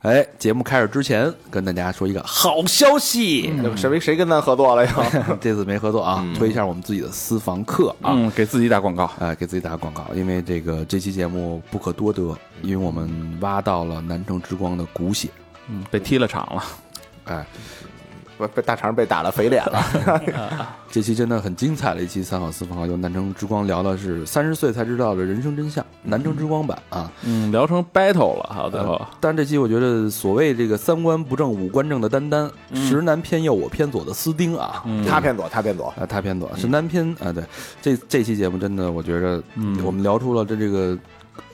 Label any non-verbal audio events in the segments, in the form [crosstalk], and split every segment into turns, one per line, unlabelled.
哎，节目开始之前跟大家说一个
[laughs]
好消息，
谁谁跟咱合作了又？
这次没合作啊，推一下我们自己的私房课啊，
嗯，给自己打广告，
啊，给自己打个广告，因为这个这期节目不可多得，因为我们挖到了南城之光的骨血，
嗯，被踢了场了，
哎，
[laughs] 不被大肠被打了肥脸了。
这期真的很精彩的一期三好四方好友，南城之光聊的是三十岁才知道的人生真相，南城之光版啊。
嗯，聊成 battle 了，好最后，
但这期我觉得所谓这个三观不正五官正的丹丹，石男偏右我偏左的斯丁啊，
[laughs] 他偏左，他偏左。
啊，他偏
嗯
左，是南偏啊。对，这这期节目真的，我觉着我们聊出了这这个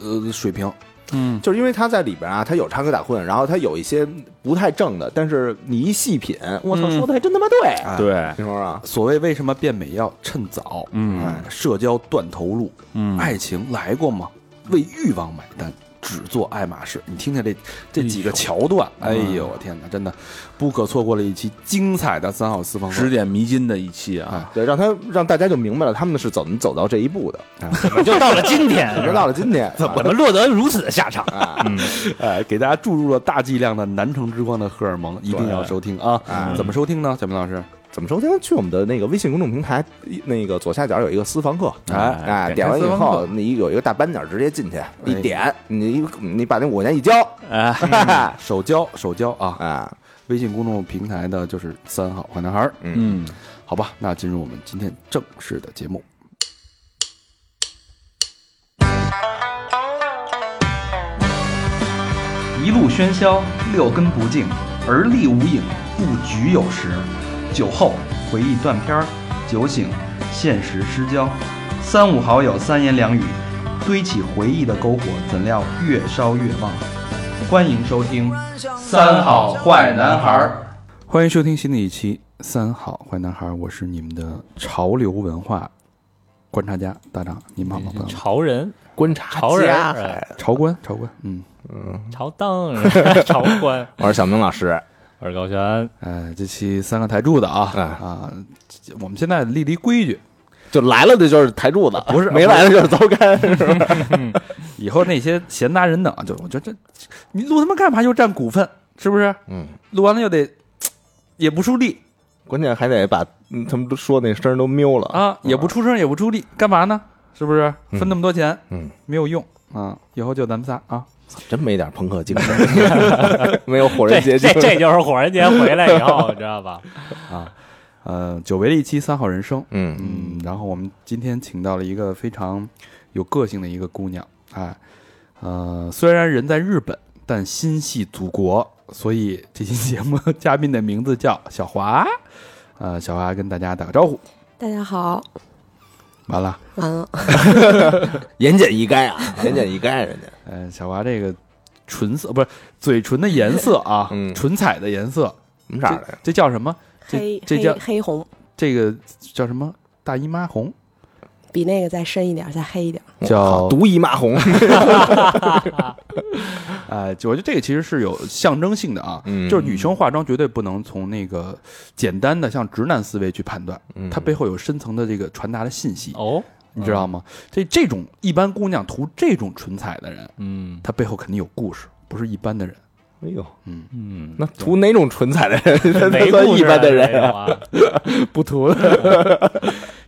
呃水平，
嗯，
就是因为他在里边啊，他有插科打诨，然后他有一些不太正的，但是你一细品，我操，说的还真他妈对。
啊
对，
你说啊，
所谓为什么变美要趁早？
嗯
哎，社交断头路，
嗯
爱情来过吗？为欲望买单，只做爱马仕。你听听这这几个桥段，哎
嗯
呦我天哪，真的不可错过了一期精彩的三好四方会
指点迷津的一期
哎
啊，
对，让他让大家就明白了他们是怎么走到这一步的，
就到了今天，
哎
直到了今天。啊
怎么落得如此的下场？
哎，给大家注入了大剂量的南城之光的荷尔蒙，一定要收听啊！
哎
怎么收听呢？小明老师，
怎么收听？去我们的那个微信公众平台，那个左下角有一个私房课，
哎
哎，点
点开
完以
私房
后，
课
你有一个大斑点，直接进去一点，你你把那五块钱一交，
哎，
哈哈，
手交手交啊！
啊，
微信公众平台的就是三好坏男孩儿，
嗯，
好吧？那进入我们今天正式的节目。
一路喧嚣，六根不净，而立无影，不局有时。酒后回忆断片儿，酒醒现实失焦。三五好友三言两语，堆起回忆的篝火，怎料越烧越旺。欢迎收听《三好坏男孩》。
欢迎收听新的一期《三好坏男孩》，我是你们的潮流文化观察家大张，你们好吗？朋友们
潮人，
观察
潮人
家，
朝官，朝官，嗯，
朝当， [laughs] 朝官。
我是小明老师，
我是高璇，
哎，这期三个台柱子啊、
哎
啊，我们现在立了一规矩，
就来了的就是台柱子，
不是
没来的就是糟干，是吧？
以后那些闲杂人等啊，就我觉得这你录他妈干嘛又占股份，是不是？
[laughs] 嗯，
录完了又得也不出力
关键还得把嗯他们都说那声儿都瞄了
啊，也不出声，也不出力，干嘛呢？是不是分那么多钱，
嗯，
没有用啊？以后就咱们仨啊，
真没点朋克精神， [laughs] 没有火
这
人节
这
精
这
神。
就是火人节回来以 [laughs] 后，你知道吧？
呃，久违的一期三好人生，
嗯，
嗯，然后我们今天请到了一个非常有个性的一个姑娘，哎，呃，虽然人在日本，但心系祖国，所以这期节目 [laughs] 嘉宾的名字叫小华，呃，小华跟大家打个招呼。
大家好，
完了，
完了，
言简意赅啊， [laughs] 言简意赅，人家
呃，小华这个唇色不是嘴唇的颜色啊，
嗯
唇彩的颜色，
什么色儿
这
的呀？
这叫嗯什么？这
黑
这
黑
叫
黑红，
这个叫什么？大姨妈红，
比那个再深一点，再黑一点。
叫
毒姨妈红，
哎，就我觉得这个其实是有象征性的啊，
嗯
就是女生化妆绝对不能从那个简单的像直男思维去判断，
嗯
它背后有深层的这个传达的信息，
哦，
你知道吗？这这种一般姑娘涂这种唇彩的人，
嗯
她背后肯定有故事，不是一般的人。
哎呦，
嗯，
那涂哪种唇彩的人，
[laughs]
他
没
算 [laughs]
故
一
事
般的人啊？
啊，
不涂了，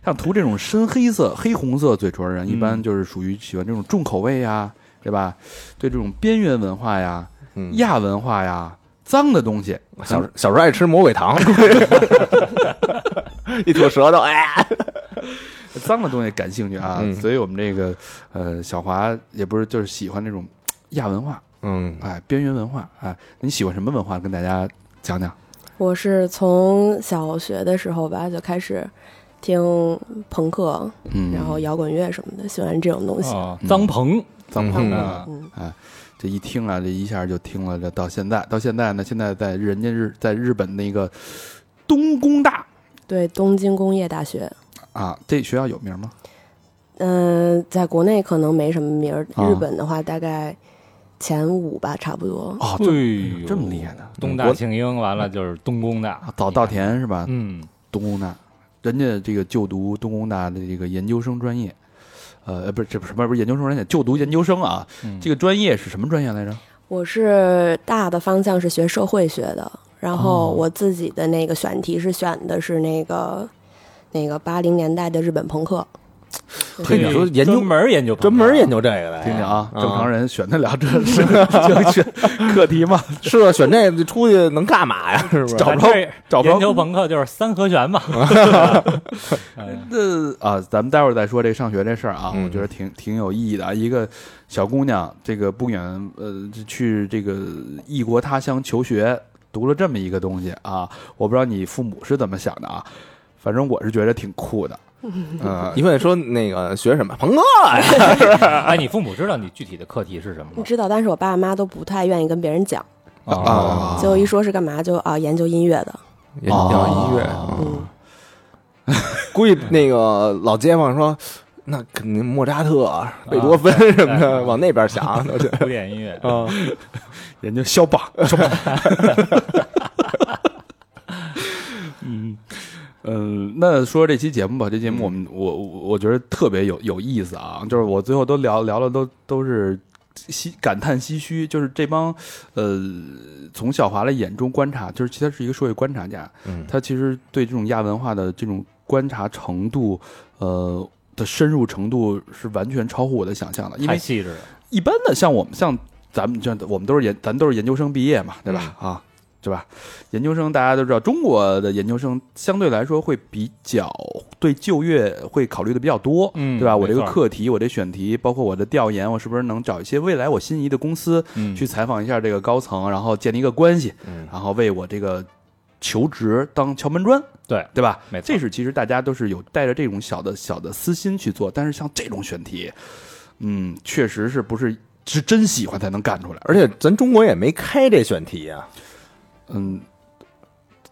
像涂这种深黑色、黑红色嘴唇的
嗯
人，一般就是属于喜欢这种重口味呀，对吧？对这种边缘文化呀、
嗯
亚文化呀、脏的东西，
小时小时候爱吃魔鬼糖， [laughs] 一吐舌头，哎呀，
脏的东西感兴趣啊，
嗯
所以我们这个呃小华也不是就是喜欢这种亚文化，
嗯，
哎，边缘文化，哎，你喜欢什么文化？跟大家讲讲。
我是从小学的时候吧就开始听朋克，
嗯，
然后摇滚乐什么的，喜欢这种东西。
哦张鹏，
脏胖
嗯
啊，
嗯，
哎，这一听啊，这一下就听了，这到现在，到现在呢，现在在人家日在日本那个东工大
对，东京工业大学，
啊，这学校有名吗？
嗯、在国内可能没什么名儿，
啊
日本的话大概前五吧，差不多。
哦，这么
对
这么厉害呢，
东大庆英完了就是东工大
啊，早稻，田是吧？
嗯，
东工大，人家这个就读东工大的这个研究生专业，呃呃，不是这不是什么不是研究生专业，就读研究生啊，这个专业是什么专业来着？
我是大的方向是学社会学的，然
哦
后我自己的那个选题是选的是那个那个八零年代的日本朋克。
嘿
啊
你说研究
专门研究
专门研
究，
究这个的，
听听啊，
哎
正常人选得了
[laughs]
这是就选课题吗？
是啊，选这个出去能干嘛呀？是不是？
找不着
这
找不
研究
着
朋克就是三和弦嘛。
这啊，咱们待会儿再说这上学这事儿啊，
嗯
我觉得挺挺有意义的啊。一个小姑娘，这个不远呃去这个异国他乡求学，读了这么一个东西啊，我不知道你父母是怎么想的啊，反正我是觉得挺酷的。呃，
你问说那个学什么朋克呀？
[laughs] 哎，你父母知道你具体的课题是什么
你
[laughs]
吗？
知道，但是我爸妈都不太愿意跟别人讲，
啊
就一说是干嘛就啊研究音乐的，
研究音乐，
哦
嗯
嗯，
估计那个老街坊说，那肯定莫扎特、啊贝多芬
哦
什么的，
对
往那边想都是。
古典音乐，
啊，
人家肖邦，肖邦。 [laughs] 嗯，呃，那说这期节目吧，这节目我们、我我我觉得特别有有意思啊，就是我最后都聊聊了都都是唏感叹唏嘘，就是这帮呃从小华的眼中观察，就是其实他是一个社会观察家，
嗯
他其实对这种亚文化的这种观察程度，呃的深入程度是完全超乎我的想象的，因为
[laughs] 太细致了。
一般的像我们像咱们像我们都是研咱都是研究生毕业嘛，对吧？
嗯
啊，对吧？研究生大家都知道，中国的研究生相对来说会比较对就业会考虑的比较多，
嗯
对吧？我这个
没错
课题，我这选题，包括我的调研，我是不是能找一些未来我心仪的公司
嗯
去采访一下这个高层，然后建立一个关系，
嗯
然后为我这个求职当敲门砖，
对
对吧？
没错
这是其实大家都是有带着这种小的小的私心去做，但是像这种选题，嗯，确实是不是是真喜欢才能干出来，
而且咱中国也没开这选题啊，
嗯，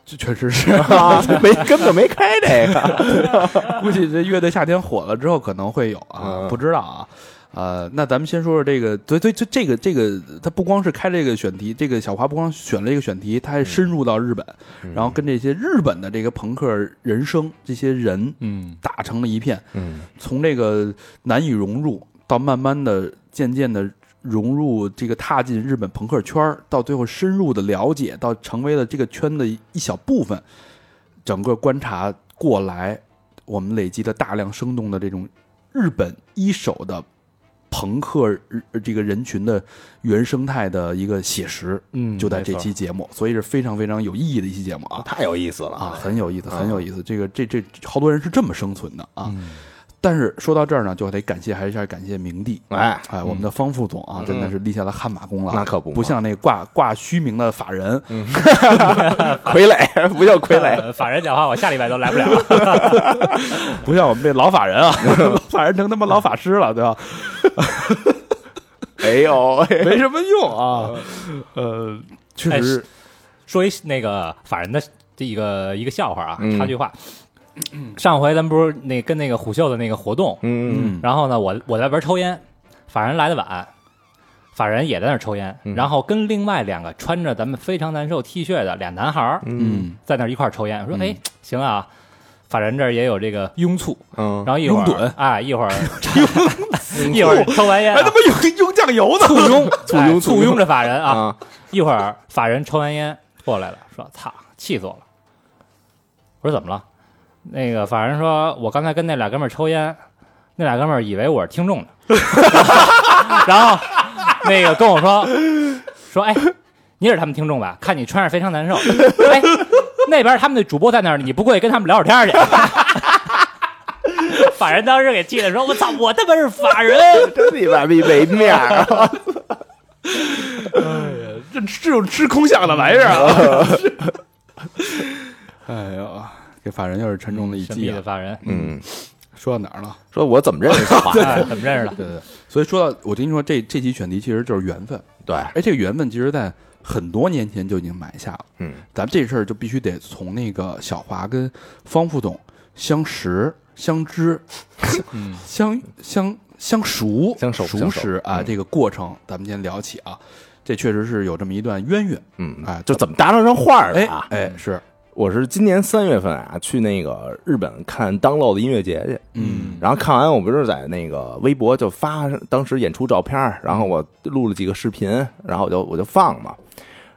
这确实是，
啊没根本没开
[laughs]
这个。
估计这乐队夏天火了之后可能会有啊，
嗯
不知道啊。呃，那咱们先说说这个，对对，这这个这个，他不光是开这个选题，这个小华不光选了一个选题，他还深入到日本，然后跟这些日本的这个朋克人生这些人
嗯，
打成了一片，
嗯
从这个难以融入到慢慢的、渐渐的融入这个踏进日本朋克圈儿，到最后深入的了解，到成为了这个圈的一小部分。整个观察过来，我们累积了大量生动的这种日本一手的朋克日呃这个人群的原生态的一个写实。
嗯
就在这
没错
期节目，所以是非常非常有意义的一期节目啊！
太有意思了
啊，！很有意思，很有意思。这个这这好多人是这么生存的啊
嗯。
但是说到这儿呢，就得感谢还是要感谢明帝，
哎
哎，我们的方副总啊，真的是立下了汗马功劳，
那可不嘛
不像那挂挂虚名的法人，
傀儡不叫傀儡，
呃法人讲话，我下礼拜都来不了。
不像我们这老法人啊，老法人成他妈老法师了，对吧？
哎呦，
[laughs]
嗯
没什么用啊，呃，确
哎
实
是说一那个法人的这一个一个笑话啊
嗯，
插句话。上回咱不是那跟那个虎嗅的那个活动，
嗯
嗯
然后呢，我我在边抽烟，法人来的晚，法人也在那儿抽烟，
嗯
然后跟另外两个穿着咱们非常难受 T 恤的俩男孩儿
嗯
嗯，
在那儿一块儿抽烟，我说
嗯
哎行啊，法人这儿也有这个拥簇，
嗯，
然后一会
拥趸
儿啊一会
[laughs]
儿 [laughs] 一会儿抽完
哎
烟啊、
哎妈有用酱
[laughs]
油呢，
簇拥
簇拥
哎
簇
簇拥着法人啊，
啊，
一会儿法人抽完烟过来了，说：“操，气死我了！”我说：“怎么了？”那个法人说：“我刚才跟那俩哥们儿抽烟，那俩哥们儿以为我是听众呢， [laughs] 然后那个跟我说说，哎，你也是他们听众吧？看你穿着非常难受，哎，那边他们的主播在那儿，你不过去跟他们聊会儿天儿去？”法人当时给气的说：“我操，我他妈是法人！”
[laughs] 真你妈逼没面儿！
[laughs] 哎这这种吃空想的玩意儿啊，哎呀，给法人又是沉重的一
神
击
秘的
啊！
法人，
嗯，
说到哪儿了？
说我怎
[laughs]
么认识小华？
哎怎么认识的？
对对，对，所以说到我跟你说，这这期选题其实就是缘分，
对，
哎，这个缘分其实在很多年前就已经埋下了。
嗯，
咱们这事儿就必须得从那个小华跟方副总相识、相
[laughs]
知、相相相熟、
嗯相熟
熟
相熟
识啊，
嗯
这个过程咱们先聊起啊。这确实是有这么一段渊源，
嗯
哎
就怎么搭上上话儿的
哎
啊？
哎，是
我是今年三月份啊去那个日本看 Download 的音乐节去，
嗯
然后看完我不是在那个微博就发当时演出照片儿，然后我录了几个视频，然后我就我就放嘛，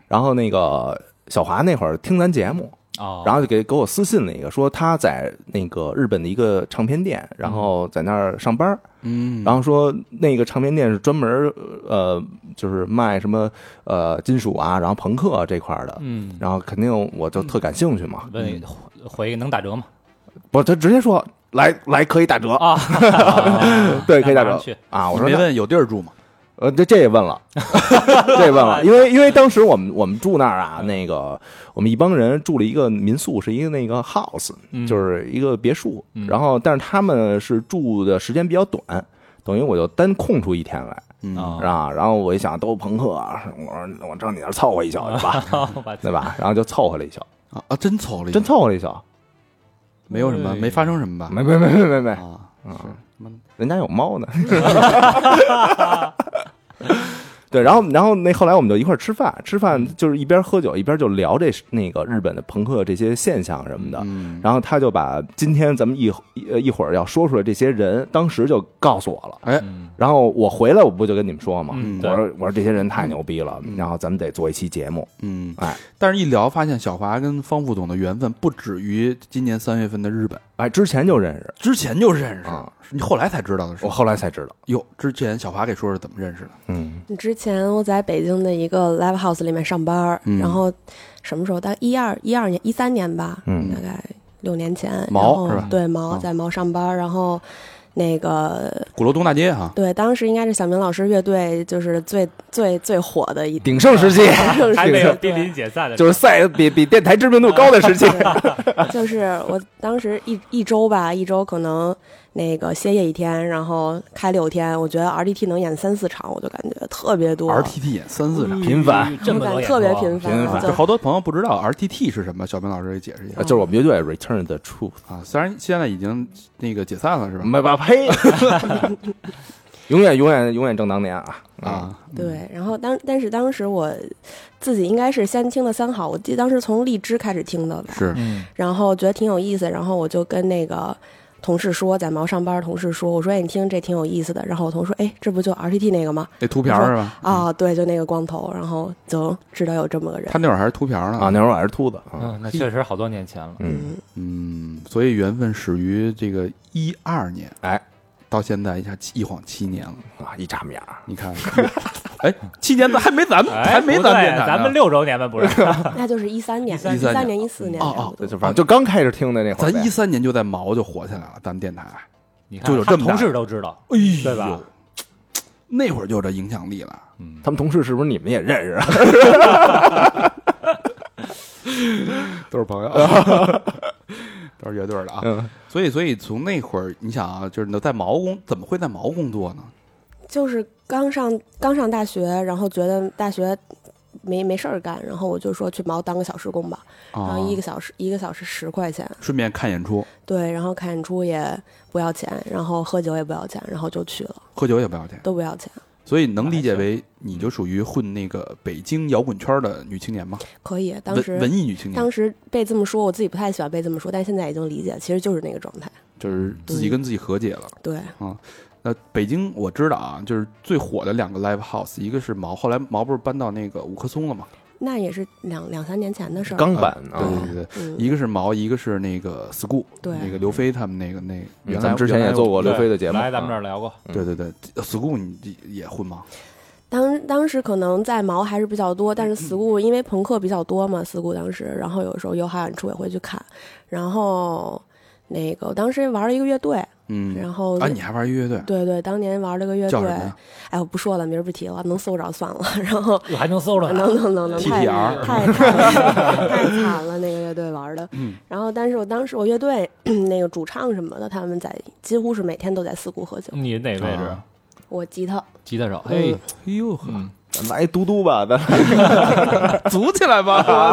然后那个小华那会儿听咱节目，
哦，
然后就给给我私信了一个，说他在那个日本的一个唱片店，
嗯
然后在那儿上班儿，
嗯
然后说那个唱片店是专门儿呃，就是卖什么呃金属啊，然后朋克、啊、这块儿的，
嗯，
然后肯定我就特感兴趣嘛，
问你回回能打折吗？
不，他直接说来来可以打折，
啊，
[laughs] 对，可以打
那马
折
上去
啊，我
你
说
没
那
问有地儿住吗？
呃，这这也问
[laughs]
了，这也问了，因为因为当时我们我们住那儿啊，那个我们一帮人住了一个民宿，是一个那个 house，就是
嗯
一个别墅，然后但是他们是住的时间比较短，等于我就单空出一天来，
嗯
啊，
啊，然后我一想都朋克啊，我说我上你那儿凑合一宿去吧，
我
对吧？然后就凑合了一宿，
啊啊，真凑了一
真
个，
凑合了一宿，
没有什么，
哎
没发生什么吧？
没没没没没没，
啊，
人家有猫呢。对，然后然后那后来我们就一块儿吃饭，吃饭就是一边喝酒一边就聊这那个日本的朋克这些现象什么的。
嗯，
然后他就把今天咱们一一呃一会儿要说出来这些人，当时就告诉我了。
哎，
然后我回来我不就跟你们说嘛，
嗯
我
对
说我说这些人太牛逼了，
嗯
然后咱们得做一期节目。
嗯，
哎，
但是一聊发现小华跟方副总的缘分不止于今年三月份的日本，
哎，之前就认识，
之前就认识，
啊
是你后来才知道的是
我
吧。
后来才知道。
哟，之前小华给说说怎么认识的？
嗯，
之前我在北京的一个 live house 里面上班儿，
嗯
然后什么时候？大概一二一二年、一三年吧，
嗯
大概六年前。
毛
然后
是吧
对，毛
啊
在毛上班儿，然后那个
鼓楼东大街哈，
对，当时应该是小明老师乐队就是最最最火的一
鼎盛时期
就
[laughs]
是
还没有
对
濒临解散的时
就
候，
是赛比比电台知名度高的时期。
就是我当时一一周吧，一周可能那个歇业一天，然后开六天。我觉得 RDT 能演三四场，我就感觉特别多，
RTT 演三四场。
频繁
嗯这么多
特别
演出啊
频繁，
频繁
就
就好多朋友不知道 RTT 是什么，小明老师给解释一下
就是我们乐队 Return the Truth。
啊。虽然现在已经那个解散了，是吧？
没吧？呸！ [laughs] 永远永远永远正当年啊！
啊，
对，然后当但是当时我自己应该是先听的三好，我记得当时从荔枝开始听的吧，
是
嗯
然后觉得挺有意思，然后我就跟那个同事说，在毛上班的同事说，我说哎你听这挺有意思的，然后我同事说哎这不就 RTT 那个吗？
那秃瓢儿是吧？
啊对，就那个光头，然后就知道有这么个人
他，那会儿还是秃瓢儿呢
啊，那会儿我还是秃子啊，
嗯，那确实好多年前了，
嗯，
嗯，所以缘分始于这个一二年，
哎，
到现在一下七一晃七年了，
啊，一眨眼儿，
你看，哎，七年咱还没咱们
哎
还没
不
咱们
对
电台呢，
咱们六周年吧，不是？
那就是一三年、
13
一
年
三年、一四年啊
哦哦
差不多
对，就反啊正就刚开始听的那会儿呗。
咱一三年就在毛就火起来了，咱们电台，
你看
就有这么大
同事都知道，
哎呦，
对吧
那会儿就有这影响力了，
他们同事是不是你们也认识啊？
都是朋友，都是乐队的啊。
嗯
所以，所以从那会儿，你想啊，就是你在毛工怎么会在毛工作呢？
就是刚上刚上大学，然后觉得大学没没事儿干，然后我就说去毛当个小时工吧，然
啊
后，一个小时一个小时十块钱。
顺便看演出，
对，然后看演出也不要钱，然后喝酒也不要钱，然后就去了，
喝酒也不要钱，
都不要钱，
所以能理解为你就属于混那个北京摇滚圈的女青年吗？
可以。当
文文
时
艺女青年
当，时被这么说，我自己不太喜欢被这么说，但现在已经理解，其实就是那个状态。
就是自己跟自己和解了。
对，
那北京我知道啊，就是最火的两个 live house，一个是毛，后来毛不是搬到那个五棵松了吗？
那也是两两三年前的事
[laughs]
儿。
钢板
对
啊，
对对对，
嗯，
一个是毛，一个是那个 school，
对嗯
那个刘飞他们那个那个原来
咱们之前也做过刘飞的节目，
来咱们这
啊
儿聊过，
对对对，school 你也混吗？
当当时可能在毛还是比较多，但是 school 因为朋克比较多嘛，school 当时，然后有时候有好演出也会去看，然后那个我当时玩了一个乐队，
嗯，
然后
啊，你还玩乐队？
对对，当年玩了个乐
叫
队
什么呀，
哎，我不说了，明儿不提了，能搜着算了， [laughs] 然后。
还能搜
啊
着
能
呢。
能能能，太
TTR
太太
[laughs]
太惨了，那个乐队玩的。
嗯
然后，但是我当时我乐队 [clears throat] 那个主唱什么的，他们在几乎是每天都在四顾喝
嗯
酒。
你哪位置
啊？
我吉他，
吉他手，
嗯
嘿，
哎呦，
咱来嘟嘟吧，咱来
组起来吧！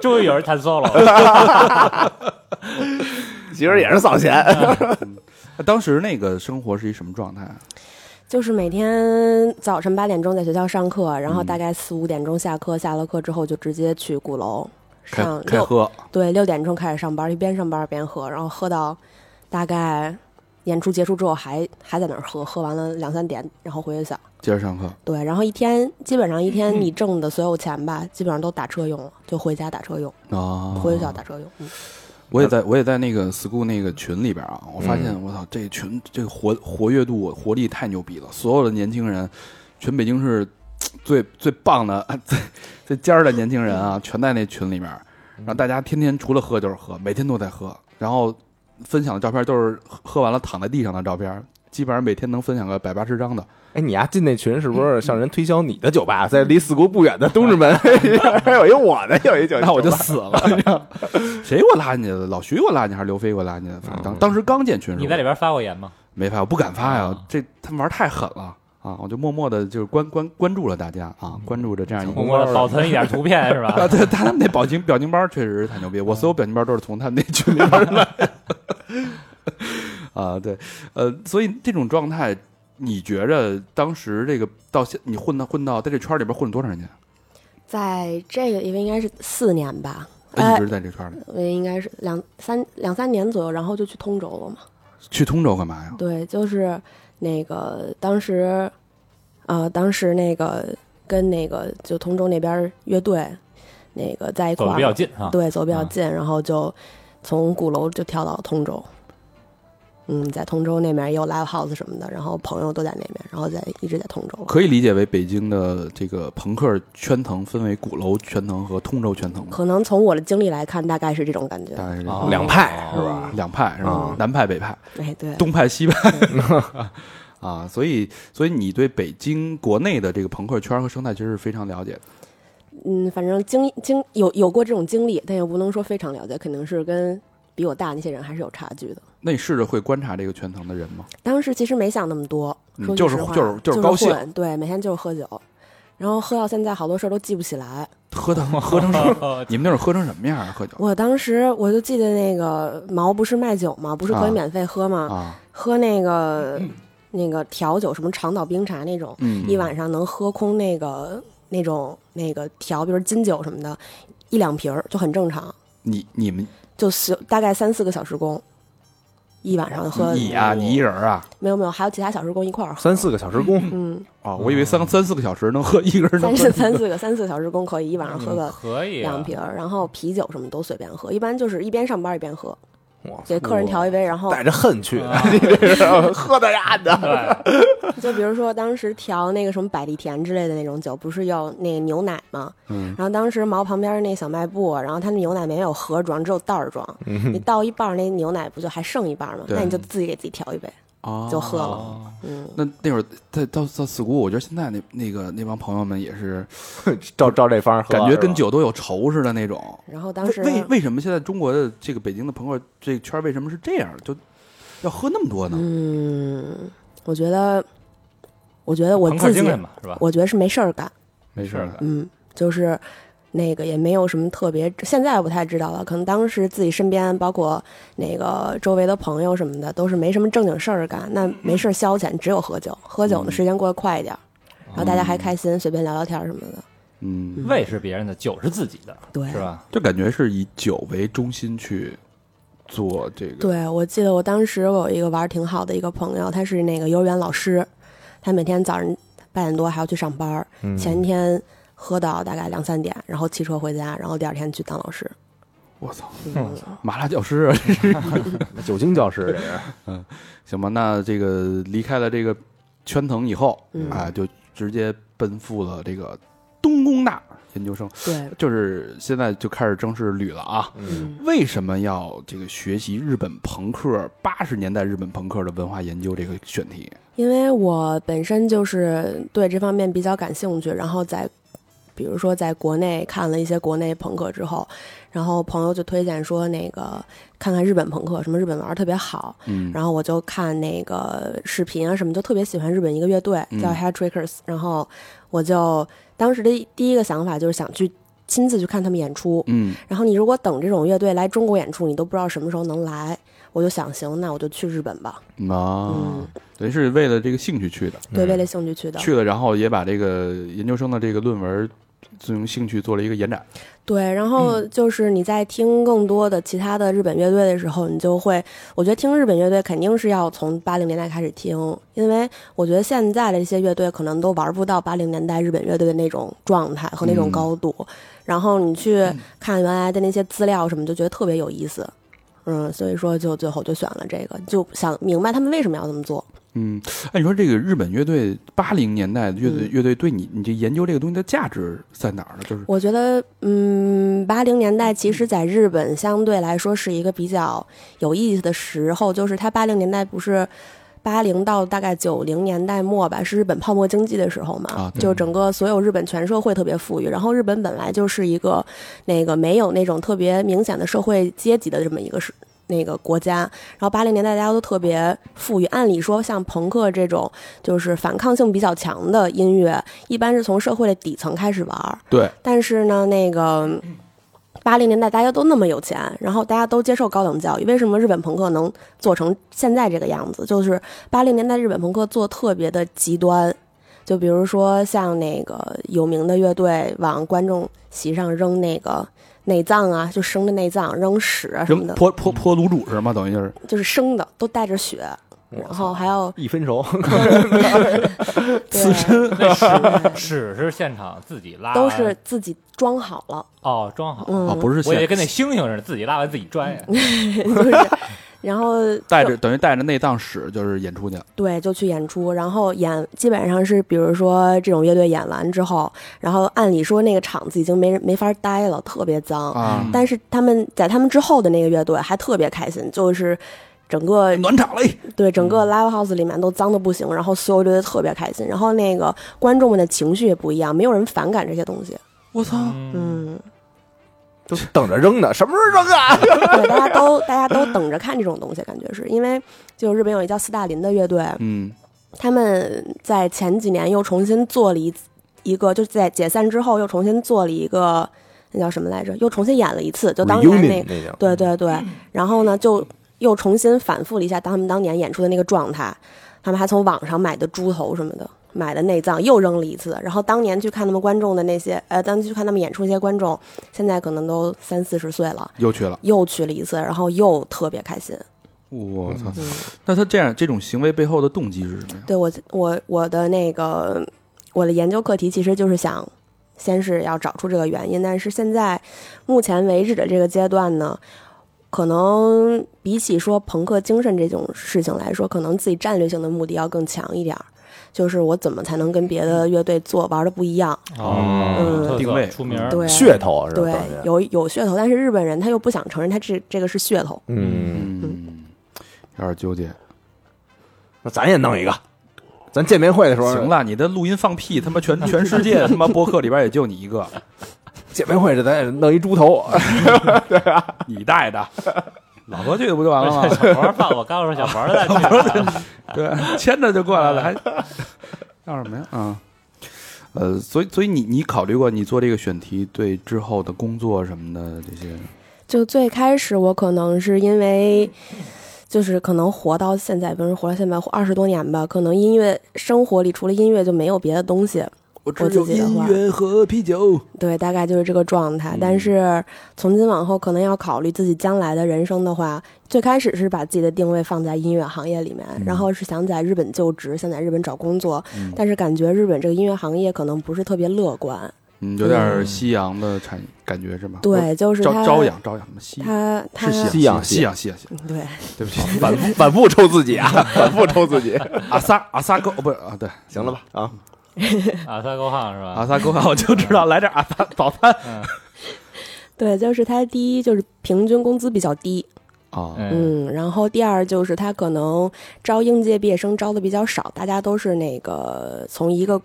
终于有人弹 solo 了。
[laughs] 其实也是扫弦，
啊当时那个生活是一什么状态啊？
就是每天早
嗯
晨八点钟在学校上课，然后大概四五点钟下课，下了课之后就直接去鼓楼，
开
上
开
六
喝，
对，六点钟开始上班，一边上班边喝，然后喝到大概演出结束之后还还在那儿喝，喝完了两三点，然后回学校。
接着上课。
对，然后一天基本上一天你挣的所有钱吧，基本上都打车用了，就回家打车用，
啊，
回学校打车用。嗯，
我也在我也在那个 school 那个群里边啊，我发现我操，这群这个活活跃度活力太牛逼了，所有的年轻人，全北京市最最棒的 [laughs] 最最尖儿的年轻人啊，全在那群里面，然后大家天天除了喝就是喝，每天都在喝，然后分享的照片都是喝喝完了躺在地上的照片，基本上每天能分享个百八十张的。
[laughs] 哎，你丫进那群是不是向人推销你的酒吧，在离四姑不远的东直门 [laughs] 还有一我的，有一哎酒吧，
那我就死了，你知道吗 [laughs] 谁给我拉进去的？老徐给我拉进去，还是刘飞给我拉进去的？反正当当时刚建群，
你在里边发过言吗？
没发，我不敢发呀
啊，
这他们玩太狠了啊！我就默默的就是关关关注了大家
嗯
啊，关注着这样一
默
个。
默的保存一点图片是吧
[laughs] 啊，？对，他们那表情 [laughs] 表情包确实是太牛逼，
嗯
我所有表情包都是从他们那群里边儿来的。 [laughs] 啊，对，呃，所以这种状态，你觉着当时这个到现你混到混到在这圈里边混了多长时间？
在这个因为应该是四年吧，
一
哎
直，在这圈里，
我应该是两三两三年左右，然后就去通州了嘛。
去通州干嘛呀？
对，就是那个当时，呃，当时那个跟那个就通州那边儿乐队那个在一
走
块儿
的
嘛，
比较近
[laughs]
啊。
对，走比较
啊
近，然后就从鼓楼就跳到通州。嗯，在通州那边也有 live house 什么的，然后朋友都在那边，然后在一直在通州了。
可以理解为北京的这个朋克圈层分为鼓楼圈层和通州圈层吗？
可能从我的经历来看，大概是这种感觉。
大概是这
哦啊
样
两派是吧？
两派是吧
嗯？
南派北派。
哎，对，
东派西派 [laughs] 啊，所以所以你对北京国内的这个朋克圈和生态其实是非常了解的。
嗯，反正经经有有过这种经历，但也不能说非常了解，肯定是跟比我大那些人还是有差距的。
那你试着会观察这个圈层的人吗？
当时其实没想那么多，
嗯
说句
就是
实话
就是就
就是
高兴
混对，每天就是喝酒，然后喝到现在好多事儿都记不起来。
喝成喝成什么？
哦
你们那会儿喝成什么样啊？喝酒
我当时我就记得那个毛不是卖酒吗？不是可
啊
以免费喝吗？
啊？
喝那个、那个调酒，什么长岛冰茶那种，
嗯，
一晚上能喝空那个那种那个调，比如金酒什么的，一两瓶儿就很正常，
你你们
就十大概三四个小时工，一晚上喝
你啊，你一人啊
没有没有，还有其他小时工一块儿喝，
三四个小时工，
嗯，
啊！我以为三三四个小时能喝一个人能
三
喝
四。三四个三四个小时工可以一晚上喝
嗯
个
可以啊
两瓶儿，然后啤酒什么都随便喝，一般就是一边上班一边喝，
哇
给客人调一杯，然后
带着恨去的
啊，
你这是喝的呀的，
对，
就比如说当时调那个什么百利甜之类的那种酒，不是要那个牛奶吗？
嗯，
然后当时毛旁边那小卖部，然后他那牛奶没有盒装，只有袋儿装。你倒一半儿，那牛奶不就还剩一半儿吗？
嗯对
那你就自己给自己调一杯，
啊，
就喝了。嗯，
那那会儿在到到四姑，我觉得现在那那个那帮朋友们也是
[laughs] 照照这方喝，
感觉
是吧
跟酒都有仇似的那种。
然后当
为
时
为为什么现在中国的这个北京的朋友这个圈儿为什么是这样？就要喝那么多呢？
嗯，我觉得，我觉得我
朋克
自己
精，神嘛，是吧？
我觉得是没事儿干。
没
事儿干
嗯，就是那个也没有什么特别，现在不太知道了。可能当时自己身边，包括那个周围的朋友什么的，都是没什么正经事儿干，那没事儿消遣，只有喝酒。喝
嗯
酒呢，时间过得快一点儿，
哦
然后大家还开心，随便聊聊天儿什么的。
嗯，
胃是别人的，酒是自己
[laughs]
的，
对，
是吧？
就感觉是以酒为中心去做这个。
对，我记得我当时我有一个玩儿挺好的一个朋友，他是那个幼儿园老师，他每天早上八点多还要去上班儿，
嗯
嗯
前天喝到大概两三点，然后骑车回家，然后第二天去当老师。
我操，
嗯，
麻辣教师啊！
酒精教 [laughs] 师这是。
行吧，那这个离开了这个圈层以后、
嗯
啊，就直接奔赴了这个东工大研究生，
对，
就是现在就开始正式捋了啊。
嗯。
为什么要这个学习日本朋克八十年代日本朋克的文化研究这个选题？
因为我本身就是对这方面比较感兴趣，然后在比如说在国内看了一些国内朋克之后，然后朋友就推荐说那个看看日本朋克，什么日本玩儿特别好，
嗯，
然后我就看那个视频啊什么，就特别喜欢日本一个乐队
嗯
叫 Head Trickers，、然后我就当时的第一个想法就是想去亲自去看他们演出，
嗯，
然后你如果等这种乐队来中国演出，你都不知道什么时候能来，我就想行，那我就去日本吧，
嗯啊
嗯，
等于是为了这个兴趣去的，
对，为了兴趣去的，
去了，然后也把这个研究生的这个论文自从兴趣做了一个延展，
对，然后就是你在听更多的其他的日本乐队的时候，你就会，我觉得听日本乐队肯定是要从八零年代开始听，因为我觉得现在的这些乐队可能都玩不到八零年代日本乐队的那种状态和那种高度。然后你去看原来的那些资料什么，就觉得特别有意思。嗯，所以说就最后就选了这个，就想明白他们为什么要这么做。
嗯，哎，你说这个日本乐队八零年代的乐队、
嗯
乐队对你你这研究这个东西的价值在哪儿呢？就是
我觉得，嗯，八零年代其实在日本相对来说是一个比较有意思的时候，就是它八零年代不是八零到大概九零年代末吧，是日本泡沫经济的时候嘛，
啊对
就整个所有日本全社会特别富裕，然后日本本来就是一个那个没有那种特别明显的社会阶级的这么一个时那个国家，然后八零年代大家都特别富裕，按理说像朋克这种就是反抗性比较强的音乐，一般是从社会的底层开始玩儿。
对，
但是呢，那个八零年代大家都那么有钱，然后大家都接受高等教育，为什么日本朋克能做成现在这个样子？就是八零年代日本朋克做特别的极端。就比如说像那个有名的乐队往观众席上扔那个内脏啊，就生的内脏，扔屎啊什么
扔
的，
泼泼泼卤煮是吗？等于就是
就是生的，都带着血，然后还 [laughs] 有
一分 [laughs] 熟，
刺身
那屎屎是现场自己拉完，
都是自己装好了， [laughs]
哦装好，
嗯，
啊，不是
我以
现
为跟那猩猩似的，自己拉完自己拽。
就是，然后
带着等于带着内脏屎就是演出去了，
对，就去演出，然后演基本上是，比如说这种乐队演完之后，然后按理说那个场子已经没人没法待了，特别脏。
啊，
嗯但是他们在他们之后的那个乐队还特别开心，就是整个
暖场哎嘞，
对整个 live house 里面都脏的不行，然后所有乐队特别开心，然后那个观众们的情绪也不一样，没有人反感这些东西。
我操，
嗯，
都等着扔呢，什么时候扔啊？
嗯对，大家都大家都等着看这种东西，感觉是因为就日本有一叫斯大林的乐队，
嗯，
他们在前几年又重新做了一一个，就是在解散之后又重新做了一个，那叫什么来着？又重新演了一次，就当年那
Reunion
个，
那叫
对对对。然后呢，就又重新反复了一下他们当年演出的那个状态。他们还从网上买的猪头什么的，买的内脏又扔了一次。然后当年去看他们观众的那些，呃，当年去看他们演出那些观众，现在可能都三四十岁了，
又去了，
又去了一次，然后又特别开心。
我操，
嗯。
那他这样这种行为背后的动机是什么呀？
对我我我的那个我的研究课题其实就是想，先是要找出这个原因，但是现在目前为止的这个阶段呢，可能比起说朋克精神这种事情来说，可能自己战略性的目的要更强一点儿。就是我怎么才能跟别的乐队做玩的不一样？嗯
特色
定位
哦出名儿，
对
噱头啊是吧？
对
当年，
有有噱头，但是日本人他又不想承认他这这个是噱头。
嗯，
嗯，有点纠结。
那咱也弄一个，咱见面会的时候，
行，了，你的录音放屁，他妈全全世界他妈播客里边也就你一个，
见面会这咱也弄一猪头，
你带的，老何去的不就完了
[laughs] 小
吗？
黄儿放，我刚说小黄
[laughs]
儿在那儿
对，牵着就过来了， [laughs] 还要什么呀？啊，呃，所以所以你你考虑过你做这个选题对之后的工作什么的这些？
就最开始我可能是因为，就是可能活到现在，比如说活到现在二十多年吧，可能音乐生活里除了音乐就没有别的东西。
我
只有音
乐和啤酒。
对，大概就是这个状态。
嗯
但是从今往后，可能要考虑自己将来的人生的话，最开始是把自己的定位放在音乐行业里面，
嗯
然后是想在日本就职，想在日本找工作，但是感觉日本这个音乐行业可能不是特别乐观。
嗯，有点夕阳的产感觉是吧？
对，就是
朝
他
朝阳朝阳什么夕？
他他
是夕
阳
夕阳夕阳夕阳，
对， [laughs]
对不起，
[laughs] 反复反复抽自己啊，反复抽自己，
阿萨阿萨沟哦不是啊对
行了吧？啊，
啊，三勾胖是
阿
吧？
萨沟
[laughs]
啊，我就知道来这儿阿萨早餐
对，就是他第一就是平均工资比较低，
啊
嗯，
嗯，然后第二就是他可能招应届毕业生招的比较少，大家都是那个从一个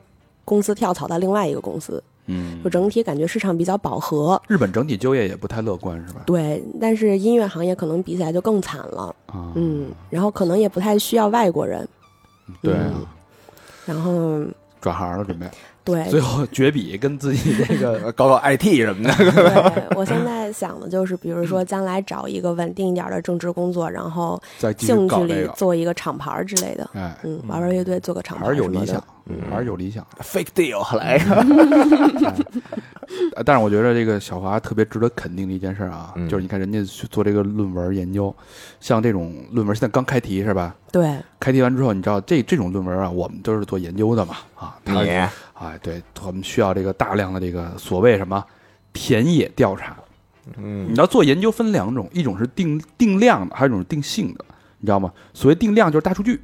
公司跳槽到另外一个公司，
嗯
就，整体感觉市场比较饱和。
日本整体就业也不太乐观是吧？
对，但是音乐行业可能比起来就更惨了，
啊，
嗯，然后可能也不太需要外国人，
对
嗯
啊，
然后
转行了准备。
对，
最后绝笔跟自己这个
[laughs]
搞搞 IT 什么的，
对我现在想的就是，比如说将来找一个稳定一点的正职工作，然后
再继续
兴趣
搞这
里
个，
做一个厂牌儿之类的，
哎，
嗯，玩玩乐队，做个厂牌
还
儿
是有
什么
理
的嗯
想，还是有理想。
fake deal 来一个，
呃但是我觉得这个小华特别值得肯定的一件事啊，
嗯
就是你看人家去做这个论文研究，像这种论文现在刚开题是吧？
对，
开题完之后，你知道这这种论文啊，我们都是做研究的嘛啊，他
嗯
你
哎，对我们需要这个大量的这个所谓什么田野调查。嗯，你要做研究分两种，一种是定定量的，还有一种是定性的，你知道吗？所谓定量就是大数据，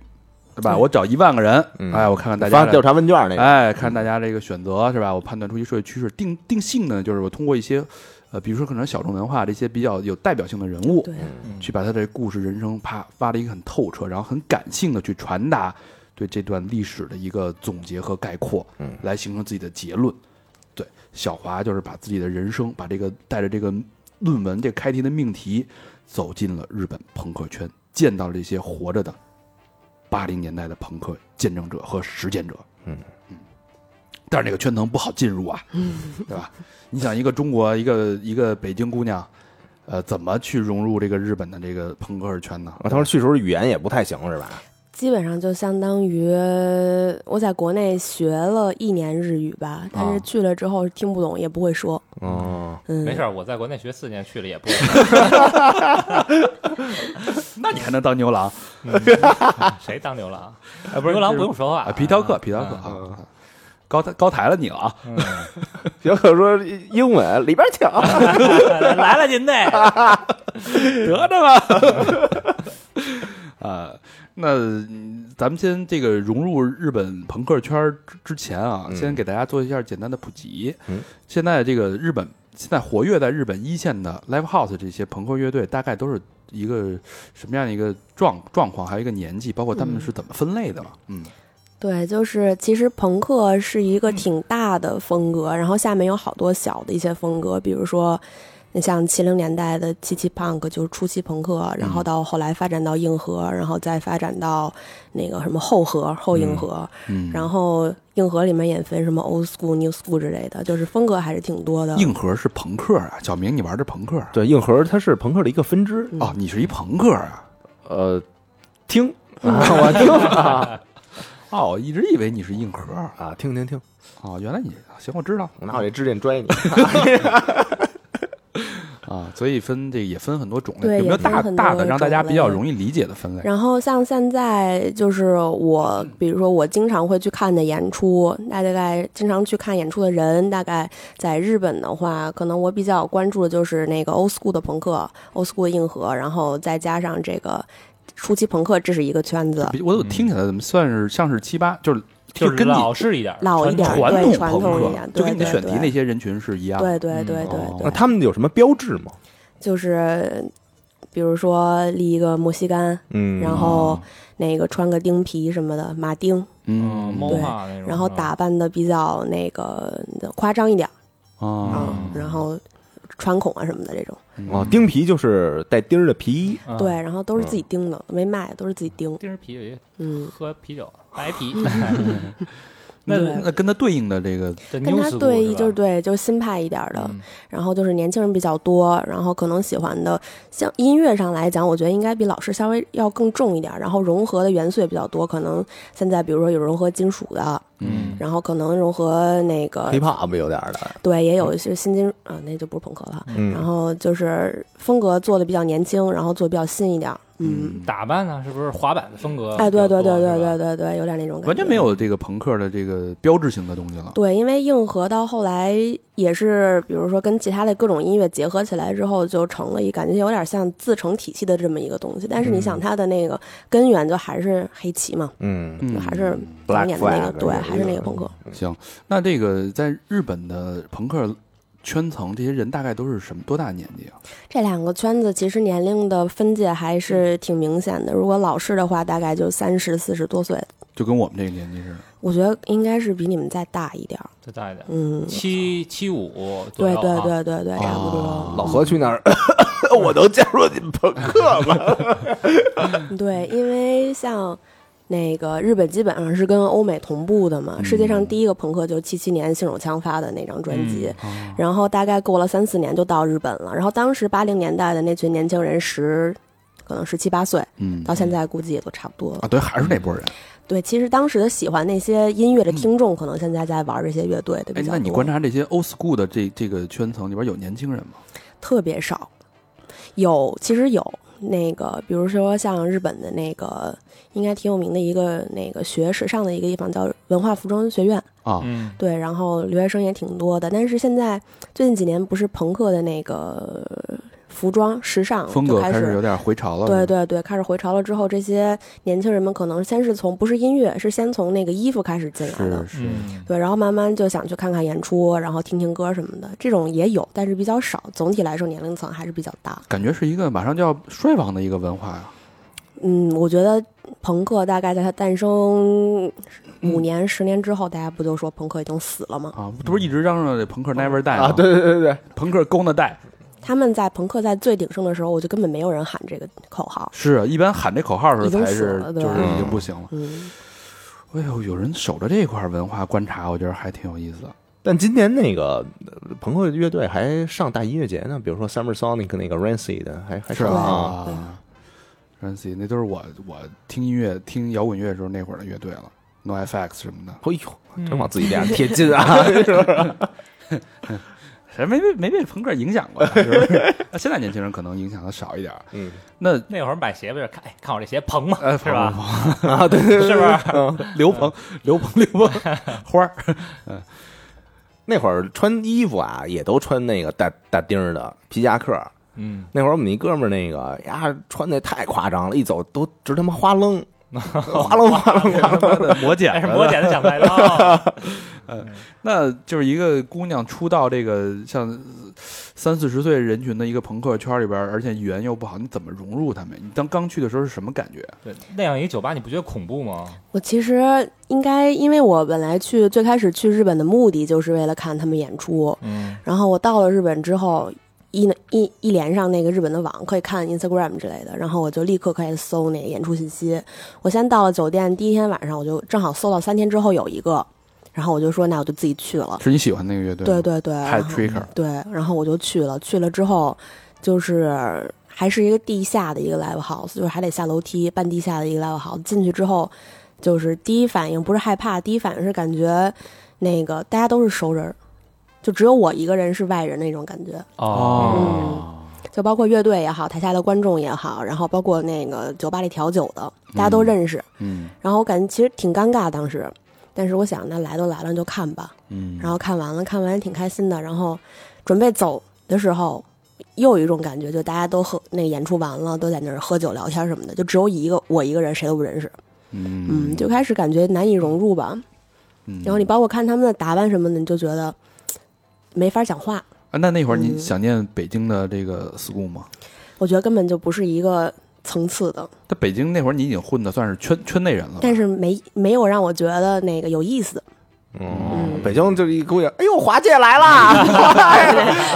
对吧？
对
我找一万个人，
嗯
哎，我看看大家
发
的
调查问卷那个，
哎，看大家这个选择是吧？我判断出一社会趋势。定定性呢，就是我通过一些，呃，比如说可能小众文化这些比较有代表性的人物，
对
去把他的故事、人生啪发了一个很透彻，然后很感性的去传达对这段历史的一个总结和概括，
嗯
来形成自己的结论。对，小华就是把自己的人生，把这个带着这个论文这开题的命题，走进了日本朋克圈，见到了这些活着的八零年代的朋克见证者和实践者。
嗯
但是那个圈层不好进入啊， [laughs] 对吧？你想一个中国一个一个北京姑娘，呃，怎么去融入这个日本的这个朋克圈呢？
我当时去的时候语言也不太行是吧？
基本上就相当于我在国内学了一年日语吧，但是去了之后听不懂，也不会说，
哦，
嗯，
没事儿，我在国内学四年去了也不会，啊
那你还能当牛啊郎
谁当
[laughs]
牛郎？哎，不是牛郎不用说话
啊？，皮条客，皮条客啊，高抬高抬了你了啊！
小可说英文里边请，
嗯来了
[laughs]
您那，
得着吧。啊，那嗯咱们先这个融入日本朋克圈儿之之前啊，
嗯
先给大家做一下简单的普及。
嗯
现在这个日本现在活跃在日本一线的 live house 这些朋克乐队，大概都是一个什么样的一个状状况，还有一个年纪，包括他们是怎么分类的吧？嗯，
对，就是其实朋克是一个挺大的风格，然后下面有好多小的一些风格，比如说，你像七零年代的七七 punk 就是初期朋克，然后到后来发展到硬核，然后再发展到那个什么后核、后硬核，
嗯
然后硬核里面也分什么 old school、new school 之类的，就是风格还是挺多的。
硬核是朋克啊，小明你玩的朋克啊？
对，硬核它是朋克的一个分支，
嗯
哦，你是一朋克啊？
呃，听，啊 [laughs] 我听啊
哦，我一直以为你是硬核啊
啊，听听听，，
哦原来你行，我知道。
我拿我这支箭拽你，
啊，所以分这个也分很多种类，
对
有没有
也分
大
很
大
多
的让大家
种
比较
类
容易理解的分类？
然后像现在就是我，比如说我经常会去看的演出，大概经常去看演出的人，大概在日本的话，可能我比较关注的就是那个 old school 的朋克，old school 的硬核，然后再加上这个初期朋克，这是一个圈子。
比我怎么听起来怎么算是像是七八，就是
就
就是跟你
老式一点，
老一点
传
传
统
儿对
统
传
朋
统一
克
点，
就
对
跟你的
对
选题
对
那些人群是一样的。
对对对对
哦
[laughs]
对
那，他们有什么标志吗？
就是比如说立一个莫西干，
嗯
然后那个穿个钉皮什么的马钉，
嗯，
嗯，
猫化那种，啊
然后打扮的比较那个呃夸张一点。
啊，
嗯，然后穿孔啊什么的这种，
哦，钉皮就是带钉儿的皮衣，
嗯
对，然后都是自己钉的，没卖，都是自己钉。
钉儿啤酒也
嗯，
喝啤酒，白
[laughs]
啤。
那
对
那跟它对应的这个
跟他对
一
应就是对，就是新派一点儿的，
嗯
然后就是年轻人比较多，然后可能喜欢的，像音乐上来讲，我觉得应该比老式稍微要更重一点儿，然后融合的元素也比较多，可能现在比如说有融合金属的，
嗯
然后可能融合那个
黑怕不有点儿的，
对，也有一些新金啊，那就不是朋克了，
嗯
然后就是风格做的比较年轻，然后做得比较新一点儿，嗯
打扮啊呢，是不是滑板的风格？
哎，对对对对对，对对，有点那种感觉，
完全没。有这个朋克的这个标志性的东西了。
对，因为硬核到后来也是，比如说跟其他的各种音乐结合起来之后，就成了一感觉有点像自成体系的这么一个东西。但是你想，它的那个根源就还是黑旗嘛，
嗯，
嗯
就还是早
Black
年的那个
Flag，
对，
这个
还是那个朋克。
行，那这个在日本的朋克圈层，这些人大概都是什么多大年纪啊？
这两个圈子其实年龄的分界还是挺明显的。如果老式的话，大概就三十四十多岁，
就跟我们这个年纪似的。
我觉得应该是比你们再大一点儿。
再大一点，
嗯，
七七五左
对
右啊
对，对对对，差不多。
老何去那儿， [coughs] 我能加入你们朋克吗？
对，因为像那个日本基本上是跟欧美同步的嘛，世界
嗯
上第一个朋克就是七七年信手枪发的那张专辑，
嗯哦
然后大概过了三四年就到日本了。然后当时八零年代的那群年轻人十，可能十七八岁，
嗯
到现在估计也都差不多了。
啊，对，还是那波人。
对，其实当时的喜欢那些音乐的听众，可能现在在玩这些乐队的比
嗯哎，
较多。
那你观察这些 old school 的这这个圈层里边有年轻人吗？
特别少，有其实有那个，比如说像日本的那个，应该挺有名的一个那个学时尚的一个地方叫文化服装学院，
啊，
嗯
对，然后留学生也挺多的。但是现在最近几年不是朋克的那个服装时尚
风
嗯就
格
开
开始
始
有点回潮了。
对对对，开始回潮了之后，这些年轻人们可能先是从不是音乐，是先从那个衣服开始进来的
是，是，
嗯
对，然后慢慢就想去看看演出，然后听听歌什么的，这种也有，但是比较少。总体来说，年龄层还是比较大。
感觉是一个马上就要衰亡的一个文化呀。
嗯，我觉得朋克大概在它诞生五年、十年之后，大家不就说朋克已经死了吗？
啊，不是一直嚷嚷这朋
嗯
克 never die 吗
啊，对对对对，
朋克 gonna die。
他们在朋克在最鼎盛的时候，我就根本没有人喊这个口号。
是啊一般喊这口号的
已
时
经
候才
死
是
了
就
对吧
是已经不行了。
嗯，
哎呦，有人守着这块文化观察，我觉得还挺有意思的。
但今年那个呃朋克乐队还上大音乐节呢，比如说 Summer Sonic 那个 Rancid 还还上
吧
啊，
对
啊，Rancy，那都是我我听音乐听摇滚乐的时候那会儿的乐队了，NoFX 什么的，
哎呦，真往自己脸上贴金啊！
谁没被没被朋克影响过呀？啊就是 [laughs] 那现在年轻人可能影响的少一点儿。
[laughs] [laughs] 嗯
那
那会儿买鞋不是看，哎，看我这鞋蓬嘛，
呃，[laughs]
是吧？
啊，对对对，
是不是？
嗯刘鹏，刘鹏，刘鹏，花儿
那会儿穿衣服啊，也都穿那个大大钉儿的皮夹克。
[laughs] 嗯，
那会儿我们一哥们儿那个呀，穿的太夸张了，一走都直他妈花楞， [laughs] 花楞花楞花楞。
磨剪
但是
子
哎磨
的。
剪子小菜刀，
[laughs] [laughs] 那就是一个姑娘出到这个像呃三四十岁人群的一个朋克圈里边儿，而且语言又不好，你怎么融入他们？你当刚去的时候是什么感觉？啊
对，那样一个酒吧你不觉得恐怖吗？
我其实应该，因为我本来去最开始去日本的目的就是为了看他们演出，
嗯，
然后我到了日本之后，一一一连上那个日本的网，可以看 Instagram 之类的，然后我就立刻开始搜那个演出信息。我先到了酒店，第一天晚上我就正好搜到三天之后有一个，然后我就说那我就自己去了。
是你喜欢那个乐队吗？
对对对，
太
然后嗯
Tricker
对，然后我就去了，去了之后就是还是一个地下的一个 live house，就是还得下楼梯，半地下的一个 live house。进去之后，就是第一反应不是害怕，第一反应是感觉那个大家都是熟人儿，就只有我一个人是外人那种感觉。
哦，
就包括乐队也好，台下的观众也好，然后包括那个酒吧里调酒的，大家都认识。
嗯
然后我感觉其实挺尴尬当时，但是我想那来都来了就看吧。
嗯，
然后看完了，看完也挺开心的。然后准备走的时候，又有一种感觉，就大家都喝那个演出完了，都在那儿喝酒聊天什么的，就只有一个我一个人，谁都不认识。
嗯
嗯，就开始感觉难以融入吧。
嗯
然后你包括看他们的打扮什么的，你就觉得没法讲话。
啊，那那会儿你
嗯
想念北京的这个 school 吗？
我觉得根本就不是一个层次的，
在北京那会儿你已经混的算是圈圈内人了吧，
但是没没有让我觉得那个有意思。
嗯，北京就是一姑娘，哎呦，华姐来啦！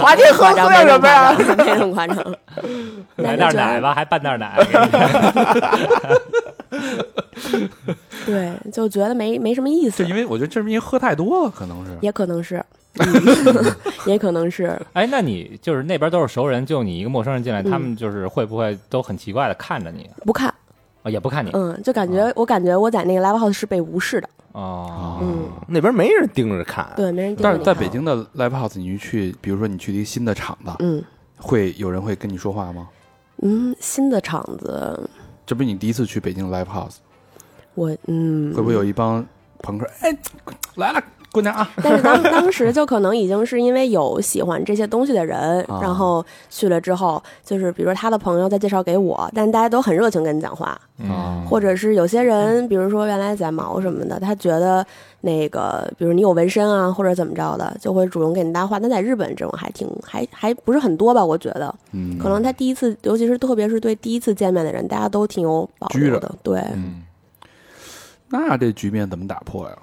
[laughs]
华姐喝
夸张，
喝
没
点
那
什
么
么呀？
夸张，
[laughs]
[laughs] 没那么夸张。
嗯来
但
袋儿
是觉得
奶吧，还半袋儿奶给你，
对，就觉得没没什么意思
就，因为我觉得这是因为喝太多了，可能是
也可
[laughs]
能是，嗯也可能是，
哎，那你就是那边都是熟人，就你一个陌生人进来，
嗯
他们就是会不会都很奇怪的看着你，
不看，
哦也不看你
嗯，就感
啊
觉我感觉我在那个 live house 是被无视的，
哦，
嗯，
那边没人盯着看，
对，没人盯着
但
你
是在北京的 live house，你一去，比如说你去一个新的场子，
看，嗯
会有人会跟你说话吗？
嗯，新的场子，
这不是你第一次去北京的 live house，
我嗯，
会不会有一帮朋克？哎，来了，姑娘啊！
[laughs] 但是当当时就可能已经是因为有喜欢这些东西的人，
啊
然后去了之后，就是比如说他的朋友再介绍给我，但大家都很热情跟你讲话，
嗯
或者是有些人，比如说原来剪毛什么的，他觉得那个，比如你有纹身啊，或者怎么着的，就会主动给你搭话。但在日本这种还挺还还不是很多吧，我觉得，
嗯，
可能他第一次，尤其是特别是对第一次见面的人，大家都挺有保
拘
留
着
的。对，
嗯，那这局面怎么打破呀？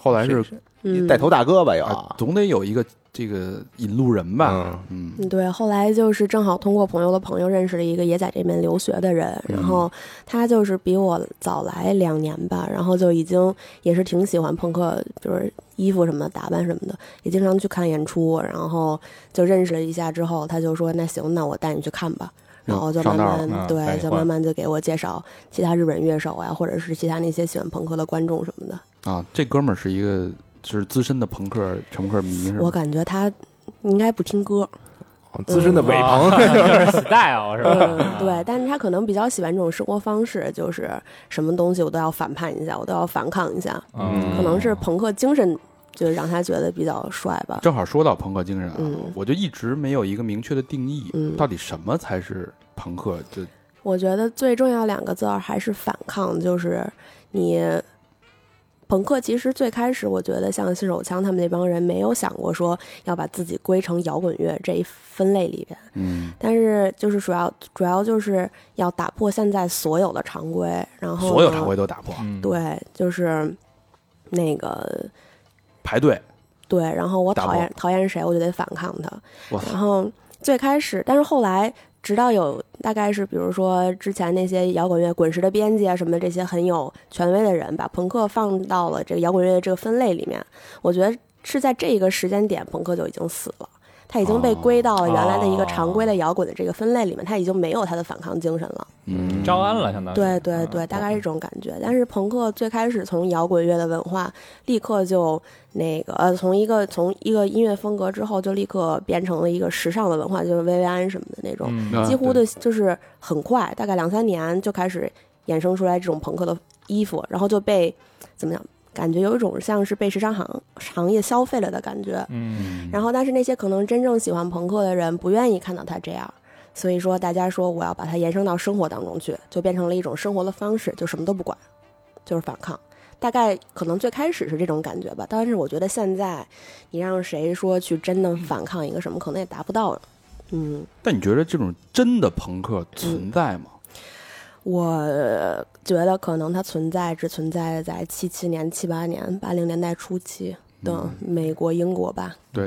后来是啊
嗯，
带头大哥吧，有哎
啊，总得有一个这个引路人吧，
嗯
嗯
嗯，对，后来就是正好通过朋友的朋友认识了一个也在这边留学的人，然后他就是比我早来两年吧，然后就已经也是挺喜欢朋克，就是衣服什么的、打扮什么的，也经常去看演出，然后就认识了一下之后，他就说那行，那我带你去看吧。然后就慢
上道
慢、
了啊带
对，
你
就
晃
慢慢就给我介绍其他日本乐手啊，或者是其他那些喜欢朋克的观众什么的。
啊，这哥们儿是一个是资深的朋克朋克迷是
我
吧？
感觉他应该不听歌，
资深的伪朋，
[laughs] 就是 style 是吧？
嗯，
[laughs]
对，但是他可能比较喜欢这种生活方式，就是什么东西我都要反叛一下，我都要反抗一下，
嗯，
可能是朋克精神就让他觉得比较帅吧。
正好说到朋克精神啊，
嗯
我就一直没有一个明确的定义，
嗯
到底什么才是朋克？就
我觉得最重要两个字儿还是反抗，就是你。朋克其实最开始，我觉得像信手枪他们那帮人没有想过说要把自己归成摇滚乐这一分类里边，
嗯，
但是就是主要主要就是要打破现在所有的常规，然后
所有
呢
常规都打破，
嗯，
对，就是那个
排队
对，然后我
打
讨
破
厌讨厌谁，我就得反抗他
哇。
然后最开始，但是后来，直到有大概是比如说之前那些摇滚乐滚石的编辑啊什么的这些很有权威的人，把朋克放到了这个摇滚乐这个分类里面，我觉得是在这个时间点，朋克就已经死了。他已经被
哦
归到了原来的一个
哦
常规的摇滚的这个分类里面，他已经没有他的反抗精神了。
嗯
招安了，相当于嗯
对对对，大概是这种感觉。但是朋克最开始从摇滚乐的文化，立刻就那个呃，从一个从一个音乐风格之后，就立刻变成了一个时尚的文化，就是薇薇安什么的那种，
嗯
啊
几乎
对
的就是很快，大概两三年就开始衍生出来这种朋克的衣服，然后就被怎么样？感觉有一种像是被时尚行行业消费了的感觉，
嗯，
然后但是那些可能真正喜欢朋克的人不愿意看到他这样，所以说大家说我要把它延伸到生活当中去，就变成了一种生活的方式，就什么都不管，就是反抗。大概可能最开始是这种感觉吧，但是我觉得现在你让谁说去真的反抗一个什么，可能也达不到了。嗯，
但你觉得这种真的朋克存在吗？
我觉得可能它存在只存在在七七年、七八年、八零年代初期
嗯
的美国、英国吧。
但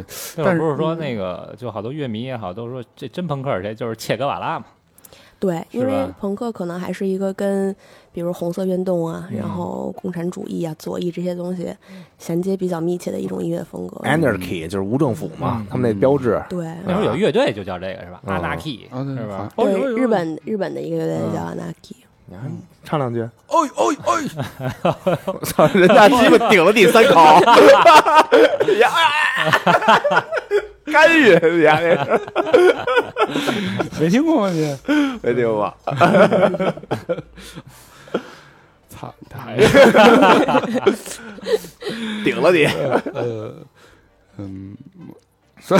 是不是
嗯
说那个就好多乐迷也好，都说这真朋克是谁？就是切格瓦拉嘛，
对，
是
因为
吧
朋克可能还是一个跟，比如红色运动啊，
嗯
然后共产主义啊、左翼这些东西衔接比较密切的一种音乐风格。
anarchy 就是无政府嘛
嗯，
他们那标志，
对，
那时候有乐队就叫这个是吧
嗯
？Anarchy
啊对
是吧？
嗯
哦
对，日本日本的一个乐
嗯
队叫 Anarchy，
你还唱两句。
哎哎哎，
我 [laughs] 操，人家鸡巴顶了你三口，呀，干预人家这是，
没听过吗你？
没听过吧？
操，太
顶了你，
呃，嗯，说，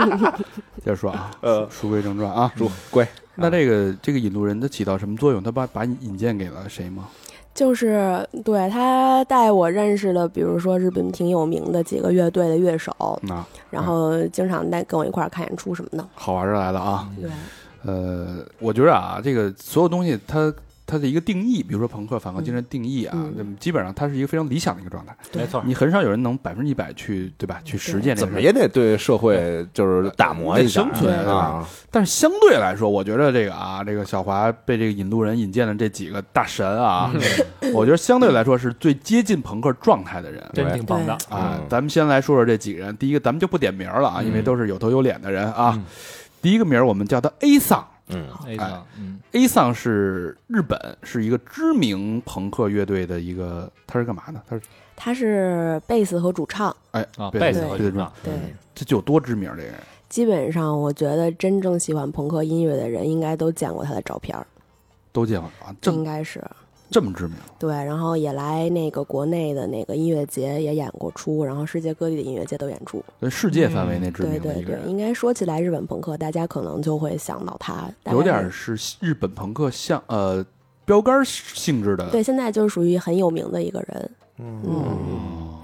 [laughs] 接着说啊，
呃
书归正传啊，
主乖，
那这个这个引路人它起到什么作用？他把把你引荐给了谁吗？
就是对他带我认识了，比如说日本挺有名的几个乐队的乐手，
嗯
那
然后经常带跟我一块儿看演出什么的。
好玩儿的来了啊，
嗯
对，
呃，我觉得啊，这个所有东西它它的一个定义，比如说朋克、反抗精神定义啊，
嗯
那么基本上它是一个非常理想的一个状态，
没错，
你很少有人能百分之一百去对吧？去实践这
怎
个
么
事
也得对社会就是打磨一下
嗯得生存
啊，
但是相对来说，我觉得这个啊，这个小华被这个引路人引荐的这几个大神啊， [laughs] 我觉得相对来说是最接近朋克状态的人。
真挺棒的，
啊
嗯，
咱们先来说说这几个人。第一个，咱们就不点名了啊，因为都是有头有脸的人啊
嗯。
第一个名儿我们叫他 A 桑
嗯，
哎呀，嗯，
，A 桑是日本是一个知名朋克乐队的一个，他是干嘛呢？他是
他是贝斯和主唱，
哎
啊，
贝
贝
斯
斯
和
贝斯
主唱
对。
这就有多知名这个人？
基本上，我觉得真正喜欢朋克音乐的人，应该都见过他的照片儿，
都见过啊，这
应
么
该是。
这么知名，
对，然后也来那个国内的那个音乐节也演过出，然后世界各地的音乐节都演出。
在世界范围内知
嗯对
名的
对
一个
对，
人，
应该说起来日本朋克，大家可能就会想到他，大概
有点儿是日本朋克像呃标杆性质的。
对，现在就是属于很有名的一个人。嗯，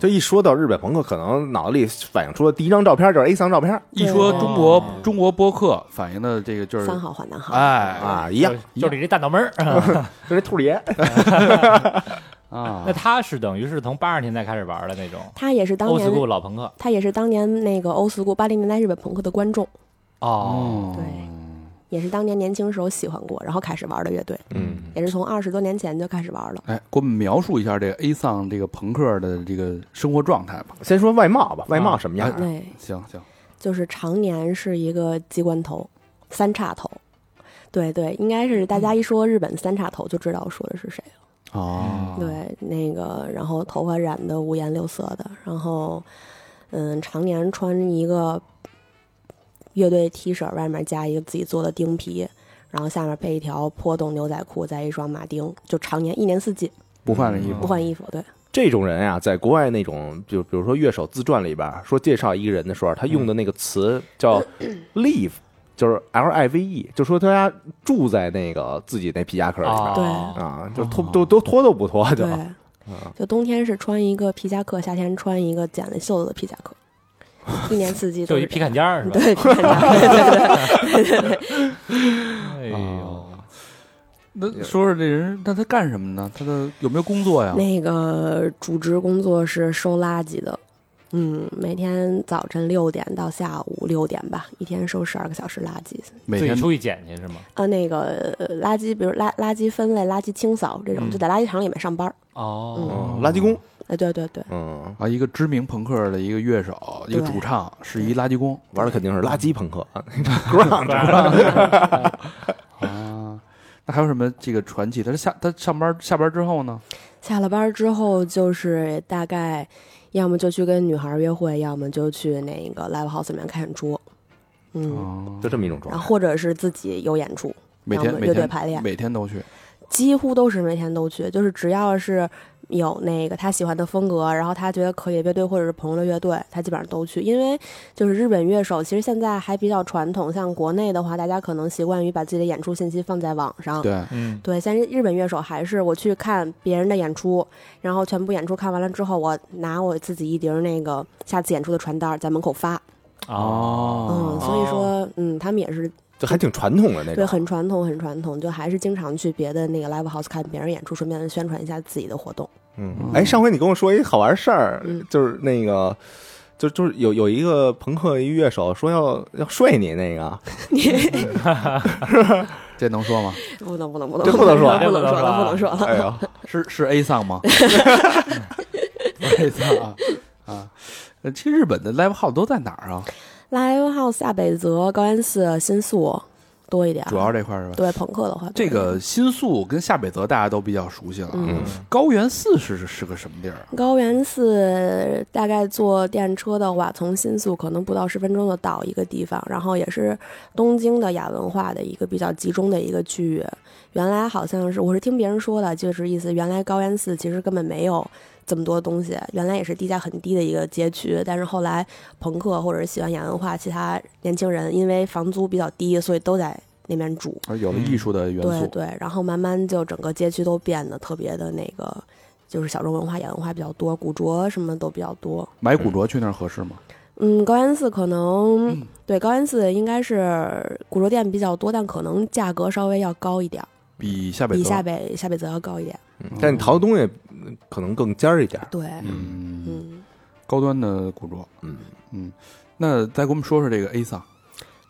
就一说到日本朋克，可能脑子里反映出的第一张照片就是 A 桑照片
一说
对
中国中国播客反映的这个就是
三好华南好，
哎
啊，一样，
就是你这大脑门儿，
就这兔儿爷，
啊
[laughs] 那，他是等于是从八十年代开始玩的那种
他也是当
欧
年
斯库老朋克
他也是当年那个欧斯库八零年代日本朋克的观众，
哦，
对，也是当年年轻时候喜欢过，然后开始玩的乐队，
嗯，
也是从二十多年前就开始玩了。
哎，给我们描述一下这个 A 丧这个朋克的这个生活状态吧。
先说外貌吧，外貌什么样啊？
对，
行行，
就是常年是一个机关头，三叉头。对对，应该是大家一说日本三叉头就知道我说的是谁了。
哦，
对，那个然后头发染的五颜六色的，然后嗯，常年穿一个乐队 T 恤，外面加一个自己做的钉皮，然后下面配一条破洞牛仔裤，再一双马丁，就常年一年四季
不换了衣
不
服，
换衣服。对，
这种人啊，在国外那种，就比如说乐手自传里边说介绍一个人的时候，他用的那个词叫 “live”，就是 L I V E，就说他家住在那个自己那皮夹克里边
哦
啊，就脱都都脱都不脱，就
对，
嗯
就冬天是穿一个皮夹克，夏天穿一个剪了袖子的皮夹
[laughs]
克，一年四季都
就是一皮
这样
坎肩儿是吧？
对，皮
[laughs]
坎肩，
哎呦，
那说说这人，那他干什么呢？他的有没有工作呀？
那个主职工作是收垃圾的，嗯，每天早晨六点到下午六点吧，一天收十二个小时垃圾。
每
自己
天
出去捡去是吗？
呃，那个呃垃圾，比如垃垃圾分类、垃圾清扫这种，就在垃圾场里面上班儿。
嗯哦，
嗯垃圾工，
哎，对对对，
嗯，
啊，一个知名朋克的一个乐手，一个
对
主唱，是一垃圾工
玩的肯定是垃圾朋克啊，ground，
啊。那还有什么这个传奇？他是下他上班下班之后呢？
下了班儿之后就是大概，要么就去跟女孩儿约会，要么就去那个 live house 里面看演出。嗯，
哦，
就这么一种状
然后
态。
或者是自己有演出，
每
然
天
后
每
乐队
天
排练
每天都去
几乎都是每天都去，就是只要是有那个他喜欢的风格，然后他觉得可以的乐队或者是朋友的乐队，他基本上都去。因为就是日本乐手其实现在还比较传统，像国内的话，大家可能习惯于把自己的演出信息放在网上。
对。
嗯，
对，像日本乐手还是我去看别人的演出，然后全部演出看完了之后，我拿我自己一叠那个下次演出的传单儿在门口发。
哦
嗯，所以说，嗯，他们也是
就还挺传统的那
对，
种，
很传统，很传统，就还是经常去别的那个 live house 看别人演出，顺便宣传一下自己的活动。
嗯，哎，上回你跟我说一好玩事儿
嗯，
就是那个，就就是有有一个朋克一乐手说要要睡你那
[laughs]
个，
这能说吗？
不能不能不能，
这不能说
不能说了，不能说了。
哎呀，
是是 A 丧吗？不是 A 丧啊啊！呃其实日本的 live house 都在哪儿啊？
live house 下北泽、高安寺、新宿多一点儿，
主要这块儿是吧？
对朋克的话，
这个新宿跟下北泽大家都比较熟悉了啊。
嗯
高原寺是是个什么地儿啊？
高原寺大概坐电车的话，从新宿可能不到十分钟就到一个地方，然后也是东京的亚文化的一个比较集中的一个区域。原来好像是我是听别人说的，就是意思原来高原寺其实根本没有这么多东西，原来也是地价很低的一个街区，但是后来朋克或者是喜欢亚文化其他年轻人因为房租比较低，所以都在那边住。
而啊有了艺术的元
嗯对
素，
对，然后慢慢就整个街区都变得特别的那个，就是小众文化、亚文化比较多，古着什么都比较多。
买古着去那儿合适吗？
嗯，高安寺可能、
嗯
对高安寺应该是古着店比较多，但可能价格稍微要高一点儿，
比下北
比
泽
下北下北泽要高一点。
但你淘的东西嗯可能更尖儿一点儿。
对，
嗯
嗯，
高端的古着，
嗯
嗯。那再给我们说说这个 A 丧，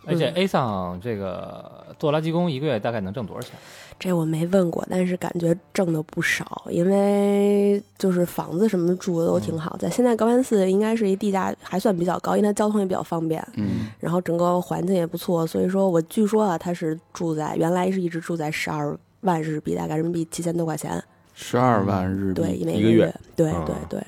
而
嗯
且 A 上这个做垃圾工一个月大概能挣多少钱？
这我没问过，但是感觉挣的不少，因为就是房子什么住的都
嗯
挺好在。现在高安寺应该是一地价还算比较高，因为它交通也比较方便。
嗯，
然后整个环境也不错，所以说我据说啊，他是住在原来是一直住在十二万日币，大概人民币七千多块钱，
十二万日币，
对，每
一个月
月，对
啊
对对，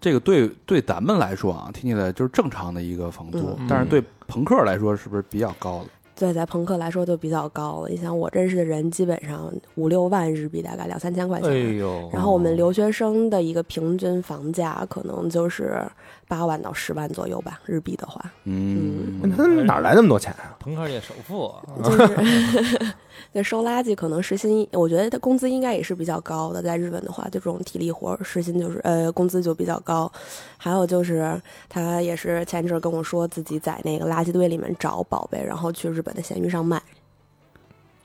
这个对对咱们来说啊，听起来就是正常的一个房租，
嗯
但是对朋克来说是不是比较高了？
对，在朋克来说就比较高了。你想，我认识的人基本上五六万日币，大概两三千块
哎
钱。
呦，
然后我们留学生的一个平均房价可能就是八万到十万左右吧，日币的话，
嗯，
那他哪儿来那么多钱啊？
朋克界首富，
就是对收垃圾可能时薪，我觉得他工资应该也是比较高的。在日本的话，就这种体力活儿，时薪就是呃工资就比较高。还有就是他也是前一阵儿跟我说自己在那个垃圾堆里面找宝贝，然后去日本的闲鱼上卖。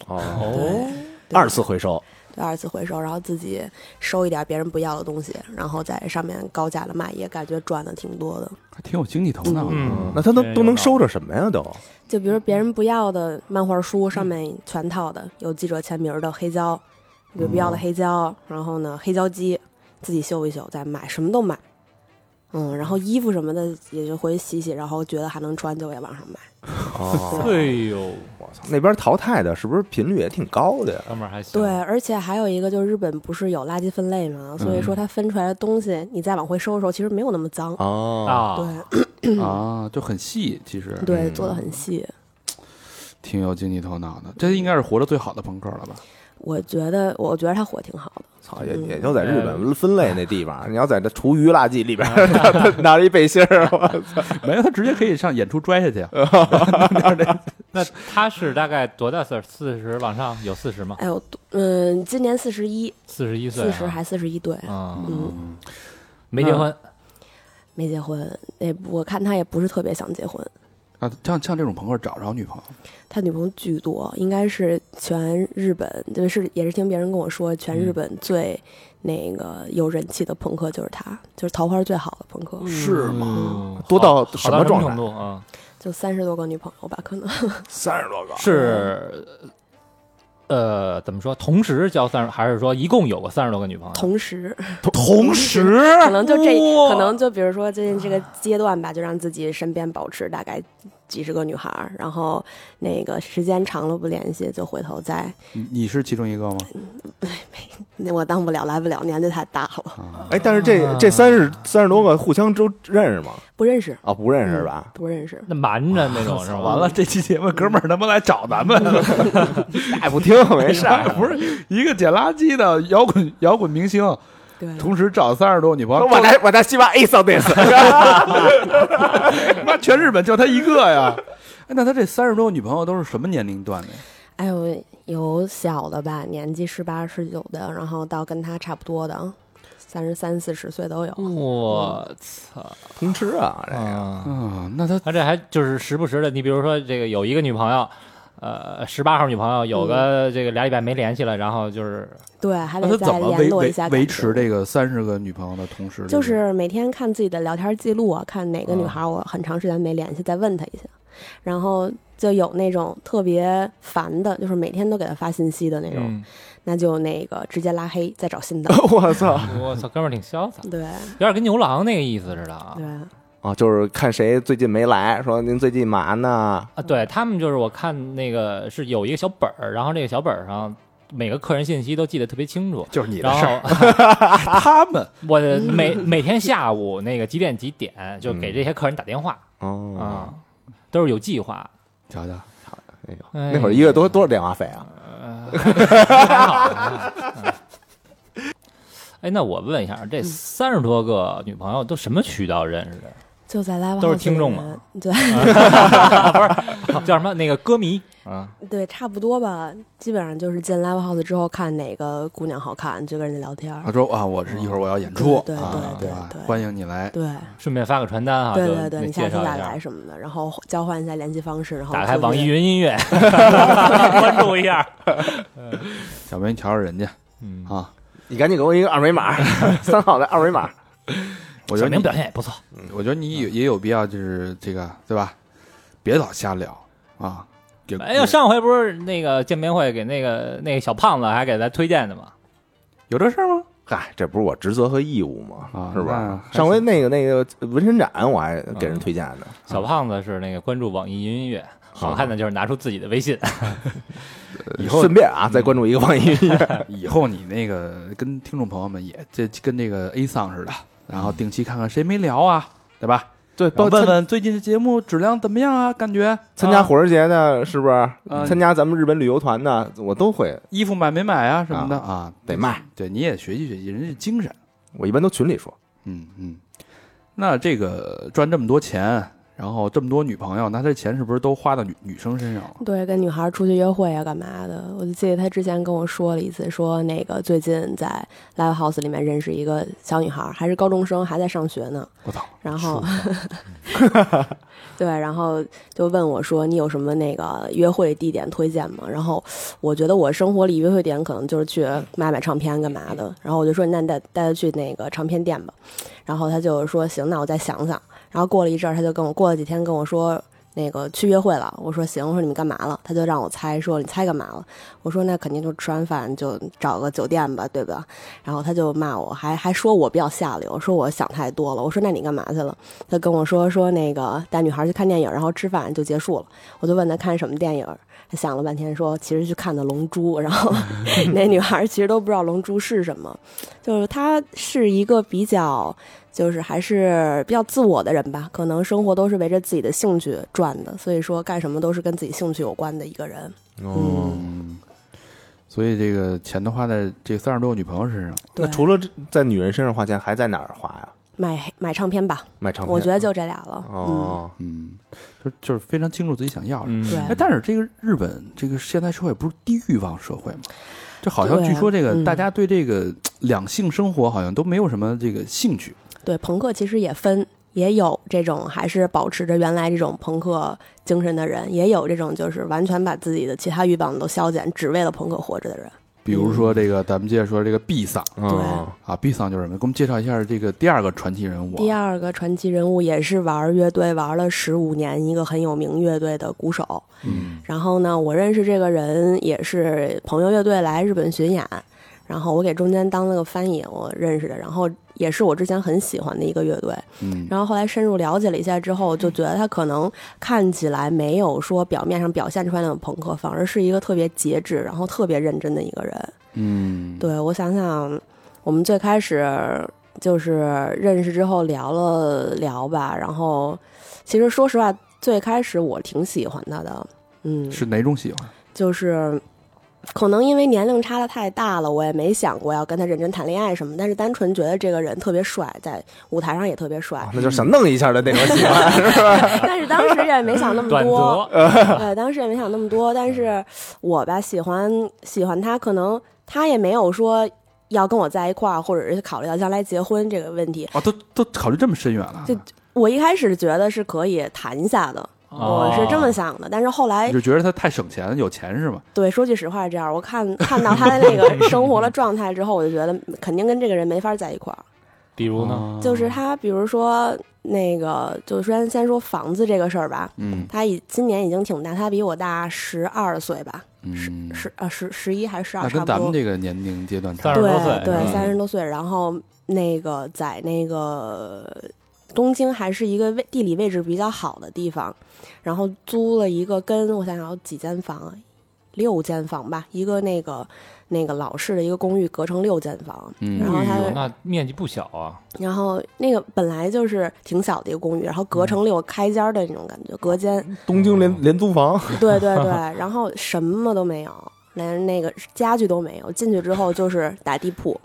哦，
哦，
对
二次回收，
二次回收，然后自己收一点别人不要的东西，然后在上面高价的卖，也感觉赚的挺多的。
还挺有经济头脑的。
嗯
那他
这
能
有
都
道
能
理
收着什么呀？都
就比如别人不要的漫画书上面全套的，有记者签名儿的黑胶，有不要
嗯
的黑胶，然后呢黑胶机自己修一修再买，什么都买。嗯，然后衣服什么的也就回去洗洗，然后觉得还能穿就给往上
[laughs]
买。
哦，
哎呦，
我操，那边淘汰的是不是频率也挺高的呀？
哥们儿还行，
对，而且还有一个就是日本不是有垃圾分类嘛，所以说它分出来的东西，你再往回收的时候，其实没有那么脏。
哦，
嗯啊，嗯
对
啊，就很细，其实
对，做的很细。
挺有经济头脑的。这应该是活着最好的朋克了吧？ [laughs]
我觉得，我觉得它火挺好的。
操，也也就在日本分类那地方，你要在这厨余垃圾里边 [laughs] 拿着一背心儿，我操
没有，他直接可以上演出拽下去啊。
呃
那他是大概多大岁？四十往上有四十吗？
哎呦，嗯，今年四十一，
四十一岁啊，
四十还四十一，对，
嗯，
嗯，
没结婚，
没结婚。那我看他也不是特别想结婚，
啊，像像这种朋克找着女朋友吗，
他女朋友巨多，应该是全日本，对，是也是听别人跟我说，全
嗯
日本最那个有人气的朋克就是他，就是桃花最好的朋克，
是吗？
嗯
多到
好
什
好
么
到
状
程
态
度啊？
就三十多个女朋友吧，可能。
三十多个，
是，呃，怎么说？同时交三十，还是说一共有过三十多个女朋友？
[laughs] 同时，
同时
可能就这，
啊哇
可能就比如说最近这个阶段吧，就让自己身边保持大概几十个女孩儿，然后那个时间长了不联系，就回头再，
你你是其中一个吗？
那我当不了，来不了，年纪太大了，
哎，但是这这三十三十多个互相都认识吗？
不认识，嗯
啊，不认识吧？
不认识。
那瞒着那
[laughs]
种是吧？
完了，，这期节目哥们儿他妈来找咱们，啊
哎，不听没事儿，
不是一个捡垃圾的摇滚摇滚明星，
对，
同时找三十多个女朋友，
我来我来西巴 A 上 this，
他妈全日本就他一个呀！ [laughs] 哎，那他这三十多个女朋友都是什么年龄段的呀？
哎呦，有小的吧，年纪十八、十九的，然后到跟他差不多的，三十三、四十岁都有。
哎
嗯
我操！
通吃啊，这
啊，
啊，那他
他这还就是时不时的，你比如说这个有一个女朋友。呃，十八号女朋友有
嗯
个这个俩礼拜没联系了，然后就是
对，还
那
得
他
再
怎么
联
维
络一
维
下
维
感情
持这个三十个女朋友的同时这个？嗯
就是每天看自己的聊天记录啊，看哪个女孩我很长时间没联系，再问她一下。然后就有那种特别烦的，就是每天都给她发信息的那种，
嗯，
那就那个直接拉黑，再找新的。
哦
我操
[laughs] 我操，哥们儿挺潇洒，
对
有点跟牛郎那个意思似的啊
对，
[laughs] 啊，就是看谁最近没来，说您最近嘛呢？
啊！对他们就是我看那个是有一个小本儿，然后这个小本儿上每个客人信息都记得特别清楚，
就是你的
然
事儿，
[laughs] 后
他们
我的每每天下午那个几点几点就给这些客人打电话
哦，
嗯
啊，都是有计划。
瞧瞧，
哎呦，
哎
那会儿一个月多多少电话费啊？
还好还好嗯哎，那我问一下，
嗯
这三十多个女朋友都什么渠道认识的？
就在 live
都是
house
听众
里
嘛
面，对
[laughs] 叫什么？那个歌迷
对，差不多吧。基本上就是进 live house 之后，看哪个姑娘好看，就跟人家聊天儿。
他说啊，我是一会儿我要演出，
嗯对对
啊
对
吧
对
欢迎你来。
对
顺便发个传单啊，
对
就
对对，
那
你
介
下次
绍一
再
下
来。什么的，然后交换一下联系方式，然后
打开
出去
网易云音
[laughs]
乐，关注一下。
小明，你瞧瞧人家
[laughs] 嗯，
啊，
你赶紧给我一个二维 [laughs] 码，三好的二维码。
我觉
小
得
明
你，
表现也不错。
我觉得你
嗯
有也有必要，就是这个对吧？别老瞎聊啊。给
哎呦，上回不是那个见面会给那个那个小胖子还给他推荐的吗？
有这事儿吗？
嗨，这不是我职责和义务吗？
啊
是吧？
那
上回那个那个纹身展，我还给人推荐呢。
小
嗯
胖子是那个关注网易云音乐，好看的就是拿出自己的微信。
以后
顺便啊，再关注一个网易云音乐。
以后你那个跟听众朋友们也这跟那个 A 丧似的，然后定期看看谁没聊啊，对吧？
对，
然后
包
问
参
问最近的节目质量怎么样啊？感觉
参加
啊
火人节的，是不是？
嗯
参加咱们日本旅游团的，我都会
衣服买没买啊什么的啊？
得卖。
对，你也学习学习人家精神。
我一般都群里说。
嗯嗯，那这个赚这么多钱，然后这么多女朋友，那他这钱是不是都花到女女生身上了？
对，跟女孩儿出去约会啊，干嘛的？我就记得他之前跟我说了一次，说那个最近在 live house 里面认识一个小女孩儿，还是高中生，还在上学呢。
我操！
然后， [laughs] 对，然后就问我说：“你有什么那个约会地点推荐吗？”然后我觉得我生活里约会点可能就是去买买唱片干嘛的。然后我就说：“那你带带他去那个唱片店吧。”然后他就说：“行，那我再想想。”然后过了一阵儿，他就跟我过了几天跟我说。那个去约会了，我说行，我说你们干嘛了？他就让我猜，说你猜干嘛了？我说那肯定就吃完饭就找个酒店吧，对吧？然后他就骂我，还还说我比较下流，说我想太多了。我说那你干嘛去了？他跟我说说那个带女孩去看电影，然后吃饭就结束了。我就问他看什么电影，他想了半天说其实去看的《龙珠》，
[laughs]
然后那女孩其实都不知道《龙珠》是什么，就是她是一个比较。就是还是比较自我的人吧，可能生活都是围着自己的兴趣转的，所以说干什么都是跟自己兴趣有关的一个人。
哦，
嗯，所以这个钱都花在这三十多个女朋友身上了。
对
那除了这在女人身上花钱，还在哪儿花呀？
买买唱片吧，
买唱片？啊
我觉得就这俩了。嗯，
哦，
嗯，就就是非常清楚自己想要什么。
嗯，
哎，
对，
但是这个日本这个现代社会不是低欲望社会吗？这好像
对啊
据说这个、
嗯
大家对这个嘖两性生活好像都没有什么这个兴趣。
对，朋克其实也分，也有这种还是保持着原来这种朋克精神的人，也有这种就是完全把自己的其他欲望都消减，只为了朋克活着的人。
比如说
嗯
这个，咱们接着说这个 B 桑
哦
啊，B 桑就是什么？给我们介绍一下这个第二个传奇人物啊。
第二个传奇人物也是玩乐队玩了十五年，一个很有名乐队的鼓手。
嗯，
然后呢，我认识这个人也是朋友乐队来日本巡演，然后我给中间当了个翻译，我认识的，然后也是我之前很喜欢的一个乐队。
嗯
然后后来深入了解了一下之后，就觉得他可能看起来没有说表面上表现出来那种朋克，反而是一个特别节制，然后特别认真的一个人。
嗯，
对我想想，我们最开始就是认识之后聊了聊吧，然后其实说实话，最开始我挺喜欢他的，嗯，
是哪种喜欢？
就是可能因为年龄差的太大了，我也没想过要跟他认真谈恋爱什么，但是单纯觉得这个人特别帅，在舞台上也特别帅
哦，那就是想弄一下的那种
嗯
喜欢，是吧？
[laughs] 但是当时也没想那么
短
多，呃
则，
对，当时也没想那么多，但是我吧喜欢喜欢他，可能他也没有说要跟我在一块儿，或者是考虑到将来结婚这个问题。
啊，都都考虑这么深远了，啊
就我一开始觉得是可以谈一下的，
哦
我是这么想的，但是后来
你就觉得他太省钱了，有钱是吧？
对，说句实话，这样我看看到他的那个生活的状态之后，我就觉得肯定跟这个人没法在一块儿。
比如呢，
啊
就是他，比如说那个，就先先说房子这个事儿吧，
嗯
他已今年已经挺大，他比我大十二岁吧，
嗯，
十呃十十一还是十二，
那
差
跟
不
咱
多
们。这个年龄阶段差
二
不
十
多。
对
多岁
对，
嗯
三十多岁，然后那个在那个东京还是一个位地理位置比较好的地方，然后租了一个跟我想想有几间房啊，六间房吧，一个那个那个老式的一个公寓，隔成六间房，
嗯
然后
哎
他
呦那面积不小啊，
然后那个本来就是挺小的一个公寓，然后
嗯
隔成六开间儿的那种感觉，隔间，
[laughs] 东京廉廉租
哦
房，
对对对，然后什么都没有。连那个家具都没有，进去之后就是打地铺，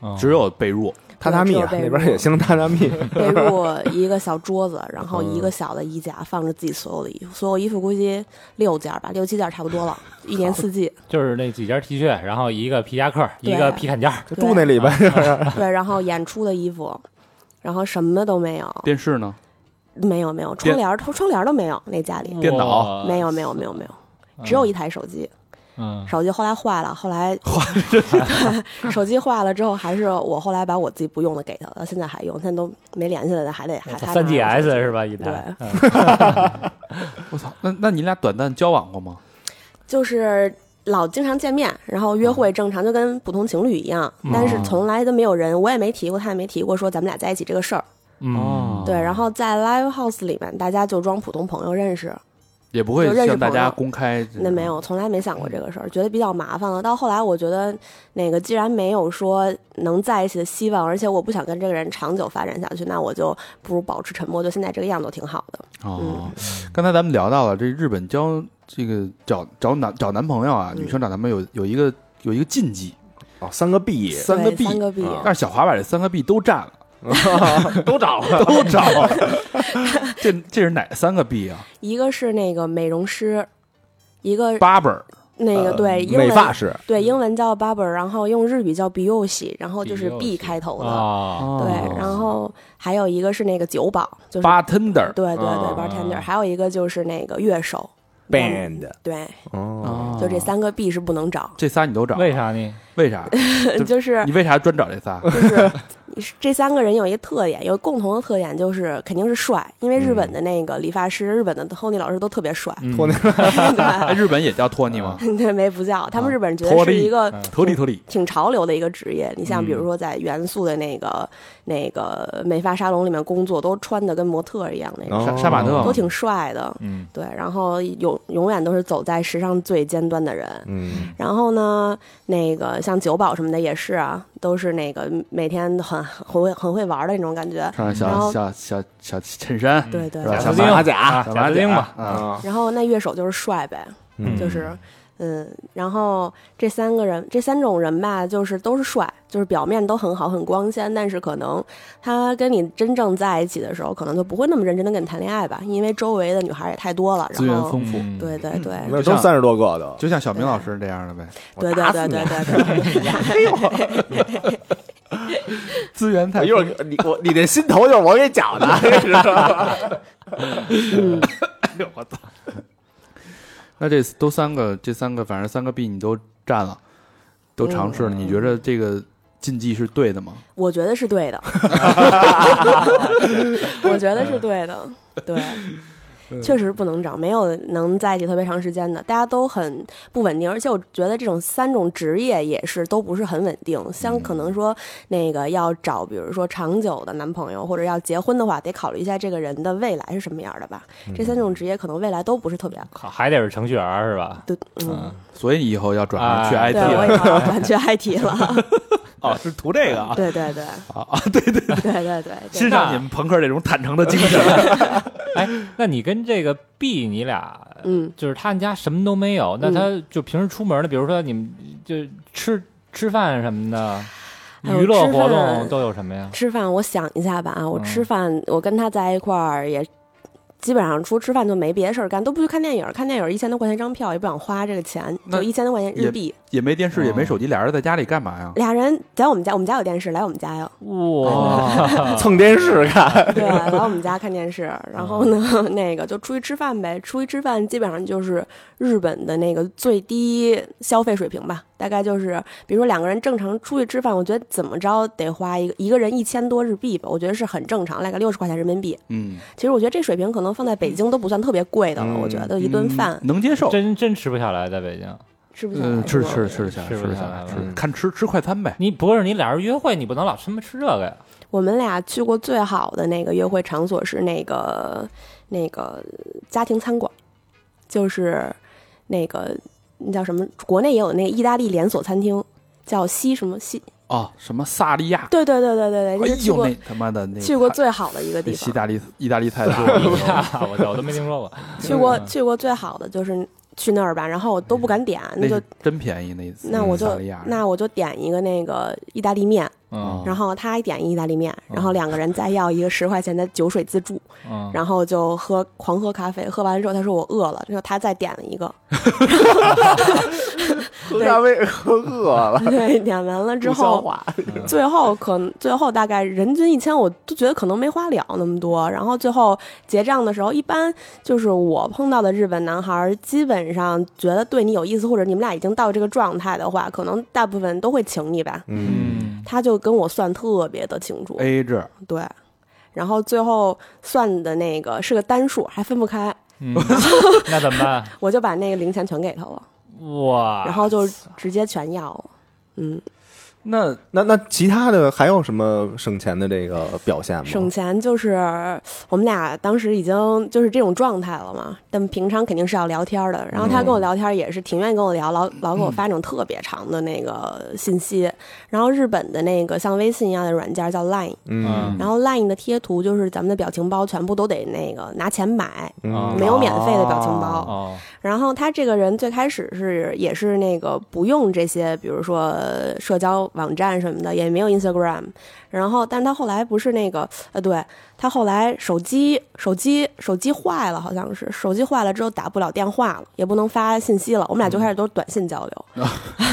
嗯
只有被褥，
榻榻米啊，
对只
那
有被褥
边也兴榻榻米，
被褥一个小桌子，然后一个小的衣架，放着自己所有的衣服，所有衣服估计六件儿吧，六七件儿差不多了，一年四季。
就是那几件 T 恤，然后一个皮夹克，一
对
个皮坎肩儿，
就住那里边。
嗯对，然后演出的衣服，然后什么都没有，
电视呢？
没有没有
电
窗帘儿，窗窗帘儿都没有，那家里
电脑
哇
没有没有没有没有，只有一台手机，
嗯
手机后来坏了，后来对 [laughs] 手机坏了之后，还是我后来把我自己不用的给他了，现在还用，现在都没联系了，还得还还拿着
三 GS
手机
是吧？一台
对，
嗯
我操，那那你俩短暂交往过吗？
就是老经常见面，然后约会正常，就跟普通情侣一样。
嗯
但是从来都没有人，我也没提过，他也没提过说咱们俩在一起这个事儿。
哦
嗯，
对，然后在 live house 里面，大家就装普通朋友认识，
也不会
就认识
向大
朋
家
友
公开这个。
那没有，从来没想过这个事儿，觉得比较麻烦了。到后来，我觉得那个既然没有说能在一起的希望，而且我不想跟这个人长久发展下去，那我就不如保持沉默，就现在这个样子挺好的。嗯
哦，刚才咱们聊到了这日本交这个找找男找男朋友啊，
嗯
女生找男朋友有有一个有一个禁忌，
哦，三个 B，
三个啊
对
B，
三个啊 B
但是小滑板这三个 B 都占了。
都找了，
[laughs] 都找
[laughs]
了。这这是哪三个 B 啊？
一个是那个美容师，一个
八本儿
那个对英
呃美发
文
师，
嗯
对英文叫 barber，然后用日语叫 b i o 然后就是
Biyoshi
B 开头
哦
的。
啊，
对，然后还有一个是那个酒保，就是
，bartender
对对对
哦
啊
，bartender，还有一个就是那个乐手
band
对，
哦，
就这三个 B 是不能找，
嗯这仨你都找，
为啥呢？
为啥？ [laughs] 就
[laughs] 就是
你为啥专找这仨？
就是你是这三个人有一个特点，有共同的特点就是肯定是帅，因为日本
嗯
的那个理发师，日本的 Tony 老师都特别帅， [laughs]
托尼
哎，日本也叫托尼吗？
对，没不叫他们
啊
日本人觉
脱
得是
力嗯
一个
托里托里，
挺潮流的一个职业。你像比
嗯
如说在元素的那个那个美发沙龙里面工作，都穿的跟模特一样那种，
哦
杀杀马特
都挺帅的。
嗯，
对，然后永永远都是走在时尚最尖端的人。
嗯，
然后呢，那个像酒保什么的也是啊，都是那个每天很很会很会玩的那种感觉。
穿
然
小
后
小小小衬衫，
对对
是吧
对
贾斯汀
小马
啊
小
贾
马
斯汀
甲
吧，
啊，
啊，
然后那乐手就是帅呗，
嗯
就是嗯，然后这三个人，这三种人吧，就是都是帅，就是表面都很好，很光鲜，但是可能他跟你真正在一起的时候，可能就不会那么认真的跟你谈恋爱吧，因为周围的女孩也太多了，
资
然
源
后
丰富，
嗯
对对对。
那都三十多个的，
就像小明老师这样的呗，
对对对对对对，
资源太
一会儿哎你 [laughs] 我你的心头就是我给搅的，知道吧？
嗯，
那这都三个，这三个反正三个币你都占了，都尝试了，
嗯
你觉得这个禁忌是对的吗？
我觉得是
[laughs]
对的，我觉得是对的，
嗯
对，确实不能找，没有能在一起特别长时间的，大家都很不稳定，而且我觉得这种三种职业也是都不是很稳定，像可
嗯
能说那个要找，比如说长久的男朋友，或者要结婚的话，得考虑一下这个人的未来是什么样的吧。
嗯
这三种职业可能未来都不是特别好，
靠还得是程序员是吧？
对，嗯，
所以你以后要转行去
哎
IT
对，我
嗯了
也要转去 IT
[laughs]
了，
哦，是图这个啊
对对对，
啊啊！对对，
对对对，
欣赏啊你们朋克这种坦诚的精神。
哎，那你跟这个 B 你俩
嗯。
就是他们家什么都没有，那
嗯
他就平时出门的，比如说你们就吃吃饭什么的，
哎呦
娱乐
吃
活动
饭
都有什么呀？
吃饭，我想一下吧啊，我
嗯
吃饭，我跟他在一块儿也。基本上除吃饭就没别的事儿干，都不去看电影儿。看电影儿一千多块钱一张票，也不想花这个钱，
那
就一千多块钱日币。
也没电视，也没手机，俩人在家里干嘛呀？
俩人在我们家，我们家有电视，来我们家哟。
哇，
蹭电视看，
对，来我们家看电视。然后呢，那个就出去吃饭呗。出去吃饭基本上就是日本的那个最低消费水平吧，大概就是，比如说两个人正常出去吃饭，我觉得怎么着得花一个一个人一千多日币吧，我觉得是很正常，来个六十块钱人民币。
嗯，
其实我觉得这水平可能放在北京都不算特别贵的了，我觉得一顿饭
嗯能接受，
真真吃不下来，在北京。
吃不下来
嗯，吃
是吧
吃吃下，
吃不
吃
下
下，
来
吃
了
看吃吃快餐呗。
你不是你俩人约会，你不能老他妈吃这个呀？
我们俩去过最好的那个约会场所是那个那个家庭餐馆，就是那个那叫什么？国内也有那个意大利连锁餐厅。叫西什么西？
哦，什么萨利亚？
对对对对对对，
哎
这是去
呦，
过
那他妈的那
去过最好的一个地
西
方，
大利意大利 [laughs] 菜多
我操，我都没听说过。
去过
嗯
去过最好的就是去那儿吧，然后我都不敢点，
那
那就是
真便宜那一次。
那我就
萨利亚
那我就点一个那个意大利面，
啊
嗯
然后他点一意大利面，然后两个人再要一个十块钱的酒水自助，
啊
嗯，
然后就喝狂喝咖啡，喝完之后他说我饿了，然后他再点了
[laughs]
一个，
喝咖啡喝饿了，
[laughs] 对，点完了之
不消
后，
化，
[laughs] 最后可能最后大概人均一千，我都觉得可能没花了那么多。然后最后结账的时候，一般就是我碰到的日本男孩，基本上觉得对你有意思，或者你们俩已经到这个状态的话，可能大部分都会请你吧。
嗯，
他就跟我算特别的清
哎
楚，
A A 制，
对，然后最后算的那个是个单数，还分不开，
嗯，那怎么办？
我就把那个零钱全给他了，
哇，
然后就直接全要了。嗯，
那
那那其他的还有什么省钱的这个表现吗？
省钱就是我们俩当时已经就是这种状态了嘛，但平常肯定是要聊天的。然后他跟
嗯
我聊天也是挺愿意跟我聊，老老给我发那种特别长的那个信息。然后日本的那个像微信一样的软件叫 Line，
啊
嗯
然后 Line 的贴图就是咱们的表情包全部都得那个拿钱买，
嗯啊
没有免费的表情包。
哦，
然后他这个人最开始是也是那个不用这些，比如说呃社交网站什么的，也没有 Instagram。然后，但是他后来不是那个，呃，对他后来手机手机手机坏了，好像是手机坏了之后打不了电话了，也不能发信息了。我们俩就开始都是短信交流，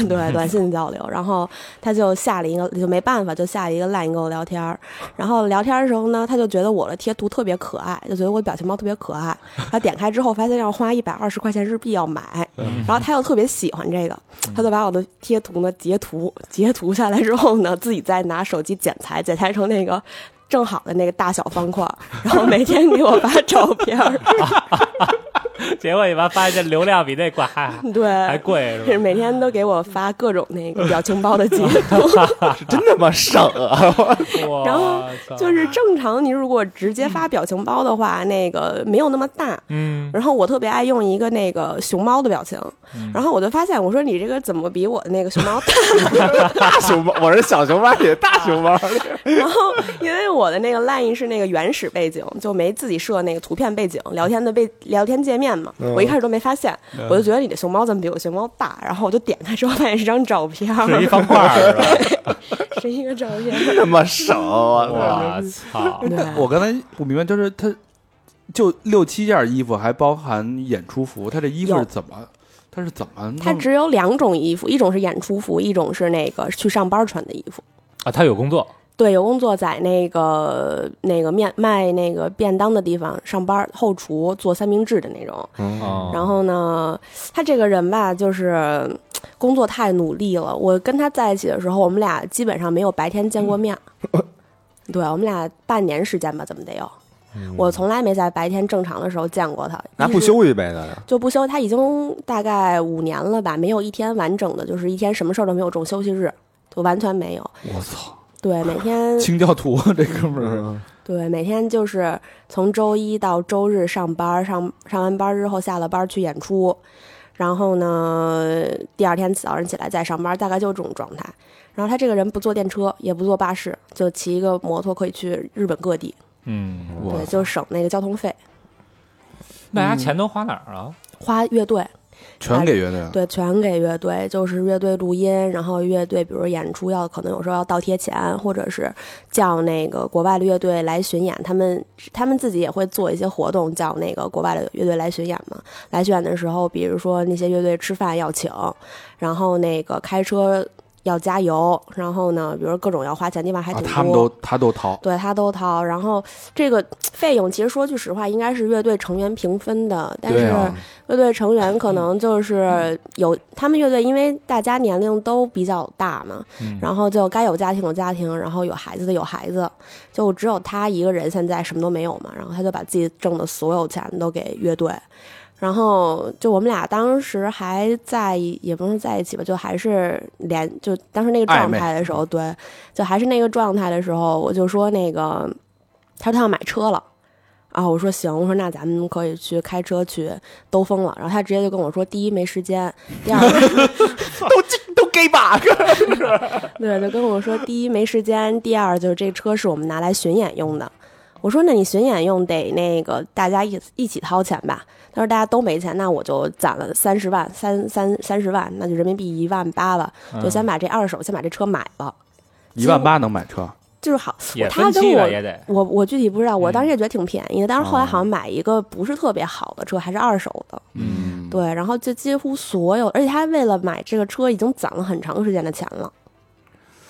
对，短信交流。然后他就下了一个，就没办法，就下了一个 Line 跟我聊天儿。然后聊天的时候呢，他就觉得我的贴图特别可爱，就觉得我表情包特别可爱。他点开之后发现要花一百二十块钱日币要买，然后他又特别喜欢这个，他就把我的贴图呢截图，截图下来之后呢，自己再拿手机剪裁，剪裁成那个。正好的那个大小方块，然后每天给我发照片儿， [laughs]
结果一般发现流量比那贵还
[laughs]
还
对，
贵是吧？
是每天都给我发各种那个表情包的截图，
真他妈省啊！
哇
然后
操
就是正常，你如果直接发表情包的话，那个没有那么大。
嗯，
然后我特别爱用一个那个熊猫的表情，然后我就发现，我说你这个怎么比我那个熊
[laughs]
猫大？
大熊猫，我是小熊猫
[laughs]
里大熊猫里，
然后因为我的那个 line 是那个原始背景，就没自己设那个图片背景，聊天的背聊天界面嘛，
嗯
我一开始都没发现，我就觉得你的熊猫怎么比我熊猫大？然后我就点开之后发现是张照片儿，
是一方块儿是吧？
[laughs] 是一个照片。
真他妈省啊！
[laughs]
我操！
对
我刚才不明白，就是他就六七件衣服，还包含演出服，他这衣服
有
是怎么？他是怎么弄？
嗯
它只有两种衣服，一种是演出服，一种是那个去上班穿的衣服。
啊，他有工作，
对，有工作在那个那个面卖那个便当的地方上班，后厨做三明治的那种。
嗯
嗯
哦
然后呢，他这个人吧，就是嗯工作太努力了。我跟他在一起的时候，我们俩基本上没有白天见
[laughs]
过面。对我们俩半年时间吧，怎么得有？我从来没在白天正常的时候见过他，
拿
一
嗯不
直
休息呗，那
就不休。他已经大概五年了吧，没有一天完整的，就是一天什么事儿都没有，这种休息日就完全没有。
我操，
对，每
[laughs]
天
清教徒啊这哥们儿，
对，每天就是从周一到周日上班，上上完班之后下了班去演出，然后呢，第二天早上起来再上班，大概就这种状态。然后他这个人不坐电车，也不坐巴士，就骑一个摩托可以去日本各地，
嗯，
对，就省那个交通费，
大家钱都花哪儿啊了？
花乐队，
全给乐队了。
对，全给乐队，就是乐队录音，然后乐队比如演出要可能有时候要倒贴钱，或者是叫那个国外的乐队来巡演，他们他们自己也会做一些活动，叫那个国外的乐队来巡演嘛。来巡演的时候，比如说那些乐队吃饭要请，然后那个开车要加油，然后呢，比如各种要花钱地方还
啊，
挺多。
他们都他都掏，
对他都掏，然后这个费用其实说句实话，应该是乐队成员平分的，但
对
是
啊
乐队成员可
嗯
能就是有他们乐队，因为大家年龄都比较大嘛，
嗯
然后就该有家庭有家庭，然后有孩子的有孩子，就只有他一个人现在什么都没有嘛，然后他就把自己挣的所有钱都给乐队。然后就我们俩当时还在一，也不是在一起吧，就还是连就当时那个
暧
状
昧
态的时候，对，就还是那个状态的时候，我就说那个，他说他要买车了，啊，我说行，我说那咱们可以去开车去兜风了。然后他直接就跟我说，第一没时间，
[laughs]
第二 [laughs]
都都 gay 吧，
对，就跟我说第一没时间，第二就是这车是我们拿来巡演用的。我说那你巡演用得那个大家一一起掏钱吧。他说大家都没钱，那我就攒了三十万，三三三十万，那就人民币一万八吧，就
嗯
先把这二手先把这车买了，
一万八能买车，
就是好。
也
他
分
跟
期吧，
我
也得
我我具体不知道，
嗯
我当时也觉得挺便宜的，但是
哦
后来好像买一个不是特别好的车，还是二手的，
嗯，
对，然后就几乎所有，而且他为了买这个车已经攒了很长时间的钱了。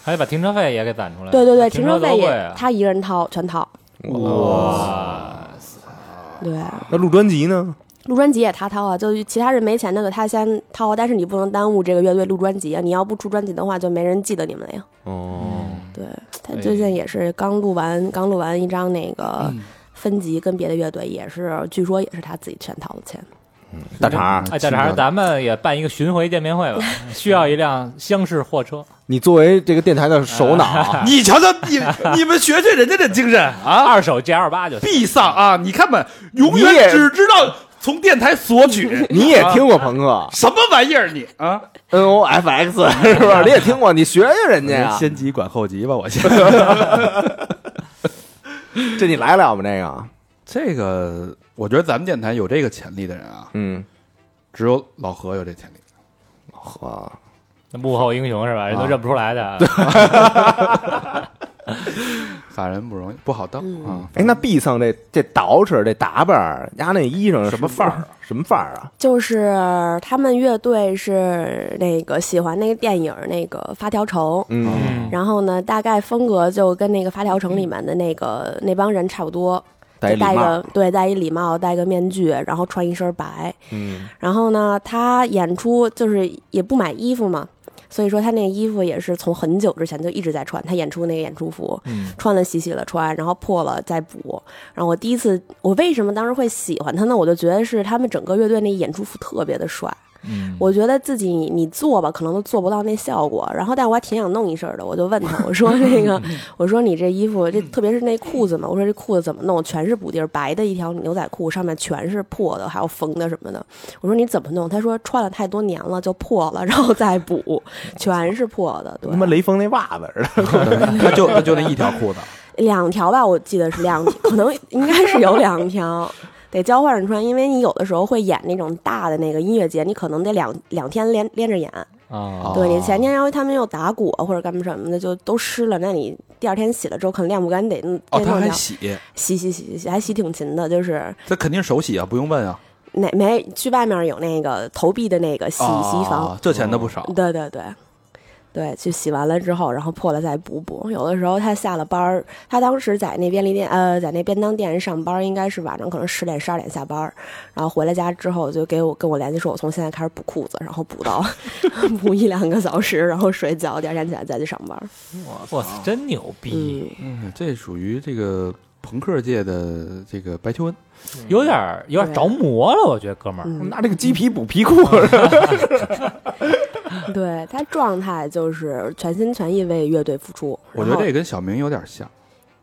还得把停车费也给攒出来。
对对对，
哎停
停车费
多
也、
贵啊
他一个人掏，全掏。
哇，
对，
那录专辑呢？
录专辑也他掏啊，就是其他人没钱的给他先掏，但是你不能耽误这个乐队录专辑啊！你要不出专辑的话，就没人记得你们了呀。
哦，
嗯
对他最近也是刚录完，刚录完一张那个分级，跟别的乐队也是，据说也是他自己全掏的钱。
大肠，嗯
哎，这还咱们也办一个巡回见面
[laughs]
会吧，需要一辆厢式货车。
你作为这个电台的
[laughs]
首脑，
你瞧瞧你你们学学人家这精神啊，
二手 G 二八就行
必丧啊！你看吧，永
你也，
远只知道从电台索取
你也听过朋克
什么玩意儿你啊？
N O F X 是
[laughs]
吧？你也听过，你学学人家呀。
先急管后急吧，我先。
[laughs] 这你来了吗？这个，
这个我觉得咱们电台有这个潜力的人啊，
嗯，
只有老何有这潜力。
呵，
那幕后英雄是吧？人都认不出来 [laughs] 的。
法人不容易，不好当
嗯
啊。
哎，那毕桑这这捯饬、这打扮儿，丫那衣裳什么范儿？什么范儿啊？
就是他们乐队是那个喜欢那个电影儿那个《发条城》，
嗯，
嗯
然后呢，大概风格就跟那个《发条城》里面的那个那帮人差不多，就
嗯戴礼
戴
帽，
个对戴一礼帽，戴个面具，然后穿一身白。
嗯，
然后呢，他演出就是也不买衣服嘛，所以说他那衣服也是从很久之前就一直在穿。他演出那个演出服，
嗯
穿了洗洗了穿，然后破了再补。然后我第一次，我为什么当时会喜欢他呢？我就觉得是他们整个乐队那演出服特别的帅。
嗯
我觉得自己你做吧，可能都做不到那效果。然后，但我还挺想弄一身儿的，我就问他，我说那个，我说你这衣服，这特别是那裤子嘛，我说这裤子怎么弄？全是补丁儿，白的一条牛仔裤，上面全是破的，还有缝的什么的。我说你怎么弄？他说穿了太多年了就破了，然后再补，全是破的。对
他，妈雷锋那袜子似的，
他就他就那一条
[laughs]
裤子，
两条吧，我记得是两条，可能应该是有两条，得交换着穿，因为你有的时候会演那种大的那个音乐节，你可能得两两天连连着演。
哦
啊，
对你前天要他们又打鼓啊或者干嘛什么的，就都湿了，那你第二天洗了之后可能晾不干，你得嗯
哦，
再
他
弄
还
掉。
洗，
洗洗洗洗洗，还洗挺勤的，就是
他肯定手洗啊，不用问啊。
那没去外面有那个投币的那个洗洗衣房，
啊，这钱的不少。
对对对，对，去洗完了之后，然后破了再补补。有的时候他下了班儿，他当时在那便利店，呃，在那便当店上班儿，应该是晚上可能十点十二点下班儿，然后回来家之后就给我跟我联系说，我从现在开始补裤子，然后补
[laughs]
到补一两个小时，然后睡觉，第二天起来再去上班儿。
我操，真牛逼！
嗯，
嗯，这属于这个朋克界的这个白求恩，
有点儿有点儿着魔了，我觉得哥们儿。
嗯
拿这个鸡皮补皮裤，
嗯
[laughs]
对他状态就是全心全意为乐队付出。
我觉得
然后
这跟小明有点像，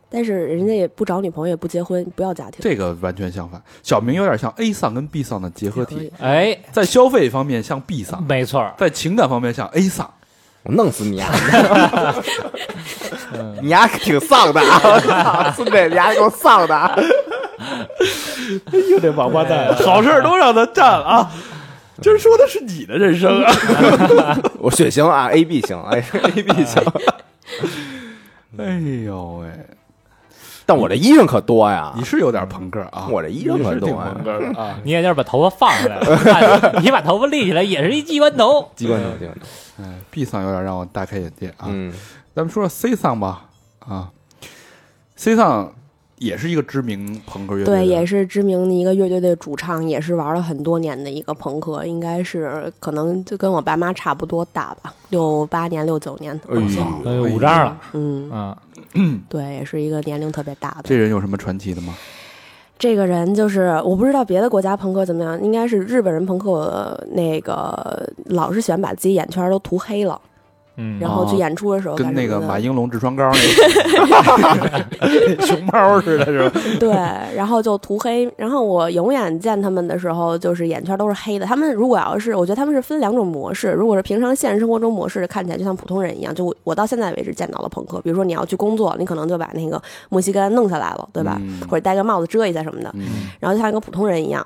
但是人家也不找女朋友，也不结婚，不要家庭，
这个完全相反。小明有点像 A 丧跟 B 丧的结合
可
体
以，
哎，
在消费方面像 B
嗯
丧，
没错儿，
在情感方面像 A 丧。
我弄死你丫！你丫挺丧的啊！孙子，你丫够丧的啊！
又得王八蛋，好事
都让他占啊！
嗯
这说的是你的人生啊！
我血型啊，A B 型，哎，A B 型，
[laughs] 哎呦喂，
但我这衣裳可多呀
你！是有点朋克啊，
我这衣裳
你
可
是
多
挺
呀
朋！克的啊。
你也就是把头发放下来了，你把头发立起来也是一机关头。
机关头，机关头，
哎，B 丧有点让我大开眼界啊。
嗯
咱们说说 C 丧吧，啊，C 丧也是一个知名朋克乐队的，
对，也是知名的一个乐队的主唱，也是玩了很多年的一个朋克，应该是可能就跟我爸妈差不多大吧，六八年、六九年。
哎呦
呃，五张了，
嗯，
嗯，
对，也是一个年龄特别大的。
这人有什么传奇的吗？
这个人就是我不知道别的国家朋克怎么样，应该是日本人朋克呃那个老是喜欢把自己眼圈都涂黑了，
嗯
然后去演出的时候
哦跟那个马
应。
应龙痔疮膏那
[laughs]
个 [laughs] 熊猫似的，是 [laughs] 吧？
对，然后就涂黑。然后我永远见他们的时候，就是眼圈都是黑的。他们如果要是，我觉得他们是分两种模式。如果是平常现实生活中模式，看起来就像普通人一样。就我我到现在为止见到了朋克，比如说你要去工作，你可能就把那个墨西哥弄下来了，对吧？
嗯
或者戴个帽子遮一下什么的，
嗯
然后就像一个普通人一样。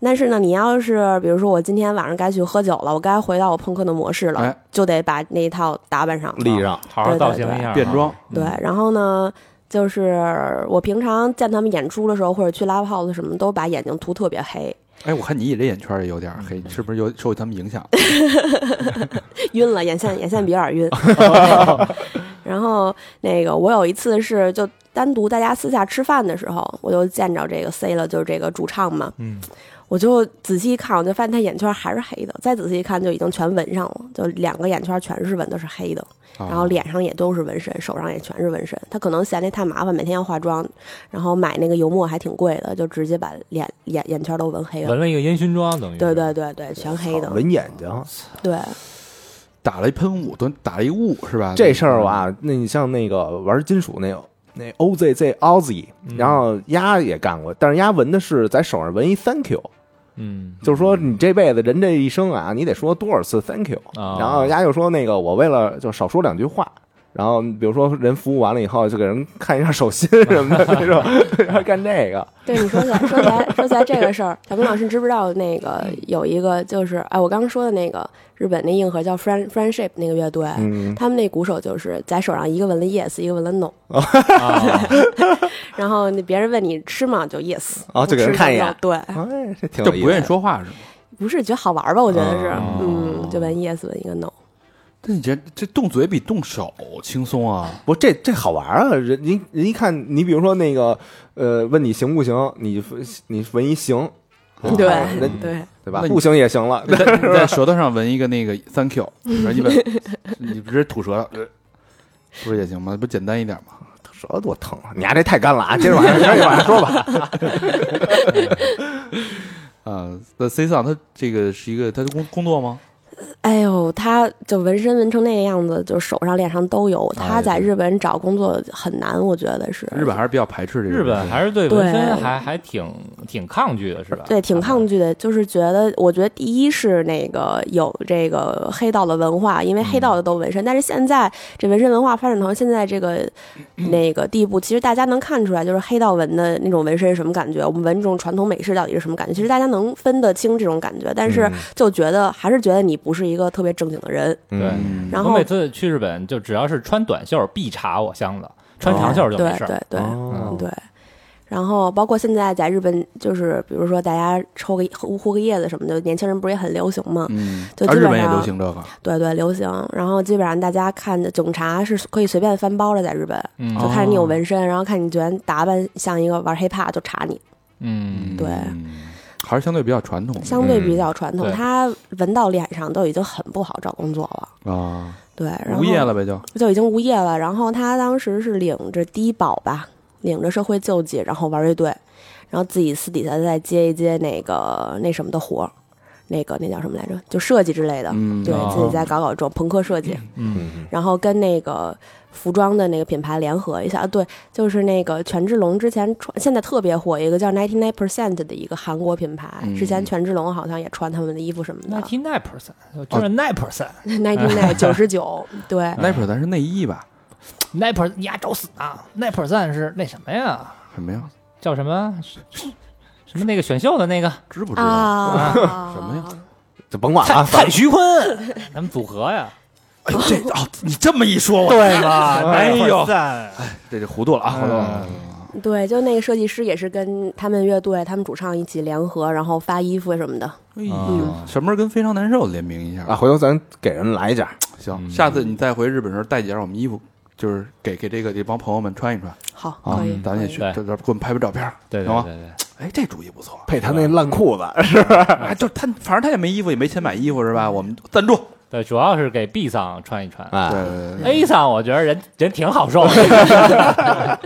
但是呢，你要是比如说我今天晚上该去喝酒了，我该回到我朋克的模式了，
哎
就得把那一套打扮上，
嗯立上，
好好造型一下，
变装，
啊
对，然后呢，就是我平常见他们演出的时候，或者去 live house 什么，都把眼睛涂特别黑，
哎，我看你这眼圈也有点黑，
嗯
你是不是有受他们影响？
晕了，眼线眼线笔有点晕。然后那个，我有一次是就单独大家私下吃饭的时候，我就见着这个 C 了，就是这个主唱嘛，
嗯，
我就仔细一看，我就发现他眼圈还是黑的，再仔细一看就已经全纹上了，就两个眼圈全是纹，都是黑的。
啊
[laughs] 然后脸上也都是纹身，手上也全是纹身。他可能嫌那太麻烦，每天要化妆，然后买那个油墨还挺贵的，就直接把脸眼眼圈都纹黑了。
纹了一个烟熏妆，等于
对对对对，全黑的。
纹眼睛。
对，
打了一喷雾，都打了一雾，是吧？
这事儿我啊，那你像那个玩金属那那 OZZ Ozzy，然后丫也干过，但是丫纹的是在手上纹一 Thank you，
嗯，
就是说你这辈子人这一生啊，你得说多少次 Thank you，
啊
然后丫就说那个我为了就少说两句话，然后比如说人服务完了以后，就给人看一下手心 [laughs] 什么的那种，还 [laughs] 干这个。
对你说起来，说起来，说起来这个事儿，小明老师，你知不知道那个
嗯
有一个就是，哎，我刚刚说的那个日本那硬核叫 Friend Friendship 那个乐队，
嗯，
他们那鼓手就是在手上一个纹了 yes，一个纹了 no，
啊，
[laughs] 然后那别人问你吃吗就 yes，
哦就给人
不吃
看一眼
就 no，对，
[laughs] 哎，这挺
就
有意思
不愿意。说话是吗？
不是觉得好玩吧？我觉得是
哦，
嗯，就纹 yes 纹一个 no，
但你这这动嘴比动手轻松啊！
不，这这好玩啊！人您人一看，你比如说那个，呃，问你行不行，你你纹一行，
对
啊那
对，
对吧？
那你
不行也行了，
你在你
[laughs]
在舌头上纹一个那个 thank you，然后你把你直接吐舌头，呃不是也行吗？不简单一点吗？
舌头多疼啊！你丫这太干了啊！接 [laughs] 着往下，接着往下说吧。
啊，那 C 桑他这个是一个他的工工作吗？
哎呦，他就纹身纹成那个样子，就手上脸上都有。他在日本找工作很难，我觉得是
日本还是比较排斥这个。
日本还是对
对
纹身还还挺挺抗拒的，是吧？
对，挺抗拒的，就是觉得，我觉得第一是那个有这个黑道的文化，因为
嗯
黑道的都纹身，但是现在这纹身文化发展到现在
[clears throat]
这个、那个地步，其实大家能看出来，就是黑道纹的那种纹身是什么感觉，我们纹这种传统美式到底是什么感觉，其实大家能分得清这种感觉，但
嗯
是就觉得还是觉得你不是一个特别正经的人，
对
嗯，
然
我
后
每次去日本，就只要是穿短袖儿必查我箱子，穿长袖儿就
对
没事儿。
对对。嗯
哦
对。然后包括现在在日本，就是比如说大家抽个呼呼个叶子什么的，年轻人不是也很流行吗？
嗯，
就
啊
基
日
本
本也
上
流行这个，
对对，流行。然后基本上大家看的警察是可以随便翻包的，在日本，
嗯
就看着你
哦
有纹身，然后看你居然打扮像一个玩 hiphop 就查你，
嗯，
对
嗯，还是相对比较传统的
相对比较传统。
对
他纹到脸上都已经很不好找工作了，
啊，
对，然后
无业了呗就。
就已经无业了。然后他当时是领着低保吧，领着社会救济，然后玩乐队，然后自己私底下再接一接那个那什么的活儿，那个那叫什么来着？就设计之类的，
嗯
对
哦
自己再搞搞这种朋克设计，
嗯，
然后跟那个服装的那个品牌联合一下。啊对，就是那个权志龙之前穿，现在特别火一个叫 Ninety Nine Percent 的一个韩国品牌，
嗯
之前权志龙好像也穿他们的衣服什么的。
ninety nine percent，就是 nine percent，nine
Ninety Nine 九十九，对。
那会儿咱是内衣吧？
percent，你丫找死啊！nine percent 是那什么呀？
什么呀？
叫什么？什么那个选秀的那个
知不知道？
啊，
什么呀？
就甭管
蔡
了，啊
蔡徐坤，咱们组合呀，
哎呦，这哦，你这么一说，我
对吧？ [laughs]
哎呦
9%
这就糊涂了啊，糊涂了。
对，就那个设计师也是跟他们乐队、他们主唱一起联合，然后发衣服什么的。
哎呦，什么时候跟非常难受联名一下
啊，？回头咱给人来一件。
行，下次你再回日本的时候带几件我们衣服，就是给给这个这帮朋友们穿一穿
好，
啊
可以，，
咱也
可以
去，这这给我们拍拍照片，
对对
行
对
吗？
对对，
哎，这主意不
[laughs]
错。
配他那烂裤子，
哎，就他，反正他也没衣服，也没钱买衣服是吧？我们赞助。
对，主要是给 B 桑穿一穿。
啊
哎，
对，
A 桑我觉得人人挺好受 [laughs] 的，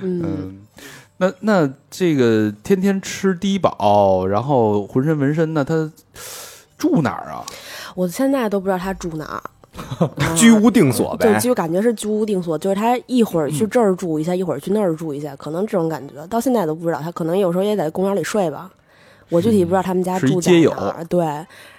嗯，
嗯，那那这个天天吃低保，然后浑身纹身呢，他住哪儿啊？
我现在都不知道他住哪
[laughs]
儿。啊
居无定所
就
呗。
就感觉是居无定所，就是他一会儿去
嗯
这儿住一下，一会儿去那儿住一下，可能这种感觉，到现在都不知道。他可能有时候也在公园里睡吧，我具体不知道他们家
是一
住在
街友
哪儿。对，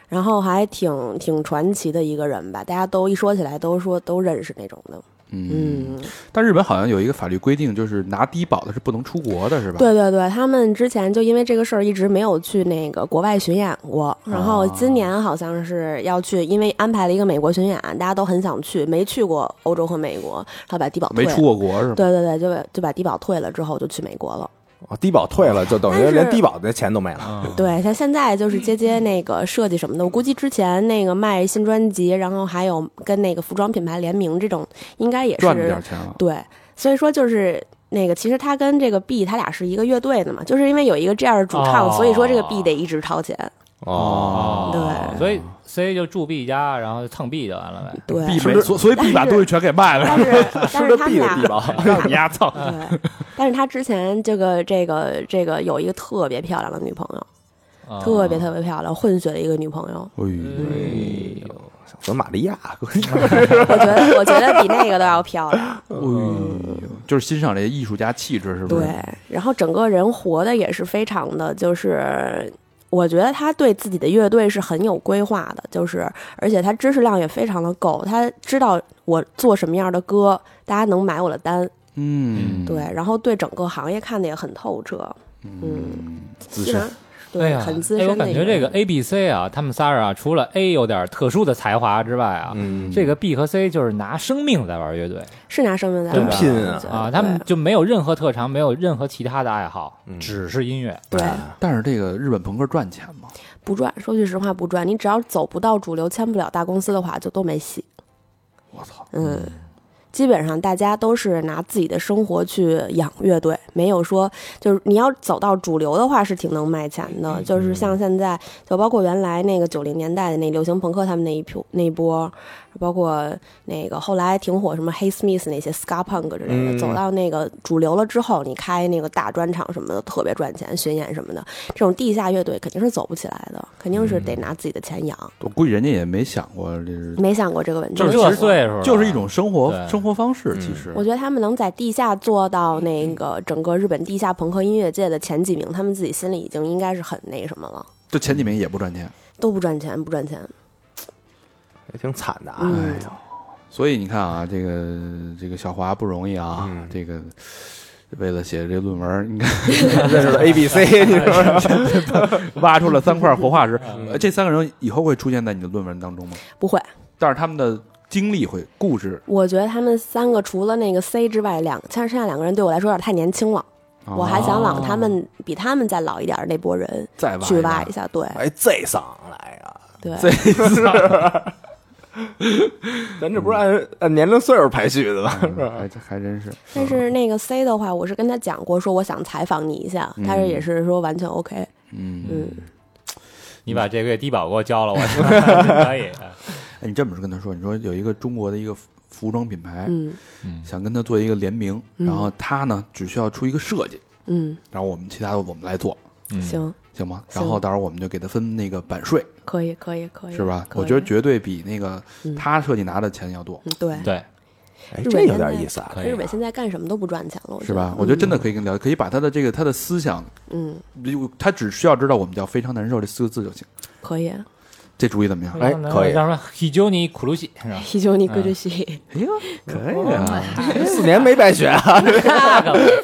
然后还挺挺传奇的一个人吧，大家都一说起来都说都认识那种的。嗯，
但日本好像有一个法律规定，就是拿低保的是不能出国的，是吧？
对对对，他们之前就因为这个事儿一直没有去那个国外巡演过，然后
哦
今年好像是要去，因为安排了一个美国巡演，大家都很想去，没去过欧洲和美国，他把低保退
没
了。
出过国是吧？
对对对，就把就把低保退了之后就去美国了。
哦低保退了，就等于
但是
连低保的钱都没了。
对，像现在就是接接那个设计什么的，我估计之前那个卖新专辑，然后还有跟那个服装品牌联名这种，应该也
赚着点
是
钱了。
对。所以说就是那个，其实他跟这个 B 他俩是一个乐队的嘛，就是因为有一个这样的主唱，
哦
所以说这个 B 得一直掏钱。
哦，
对
所以 C 就住 B 家，然后蹭 B 就完了呗。
对，
币没，所所以币把东西全给卖了。
[laughs]
但是但是
这
他们
币的
俩
低
[laughs]
保，
让你丫操！
对，但是他之前这个这个这个有一个特别漂亮的女朋友，
啊
特别特别漂亮，混血的一个女朋友，
哎呦
哎呦，想和玛利亚，
我觉得我觉得比那个都要漂
[laughs]
亮。
哎
嗯
呦，就是欣赏这些艺术家气质，是不是？
对，然后整个人活的也是非常的，就是我觉得他对自己的乐队是很有规划的，就是而且他知识量也非常的够，他知道我做什么样的歌，大家能买我的单，
嗯，
对，然后对整个行业看的也很透彻，嗯，
资
基本
深
上，对，
呀，
很资
哎
深
我
的一人。
感觉这个 A、B、C 啊，他们仨人啊，除了 A 有点特殊的才华之外啊，
嗯
这个 B 和 C 就是拿生命在玩乐队
是拿生命在
真
玩
拼啊
对
啊，他们就没有任何特长，没有任何其他的爱好，
嗯
只是音乐。
对对
但是这个日本朋克赚钱吗？
不赚，说句实话不赚，你只要走不到主流，签不了大公司的话，就都没戏。
我操，
嗯，基本上大家都是拿自己的生活去养乐队，没有说就是你要走到主流的话是挺能卖钱的，就是像现在就包括原来那个九零年代的那流行朋克他们那一批那一波，包括那个后来挺火什么黑 Smith 那些 ska punk 之类的，
嗯
走到那个主流了之后，你开那个大专场什么的特别赚钱，巡演什么的，这种地下乐队肯定是走不起来的，肯定是得拿自己的钱养。
我估计人家也没想过这是，
没想过这个问题，
就是
我
这岁数了
就是一种生活
对
生活方式，其实
我觉得他们能在地下做到那个整个日本地下朋克音乐界的前几名，他们自己心里已经应该是很那什么了，
这前几名也不赚钱，
都不赚钱，不赚钱。
也挺惨的啊。 [laughs]
嗯
哎呦
所以你看啊，这个这个小华不容易啊，
嗯
这个为了写这论文，你看。
认识了 A、B、C，你
[laughs] 哎
[laughs]
说
挖出了三块活化石。呃这三个人以后会出现在你的论文当中吗？
不会，
但是他们的经历会、故事，
我觉得他们三个除了那个 C 之外，两像剩下两个人对我来说有点太年轻了，
啊哦
我还想往他们比他们再老一点儿那波人
再挖
去
一
挖
挖
一下。对
哎 Z 嗓来啊，
对，
咱这不是按按年龄岁数排序的吗？
还真哎还真是
但是那个 C 的话，我是跟他讲过，说我想采访你一下，他是也是说完全 OK。嗯
你把这个月低保给我交了， [laughs] 我可以。
哎，你这么跟他说，你说有一个中国的一个服服装品牌、
嗯
想跟他做一个联名，然后他呢只需要出一个设计，
嗯，
然后我们其他的我们来做，
行，
行吗？
行
然后到时候我们就给他分那个版税，
可以，可以，可以，
是吧？
哎可以啊
我觉得绝对比那个
嗯
他设计拿的钱要多，
嗯对。
对，
哎，
日
这
本
有
现在
点意思啊。
可以
日本现在干什么都不赚钱了，我觉
是吧？我觉得真的可以跟他聊，可以把他的这个他的思想，
嗯，
他只需要知道我们叫非常难受这四个字就行。
可以。啊 [laughs]
这主意怎么样？
哎可以
叫什么？喜酒你苦鲁西是吧？
啤酒你哥就西，
哎呦，可以啊！
四年没白学啊，
那个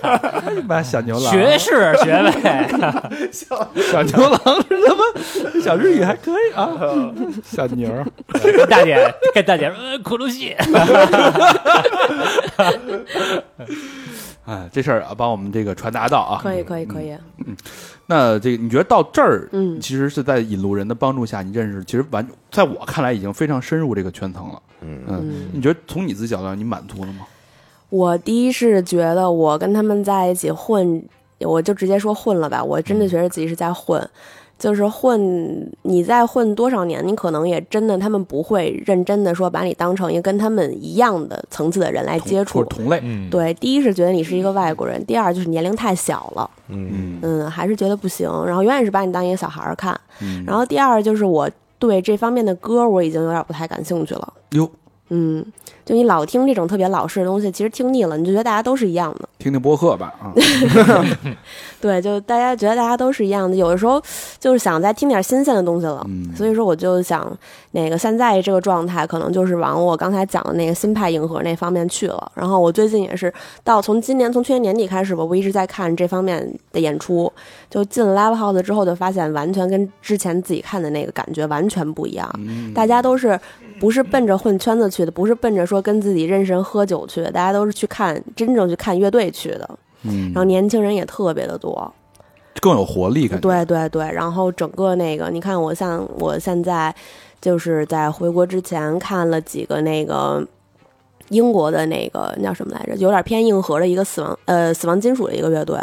我操
一把小牛
学士学位，
小牛郎是他妈小日语还可以啊，小牛儿
跟大姐跟大姐说呃苦鲁西。
哎，这事儿啊，帮我们这个传达到啊。
[laughs] 可以可以可以，
那这个你觉得到这儿，
嗯
其实是在引路人的帮助下，你认识，其实完，在我看来已经非常深入这个圈层了。嗯，你觉得从你自己角度上，你满足了吗？
我第一是觉得我跟他们在一起混，我就直接说混了吧，我真的觉得自己是在混。就是混，你在混多少年，你可能也真的他们不会认真的说把你当成一个跟他们一样的层次的人来
同
接触
或者。同类，
嗯，
对，第一是觉得你是一个外国人，第二就是年龄太小了，
嗯
嗯，还是觉得不行，然后永远是把你当一个小孩儿看。
嗯，
然后第二就是我对这方面的歌我已经有点不太感兴趣了。
哟，
嗯，就你老听这种特别老式的东西，其实听腻了，你就觉得大家都是一样的。
听听播客吧啊，
[laughs] 对，就大家觉得大家都是一样的，有的时候就是想再听点新鲜的东西了。
嗯
所以说，我就想那个现在这个状态，可能就是往我刚才讲的那个新派硬核那方面去了。然后我最近也是到从今年从去年年底开始吧，我一直在看这方面的演出。就进了 live house 之后，就发现完全跟之前自己看的那个感觉完全不一样。
嗯
大家都是不是奔着混圈子去的，不是奔着说跟自己认识人喝酒去的，大家都是去看真正去看乐队去的。
嗯
然后年轻人也特别的多，
更有活力感觉。
对对对。然后整个那个，你看我像我现在就是在回国之前看了几个那个。英国的那个那叫什么来着？有点偏硬核的一个死亡呃死亡金属的一个乐队，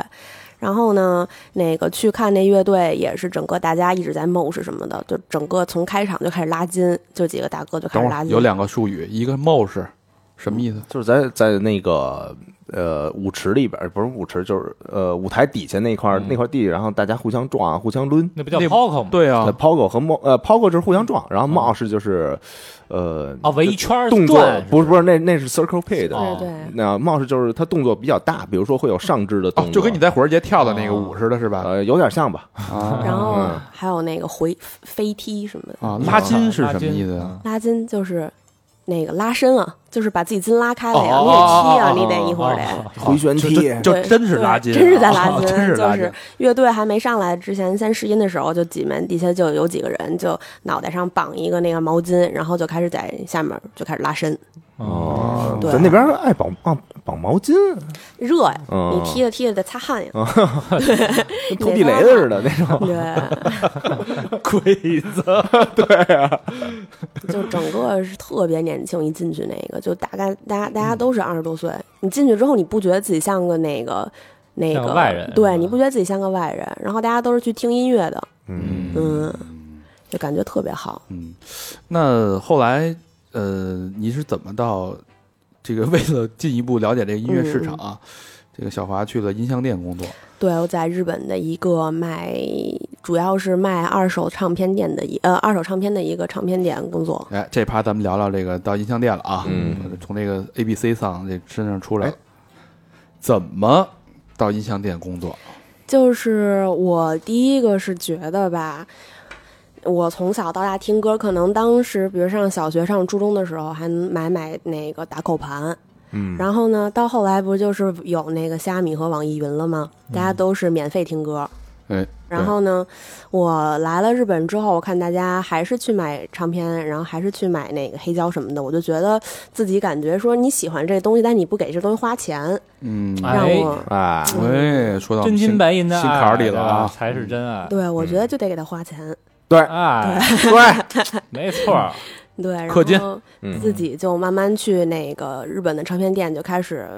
然后呢，那个去看那乐队也是整个大家一直在 mosh 什么的，就整个从开场就开始拉筋，就几个大哥就开
等会
始拉
儿
筋。
有两个术语，一个 mosh 什么意思？
就是在在那个呃舞池里边儿，不是舞池，就是呃舞台底下那块儿、
嗯
那块地，然后大家互相撞啊，互相抡。
那不叫
那
POCO 吗？，
对啊嗯
呃，抛狗和猫呃抛狗就是互相撞，然后冒是就是呃
哦
啊，围一圈儿
动作
转
不是不是那那是 Circle K 的，
哦
对对。
那冒是就是他动作比较大，比如说会有上肢的动
哦
作，，
就跟你在火车节跳的那个舞似的，是吧？
呃有点像吧，
[laughs] 啊
然后还有那个回飞踢什么的，
啊，拉筋是什么意思啊？
拉筋就是那个拉伸啊，就是把自己筋拉开了呀，
哦
你
哦哦
得踢啊，
哦
你得一会儿
哦
得。
回旋
就
踢，
就就
对
真是拉筋啊，
对真是在拉筋
啊 [laughs] 真是拉筋
就是。乐队还没上来之前，先试音的时候，就几门底下就有几个人就脑袋上绑一个那个毛巾，然后就开始在下面就开始拉伸，
哦，
对
在那边
啊
爱绑绑绑毛巾，
热呀，
嗯
你踢着踢着得擦汗呀，
跟投地雷的似的那种。
对， [laughs]
鬼子，
就整个是特别年轻，一进去那个就大概大家大家都是二十多岁，你进去之后你不觉得自己像个那个那
像
个
个外人
对你不觉得自己像个外人，然后大家都是去听音乐的，
嗯，
嗯，就感觉特别好。
嗯，那后来呃，你是怎么到这个？为了进一步了解这个音乐市场啊，
嗯
这个小华去了音像店工作。
对，我在日本的一个卖，主要是卖二手唱片店的一呃二手唱片的一个唱片店工作。
哎，这趴咱们聊聊这个到音像店了啊，
嗯
从这个 A B C 上这身上出来了，怎么到音像店工作？
就是我第一个是觉得吧，我从小到大听歌，可能当时比如上小学、上初中的时候还买买那个打口盘，嗯，然后呢，到后来不就是有那个虾米和网易云了吗？大家都是免费听歌，
哎，
然后呢，我来了日本之后，我看大家还是去买唱片，然后还是去买那个黑胶什么的，我就觉得自己感觉说你喜欢这东西，但你不给这东西花钱，
嗯，
哎
让我、
啊，
哎，说到我
真
们
金
心
白银的
心
爱
坎儿里了
对吧
啊
才是真爱。
对我觉得就得给他花钱，
哎，
对，
没错儿，
对，然
氪金
后
嗯
自己就慢慢去那个日本的唱片店就开始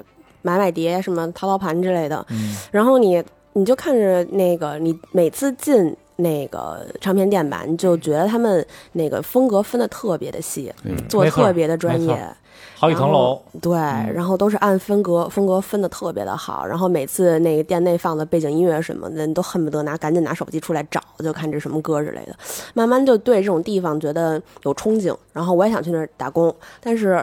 买买碟，什么淘淘盘之类的，
嗯
然后你你就看着那个你每次进。那个唱片店吧，你
嗯
就觉得他们那个风格分的特别的细，
嗯
做
没
得
错
特别的专
没
业
错，好几层楼，嗯
对，然后都是按风格风格分的特别的好，然后每次那个店内放的背景音乐什么的，你都恨不得拿赶紧拿手机出来找，就看这什么歌之类的。慢慢就对这种地方觉得有憧憬，然后我也想去那儿打工，但是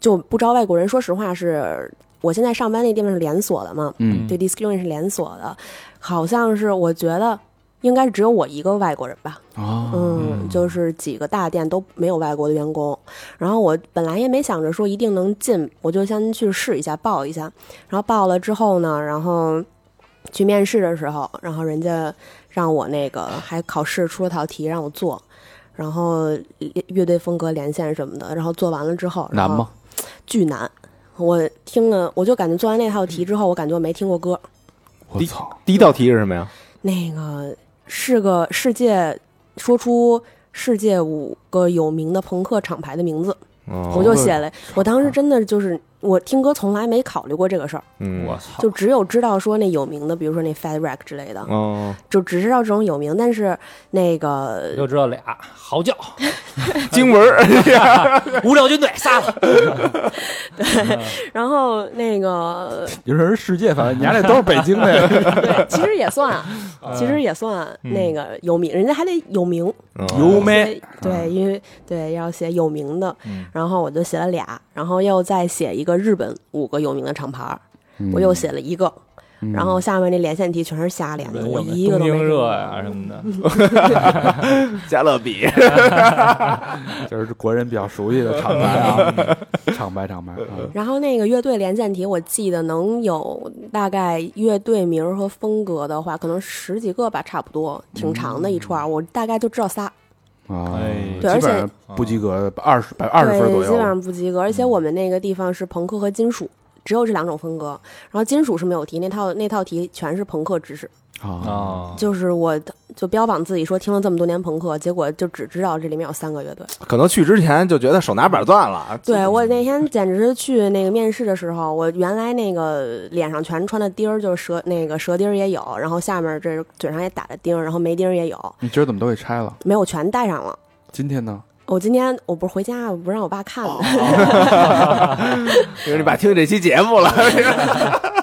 就不招外国人。说实话是，我现在上班那地方是连锁的嘛，
嗯
对 d i s c u n 是连锁的，好像是我觉得应该是只有我一个外国人吧，
哦
啊，
嗯，就是几个大店都没有外国的员工，然后我本来也没想着说一定能进，我就先去试一下报一下，然后报了之后呢，然后去面试的时候，然后人家让我那个还考试出了套题让我做，然后乐乐队风格连线什么的，然后做完了之后
难？
然
吗
后？巨难！我听了，我就感觉做完那套
嗯
题之后，我感觉我没听过歌，
我操，
第一道题是什么呀？
那个是个世界，说出世界五个有名的朋克厂牌的名字，我
哦
我
就写了。我当时真的就是，我听歌从来没考虑过这个事儿，
嗯
我操
就，只有知道说那有名的，比如说那 Fat Wreck 之类的，
哦，
就只知道这种有名。但是那个
我就知道俩嚎叫，
经文儿，
无聊军队杀了，
然后那个
有 [laughs] 人是世界范围，你家这都是北京的，
[laughs]
对，其实也算啊，
嗯
其实也算啊那个有名，人家还得有名，
油妹
对对，因为对要写有名的
哎嗯，
然后我就写了俩，然后又再写一个日本五个有名的厂牌儿， [laughs]
嗯
我又写了一个，然后下面那连线题全是瞎连的，我一个
东
都没
京热
过。
呀什么的，
加勒比，
嗯就是国人比较熟悉的厂牌啊，厂牌厂牌啊，
然后那个乐队连线题，我记得能有大概乐队名儿和风格的话，可能十几个吧，差不多，挺长的一串
嗯
儿，我大概就知道仨。
啊
哎，
基
对
本
而且嗯
上不及格，二十百二十
对，
分左
基本
右。嗯
上不及格。而且我们那个地方是朋克和金属，只有这两种风格。然后金属是没有题，那套那套题全是朋克知识。
啊，
啊，
就是我就标榜自己说听了这么多年朋克，结果就只知道这里面有三个乐队。
[laughs] 可能去之前就觉得手拿板钻了，
对我那天简直是去那个面试的时候，我原来那个脸上全穿的钉儿，就是蛇那个蛇钉儿也有，然后下面这嘴上也打着钉儿，然后没钉儿也有，
你今儿怎么都给拆了？
没有全戴上了。
今天呢？
我今天我不是回家，我不让我爸
哦
看的。
因为你爸听这期节目了，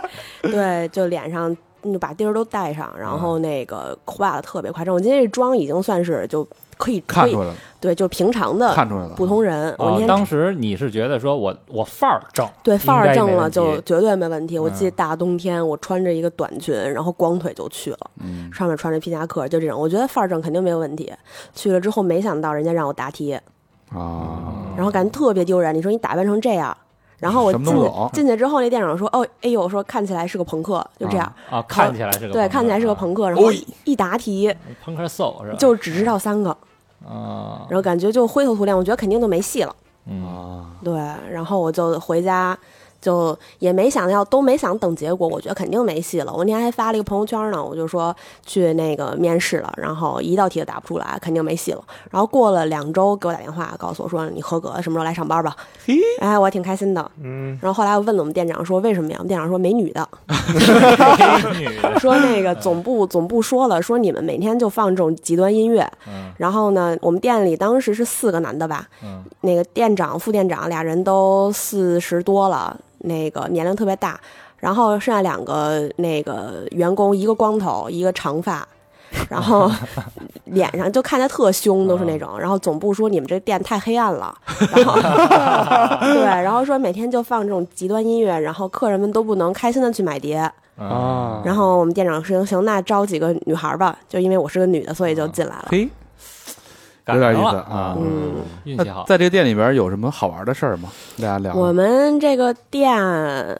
[laughs] 对，就脸上嗯把钉儿都带上，然
嗯
后那个化的特别夸张。我今天这妆已经算是就可以
看
可以
出来了，
对，就平常的
看出来了，
普通人。我
哦
那，天
当时你是觉得说我我范儿正，
对范儿
应该
正
没
了
问题嗯
就绝对没问题。我记得大冬天我穿着一个短裙，然后光腿就去了，
嗯，
上面穿着皮夹克，就这种。我觉得范儿正肯定没有问题。去了之后，没想到人家让我答题，
嗯
啊，
然后感觉特别丢人。你说你打扮成这样。然后我
什
进
么都
去
懂
进去之后，那店长说：“哦，哎呦，我说看起来是个朋克，就这样。
啊，看起来是个朋
对，
克哎
看起来是个朋克。然后一答题
啊朋克 soul 是吧？
就只知道三个， [laughs]
啊，
然后感觉就灰头土脸，我觉得肯定都没戏了。
嗯，
对，然后我就回家，就也没想要，都没想等结果，我觉得肯定没戏了。我那天还发了一个朋友圈呢，我就说去那个面试了，然后一道题都答不出来，肯定没戏了。然后过了两周给我打电话，告诉我说你合格，什么时候来上班吧？哎，我还挺开心的。嗯，然后后来我问了我们店长说为什么呀？我们店长说没女的。
女的
说那个总部总部说了，说你们每天就放这种极端音乐。
嗯
然后呢，我们店里当时是四个男的吧，
嗯
那个店长、副店长俩人都四十多了，那个年龄特别大。然后剩下两个那个员工，一个光头，一个长
[laughs]
发，然后脸上就看着特凶，都是那
嗯
种。然后总部说你们这店太黑暗了，
[laughs]
然后对，然后说每天就放这种极端音乐，然后客人们都不能开心的去买碟。
啊，
然后我们店长说行行，那招几个女孩儿吧，就因为我是个女的，所以就进来了。
嘿，有点意思啊。
嗯，
运气
那
好，
在这个店里边有什么好玩的事儿吗？大家聊聊。
我们这个店，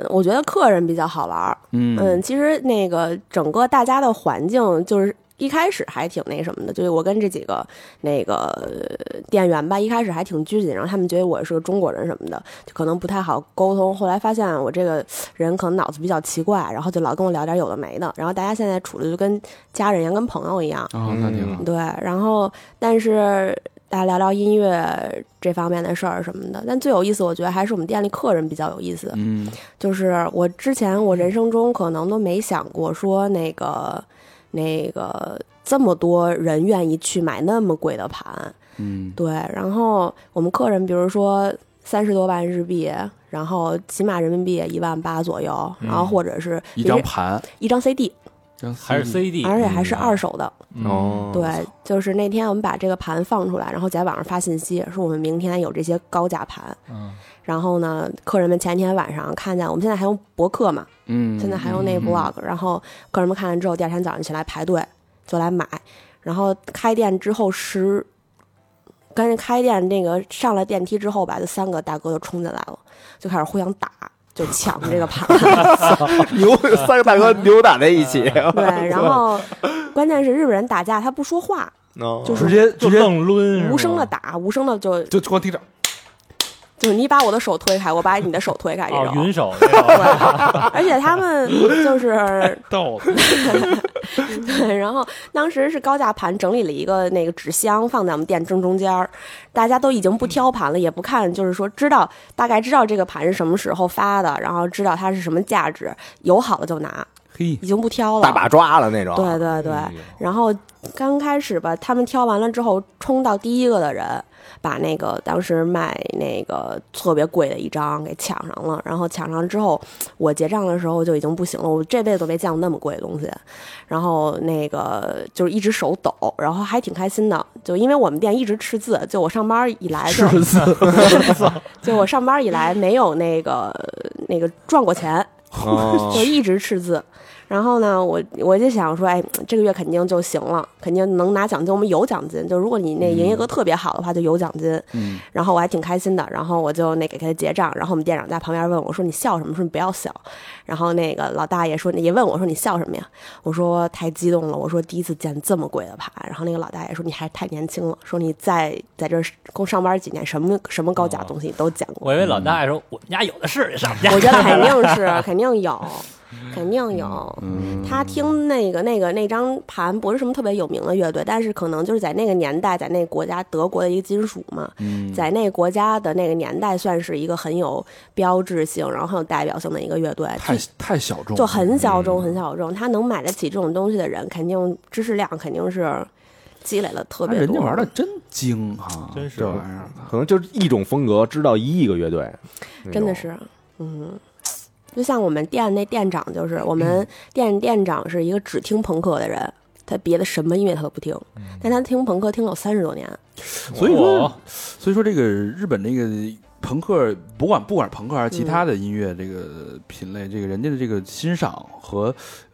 我觉得客人比较好玩儿。嗯，
嗯
其实那个整个大家的环境就是。一开始还挺那什么的，就是我跟这几个那个呃店员吧，一开始还挺拘谨，然后他们觉得我是个中国人什么的，就可能不太好沟通。后来发现我这个人可能脑子比较奇怪，然后就老跟我聊点有的没的。然后大家现在处的就跟家人一样，跟朋友一样。
啊，那挺好。
对，然后但是大家聊聊音乐这方面的事儿什么的。但最有意思，我觉得还是我们店里客人比较有意思。
嗯，
就是我之前我人生中可能都没想过说那个那个这么多人愿意去买那么贵的盘。
嗯，
对，然后我们客人比如说三十多万日币。然后起码人民币一万八左右，然后或者是
嗯一张盘，嗯
一张 CD，
还是嗯 CD，
而且还是二手的，
嗯
嗯
哦，
对，就是那天我们把这个盘放出来，然后在网上发信息，说我们明天有这些高价盘。
嗯，
然后呢，客人们前一天晚上看见，我们现在还用博客嘛，
嗯，
现在还用那个 blog，、然后客人们看完之后，第二天早上起来排队就来买。然后开店之后十，跟开店那个上了电梯之后吧，就三个大哥就冲进来了，就开始互相打，就抢这个盘。
[laughs]
扭三个大哥
嗯
扭打在一起，
对，然后关键是日本人打架他不说话，
哦
就是
直接
就
直接
愣抡是吗，
无声的打，无声的就
就光听着，
就是你把我的手推开，我把你的手推开这
哦，
种。
云手那种
[laughs] 而且他们就是 [laughs]
逗，
对，然后当时是高价盘整理了一个那个纸箱放在我们店正中间儿，大家都已经不挑盘了，也不看，就是说知道大概知道这个盘是什么时候发的，然后知道它是什么价值，有好的就拿，
嘿，
已经不挑了。
[laughs] 大把抓了那种。
对对对，然后刚开始吧，他们挑完了之后，冲到第一个的人，把那个当时卖那个特别贵的一张给抢上了。然后抢上之后，我结账的时候就已经不行了，我这辈子都没见过那么贵的东西。然后那个就是一直手抖，然后还挺开心的，就因为我们店一直吃字，就我上班以来就
不是？
[laughs] 就我上班以来没有那个那个赚过钱。
哦
[laughs] 就一直吃字。然后呢，我我就想说，哎，这个月肯定就行了，肯定能拿奖金。我们有奖金，就如果你那营业额特别好的话，就有奖金。
嗯，
然后我还挺开心的，然后我就那给他结账，然后我们店长在旁边问我说：“你笑什么？”我说：“你不要笑。”然后那个老大爷说：“也问我说你笑什么呀？”我说：“太激动了。”我说：“第一次见这么贵的牌。”然后那个老大爷说：“你还太年轻了。”说你在在这儿工上班几年，什么什么高价东西你都见过。
我以为老大爷说我们家有的是，上我们家
[laughs] 我觉得肯定
[laughs]
是，肯定有，
嗯
肯定有。他听那个那个那张盘不是什么特别有名的乐队，但是可能就是在那个年代，在那个国家，德国的一个金属嘛，
嗯
在那个国家的那个年代，算是一个很有标志性，然后很有代表性的一个乐队。
太太小众了，嗯
就很小众，很小众。他能买得起这种东西的人，肯定知识量肯定是积累了特
那
别
哎人
多。
家玩的真精哈，
真是
这玩意儿，
可能就是一种风格知道一亿个乐队，那种
真的是，嗯，就像我们店那店长，就是我们
嗯
店店长是一个只听朋克的人，他别的什么音乐他都不听，
嗯
但他听朋克听了三十多年，
所以说
哇，
所以说这个日本这个朋克，不管不管朋克还啊是其他的音乐这个品类，这个人家的这个欣赏和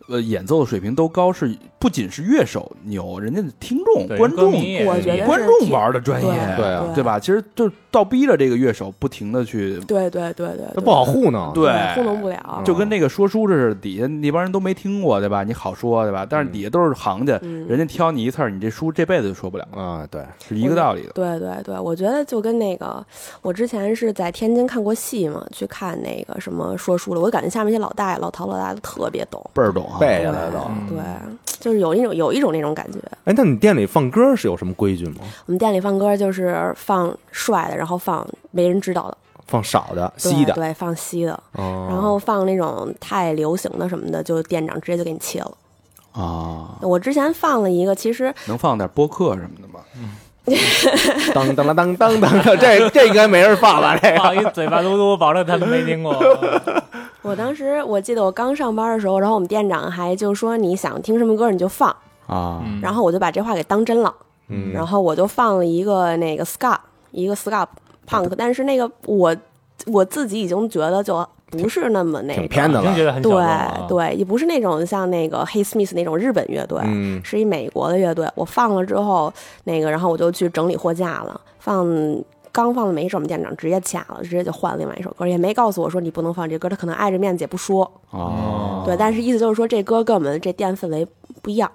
呃演奏的水平都高，是不仅是乐手牛，人家的听众
对
观
歌
众
迷也
我
是
觉得
观众玩的专业，
对
对啊
对吧？其实就倒逼着这个乐手不停的去，
对对对对嗯
那不好糊弄。
对嗯
糊弄不了，
就跟那个说书似的，底下那帮人都没听过，对吧？你好说，对吧？但是底下都是行家，
嗯
人家挑你一刺儿，你这书这辈子就说不了，
啊，对，
是一个道理的。
对对对，我觉得就跟那个，我之前是在天津看过戏嘛，去看那个什么说书了，我感觉下面那些老大爷、老头、老大爷都特别懂，
倍儿懂啊哈，
背下来都。
嗯
对，就是有一种有一种那种感觉。
嗯哎，那你店里放歌是有什么规矩吗？
我们店里放歌就是放帅的，然后放没人知道的，
放少的、
对
稀的，
对，放西的，
哦
然后放那种太流行的什么的，就店长直接就给你切了。
啊，
我之前放了一个，其实
能放点播客什么的吗？
当当当当当当，这这应该没人 [laughs] 放吧？这个
啊放一嘴巴嘟嘟，保证他们没听过。
我当时我记得我刚上班的时候，然后我们店长还就说你想听什么歌你就放，
啊，
然后我就把这话给当真了，
嗯
然后我就放了一个那个 ska，一个 ska punk，但是那个我我自己已经觉得就不是那么那个
挺偏的
已经
了啊
觉。得很小众
对
了。啊
对，也不是那种像那个黑 Smith 那种日本乐队，
嗯 [laughs]
是一美国的乐队。我放了之后，那个然后我就去整理货架了，放刚放的每一首，我们店长直接卡了，直接就换另外一首歌，也没告诉我说你不能放这歌，他可能碍着面子也不说。
哦，
对，但是意思就是说这歌跟我们这店氛围不一样，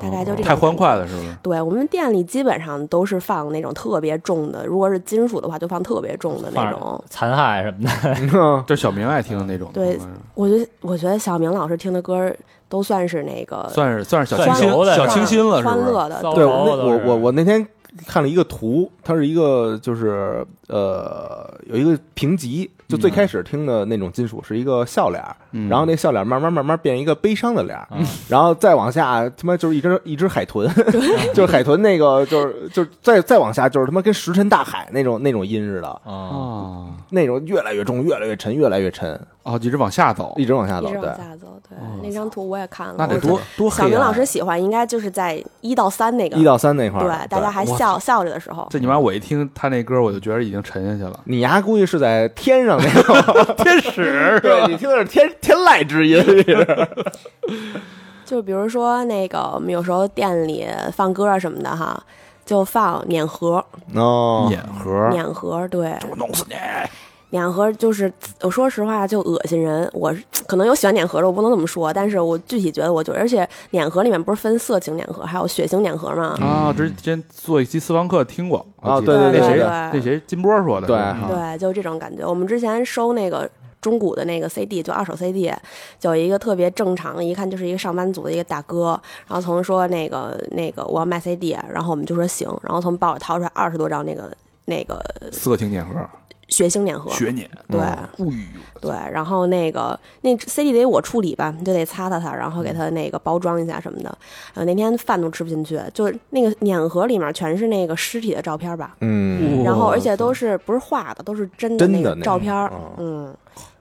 大概就这种
哦太欢
感觉
快了，是不是？
对我们店里基本上都是放那种特别重的，如果是金属的话，就放特别重的那
放
种。
残害什么的，
就小明爱听的那种，
对我觉得，我觉得小明老师听的歌儿都算是那个
算是算是小
算
清新
柔的
小
是吧
清新了，是
欢
不是？
乐的，
骚
对，
包
我那
都
我
是
我我那天看了一个图，它是一个就是呃有一个评级，就最开始听的那种金属是一个笑脸儿，
嗯
然后那笑脸慢慢慢慢变一个悲伤的脸儿， [laughs] 然后再往下他妈就是一只一只海豚， [laughs] 就是海豚那个就是就是再再往下就是他妈跟石沉大海那种那种音似的，
啊，
啊，
那种越来越重，越来越沉，越来越沉，
哦，一直往下走
一，直往下走
一直，
对
往。下走。对，那张图我也看了，
那得
我觉
多多黑啊
小
暗
明老师喜欢应该就是在一到三那个，
一到三那块儿，
对，大家还笑笑着的时候，
这你妈！我一听他那歌，我就觉得已经沉下去了。
你丫估计是在天上那种天使， [laughs] 对你听的是天天籁之音，
就比如说那个我们有时候店里放歌啊什么的哈，就放碾核，
哦，
碾核，
碾核，对，我弄死你。碾核就是，我说实话就恶心人。我是可能有喜欢碾核的，我不能这么说，但是我具体觉得我就，而且碾核里面不是分色情碾核，还有血腥碾核吗？
啊，之前做一期私房课听过
嗯啊
我记得
对对
那谁
对
那谁金波说的，
对
啊
对，就这种感觉。我们之前收那个中古的那个 CD，就二手 CD，就有一个特别正常，一看就是一个上班族的一个大哥，然后从说那个那个我要卖 CD，然后我们就说行，然后从包里掏出来二十多张那个那个
色情碾核，
血腥碾核，
血哎碾，
对。
物语
对，然后那个那 CD 得我处理吧，就得擦擦它，然
嗯
后给它那个包装一下什么的。然后那天饭都吃不进去，就是那个碾盒里面全是那个尸体的照片吧，
嗯，
然后而且都是不是画的，都是真的
真
那
的
个
那
照
种
片儿
哦，
嗯，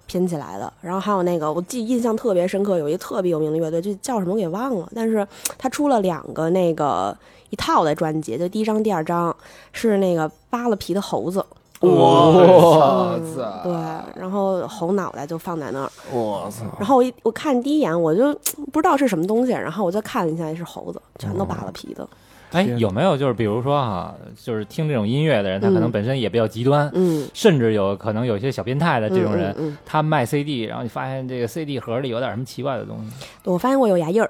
拼起来的。然后还有那个，我记印象特别深刻，有一个特别有名的乐队，就叫什么我给忘了，但是他出了两个那个一套的专辑，就第一张、第二张是那个扒了皮的猴子，
哦
我
嗯对，然后猴脑袋就放在那儿。
我操，
然后我一我看第一眼我就不知道是什么东西，然后我就看了一下是猴子，全
嗯
都扒了皮的。
哎，有没有就是比如说哈，就是听这种音乐的人，他可能
嗯
本身也比较极端，
嗯，
甚至有可能有些小变态的这种人，
嗯嗯嗯
他卖 CD，然后你发现这个 CD 盒里有点什么奇怪的东西，
我发现过有牙印儿，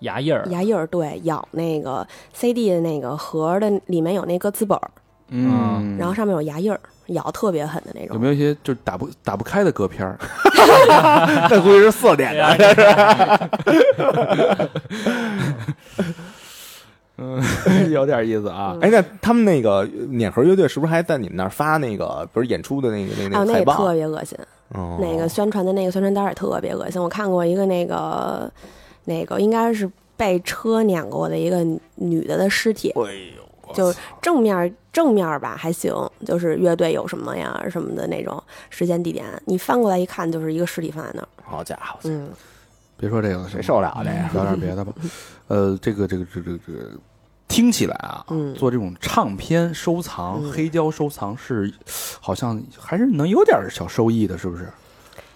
牙印儿，
牙印儿对咬那个 CD 的那个盒儿的里面有那歌词本儿，
嗯，
然后上面有牙印儿，咬特别狠的那
有
种。
没有一些就是打不打不开的歌片
[laughs]
儿？
这估计是色
[laughs]
点的，这是。
哎有点意思啊。
哎，那他们那个碾核乐队是不是还在你们那儿发那个，比如演出的那个那
还有
个
哦那
海
个
报？
特别恶心，
哦
那个宣传的那个宣传单儿也特别恶心。我看过一个那个，那个应该是被车碾过的一个女的的尸体，
哎
就正面正面吧还行，就是乐队有什么呀什么的那种时间地点，你翻过来一看就是一个尸体放在那儿，
好家伙，
嗯，
别说这个了，谁
谁受得了这个？
聊点别的吧。呃，这个这个这个这个，听起来啊，
嗯
做这种唱片收藏、
嗯
黑胶收藏是，好像还是能有点小收益的，是不是？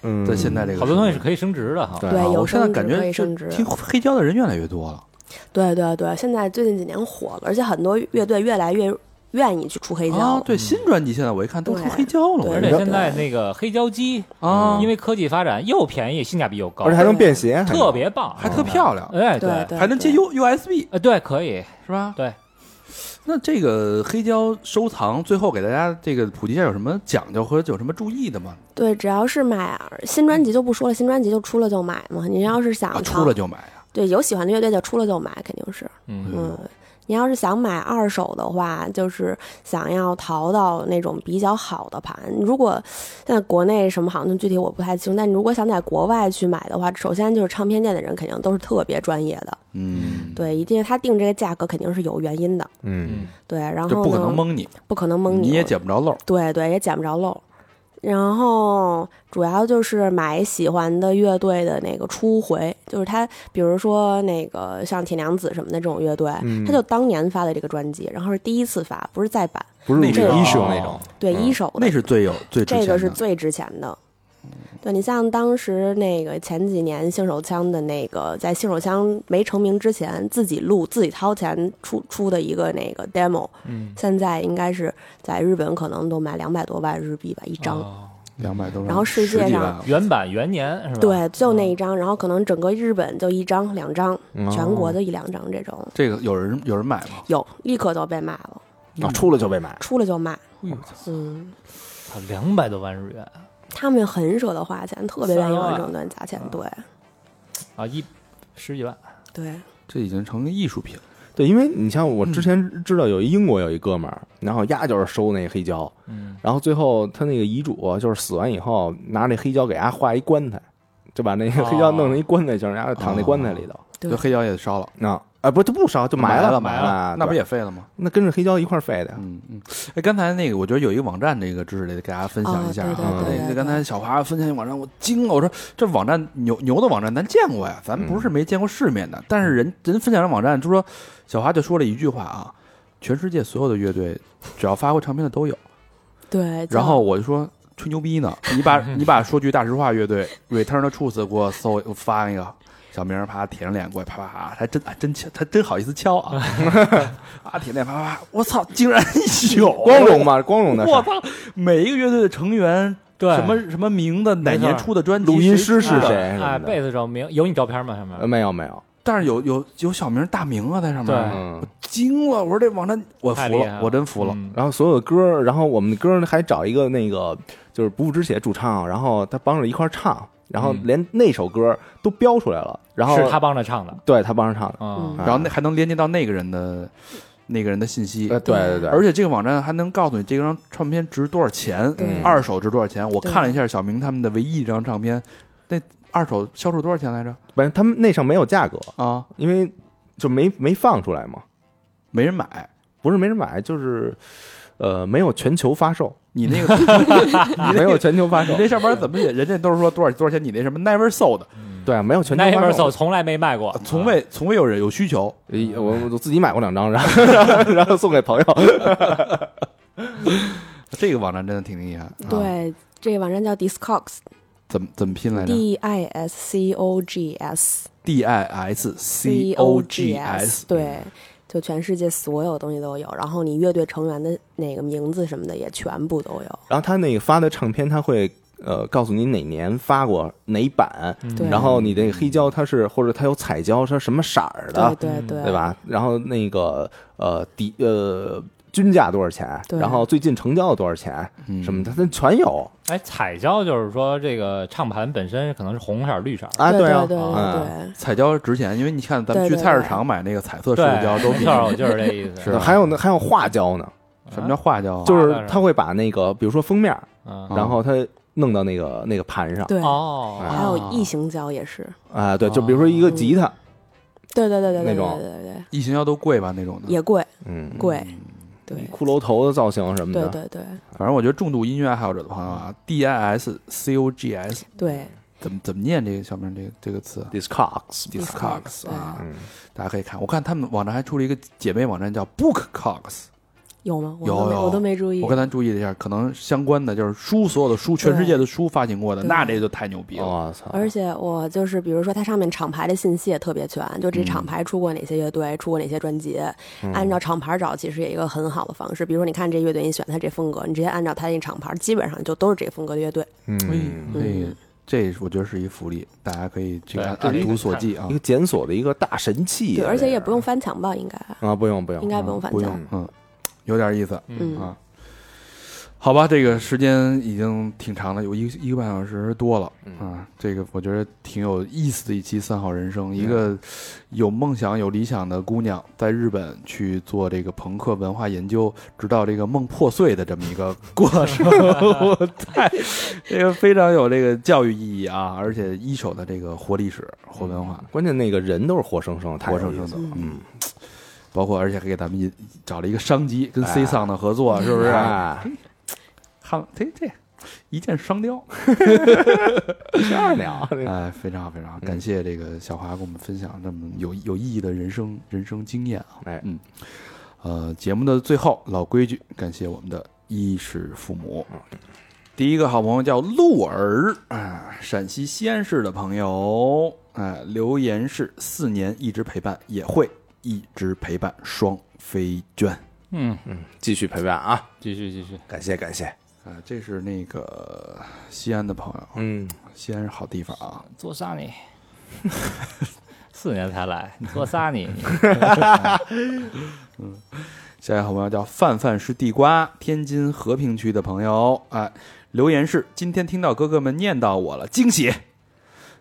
嗯
在现在这个
[laughs] 好多东西
时
是
代。
可以升值的哈。
对
对，
啊
有
我现在
升值
感
可
觉
以升
就
值，
听黑胶的人越来越多了，
对对对，现在最近几年火了，而且很多乐队越来越愿意去出黑胶了，
啊！对新专辑现在我一看都出
对
黑胶了，我
对
这
而且现在那个黑胶机，
啊，
因为科技发展又便宜，性价比又高，
而且还能便携，
特别棒，
还特漂亮，
哎
对
对，
对，
还能接
对
U USB
呃对，可以，
是吧？
对。
那这个黑胶收藏，最后给大家这个普及一下，有什么讲究和有什么注意的吗？
对，只要是买新专辑就不说了，新专辑就出了就买嘛。你要是想
啊，
藏
出了就买啊！
对有喜欢的乐队就出了就买，肯定是
嗯，
嗯。你要是想买二手的话，就是想要淘到那种比较好的盘。如果现在国内什么好像具体我不太清楚，但你如果想在国外去买的话，首先就是唱片店的人肯定都是特别专业的，
嗯，
对，一定他定这个价格肯定是有原因的，
嗯，
对。然后
这不可能
呢
蒙你，
不可能蒙
你
你
也捡不着漏。
对对，也捡不着漏。然后主要就是买喜欢的乐队的那个初回，就是他，比如说那个像铁娘子什么的这种乐队，
嗯
他就当年发的这个专辑，然后是第一次发，不是再版，
不是
那
是
医生那种，
对、
嗯
一手的
哦那，是最有最值
这
钱的
个是最值钱的。对你像当时那个前几年性手枪的那个，在性手枪没成名之前，自己录自己掏钱出出的一个那个 demo，
嗯，
现在应该是在日本可能都卖两百多万日币吧一张。
哦
两百多万，
然后世界
十几
上
万啊
原版元年是吧？
对，就那
嗯
一张，然后可能整个日本就一张、两张，全国
哦
的
就一两张这种，
这个有人有人买吗？
有立刻就被卖了，
啊，出了就被买，
出了就卖。
哎呦
嗯，
操，两百多万日元
他们很舍得花钱，特别愿
三
意用
万
这种乱砸钱，
嗯
对
啊，一十几万，
对，
这已经成艺术品了。
对，因为你像我之前知道有一英国有一哥们儿，然后丫就是收那黑胶，
嗯，
然后最后他那个遗嘱就是死完以后拿那黑胶给丫画一棺材，就把那个
哦
黑胶弄成一棺材形，然后躺那棺材里头。
对
这黑胶也烧了，
那啊不，他不烧就埋了
埋
埋
了
了，
那不
对
也废了吗？
那跟着黑胶一块儿废的呀？
嗯嗯。哎，刚才那个，我觉得有一个网站，这个知识得给大家分享一下啊。
哦
对对
对对
那个
对
刚才小华分享一个网站，我惊了，我说这网站牛牛的网站咱见过呀，咱不
嗯
是没见过世面的。但是人人分享的网站就说，小华就说了一句话啊，全世界所有的乐队只要发过唱片的都有。[laughs]
对。
然后我就说吹牛逼呢，你
[laughs]
把你把说句大实话乐队 Return to Truth 给我搜发一个。小明儿啪舔着脸过来，啪啪啪，还真还真敲，他真好意思敲
[laughs]
啊！啊，舔脸啪啪啪，我操，竟然有
光荣！嘛，光荣的事
我
儿。
操，每一个乐队的成员，
对，
什么什么名字，哪
没错
年出的专辑，
录音
谁
师是
出的
谁什
哎，
么的
贝斯手名有你照片吗？上面
呃，没有没有，
但是有有有小明大名啊在上面，
对
嗯。
惊了！我说这网站，我
太
服
厉害
了，我真服了。
嗯
然后所有的歌儿，然后我们的歌儿还找一个那个就是不误之写主唱，然后他帮着一块儿唱，然后
嗯
连那首歌儿都标出来了，然后
是他帮着唱的，
对他帮着唱的，
嗯，
然后那还能连接到那个人的那个人的信息，
啊呃对对对，
而且这个网站还能告诉你这张唱片值多少钱，
对
二手值多少钱。我
对
看了一下小明他们的唯一一张唱片，那二手销售多少钱来着？
反正他们那上没有价格，
啊，
因为就没没放出来嘛，
没人买。
不是没人买，就是呃没有全球发售，
你那
[laughs]
个你
没
那
有
个
全球发售
你，这上面怎么写？人家都是说多少多少钱？你那什么 Never Sold，
对啊，没有全球
嗯那
发
边手
售。
从来没卖过，
从
啊
未从未有人有需求。
呃我我自己买过两张，然后 [laughs] 然后送给朋友。
这个网站真的挺厉害。啊，
嗯对，这个网站叫 Discogs，D
怎么怎么拼来着
I S C O G S
？D I S C O G S。
对。就全世界所有东西都有，然后你乐队成员的那个名字什么的也全部都有。
然后他那个发的唱片，他会呃告诉你哪年发过哪版，
嗯
对，
然后你这个黑胶它是或者它有彩胶，它什么色儿
对
的，
对对，
对？吧？然后那个呃底呃均价多少钱？
对
然后最近成交了多少钱？
嗯
什么的，它全有
哎，彩胶就是说这个唱盘本身可能是红色儿、绿色儿，
啊，
对
啊，
对对
嗯。
对
彩胶值钱，因为你看咱们
对
去
对
菜市
对
场买那个彩色
对
塑胶都
没
比
错儿，我就是这意思。
是吧
还有呢，还有画胶呢，
什么叫画胶啊？
就是他会把那个，比如说封面，
嗯
啊
然后他弄到那个那个盘上，啊
对，
哎
哦，
还有异形胶也是，哦
啊，对，就比如说一个吉他，
对对对对
那
对对
种
对对对，
异形药都贵吧那种的，
也贵
嗯，
贵，对
骷髅头的造型什么
对
的，
对对
反正我觉得重度音乐爱好者的朋友啊，D I S C O G S
对
怎么怎么念这个小明这个这个词
d i s c o x
？Discogs
Discogs，
啊，
嗯
大家可以看。我看他们网站还出了一个姐妹网站叫 Bookcogs，
有吗？我
有
都没
有
我都没注意
我。刚才注意了一下，可能相关的就是书，所有的书，全世界的书发行过的，
对
那这就太牛逼了。
我操！
而且我就是，比如说它上面厂牌的信息也特别全，就这厂牌出过哪些乐队，出过哪些专辑，按照厂牌找，其实也一个很好的方式。比如说，你看这乐队，你选它这风格，你直接按照它那厂牌，基本上就都是这风格的乐队。
嗯，
哎，这我觉得是一福利，大家可以去看，
对
按图索骥啊
一。个检索的一个大神器啊，
对，而且也
这
不用翻墙吧？应该
是啊，不用不用，
应该不用翻
不
墙
用。，嗯，有点意思
嗯
啊。好吧，这个时间已经挺长了，有一一个半小时多了
嗯
啊。这个我觉得挺有意思的一期《三好人生》，一
啊
个有梦想、有理想的姑娘在日本去做这个朋克文化研究，直到这个梦破碎的这么一个过程， [laughs] 我太这个非常有这个教育意义啊，而且一手的这个活历史、活文化。
关键那个人都是活生嗯生的，太
活
有
生
意
生
思
的
了，嗯，
包括而且还给咱们引找了一个商机，跟
哎
C 桑的合作，是不
不
是？
啊？
看这这一箭双雕，
[laughs] 这样聊，
哎，非常好，非
嗯
常好，感谢这个小华给我们分享这么有有意义的人生人生经验啊，
哎
嗯，呃，节目的最后老规矩，感谢我们的衣食父母。
嗯
第一个好朋友叫鹿儿啊，陕西西安市的朋友，哎，留言是四年一直陪伴，也会一直陪伴双飞娟。
嗯，
嗯，继续陪伴啊，
继续继续，
感谢感谢，
啊，这是那个西安的朋友，
嗯，
西安是好地方啊。
做啥呢？四年才来，你做啥呢？
[laughs]
下一个好朋友叫范范是地瓜，天津和平区的朋友，哎，留言是今天听到哥哥们念叨我了，惊喜！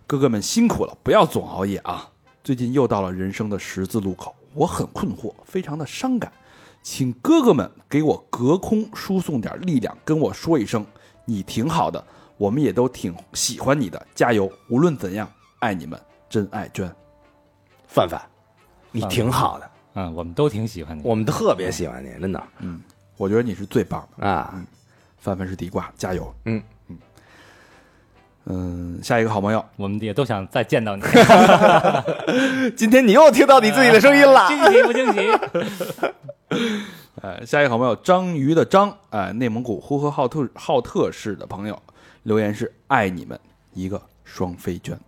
哥哥们辛苦了，不要总熬夜啊。最近又到了人生的十字路口，我很困惑，非常的伤感，请哥哥们给我隔空输送点力量，跟我说一声，你挺好的，我们也都挺喜欢你的，加油！无论怎样，爱你们，真爱娟。
范范，你挺好的，
嗯，我们都挺喜欢你。
我们特别喜欢你，真的
我觉得你是最棒的，
啊，
范范是地瓜，加油！
嗯
嗯嗯，下一个好朋友，
我们也都想再见
[laughs]
到你，
今天你又听到你自己的声音了，
惊喜
[laughs]
不惊喜？
呃，下一个好朋友章鱼的章，哎、内蒙古呼和浩特浩特市的朋友留言是爱你们一个双飞娟，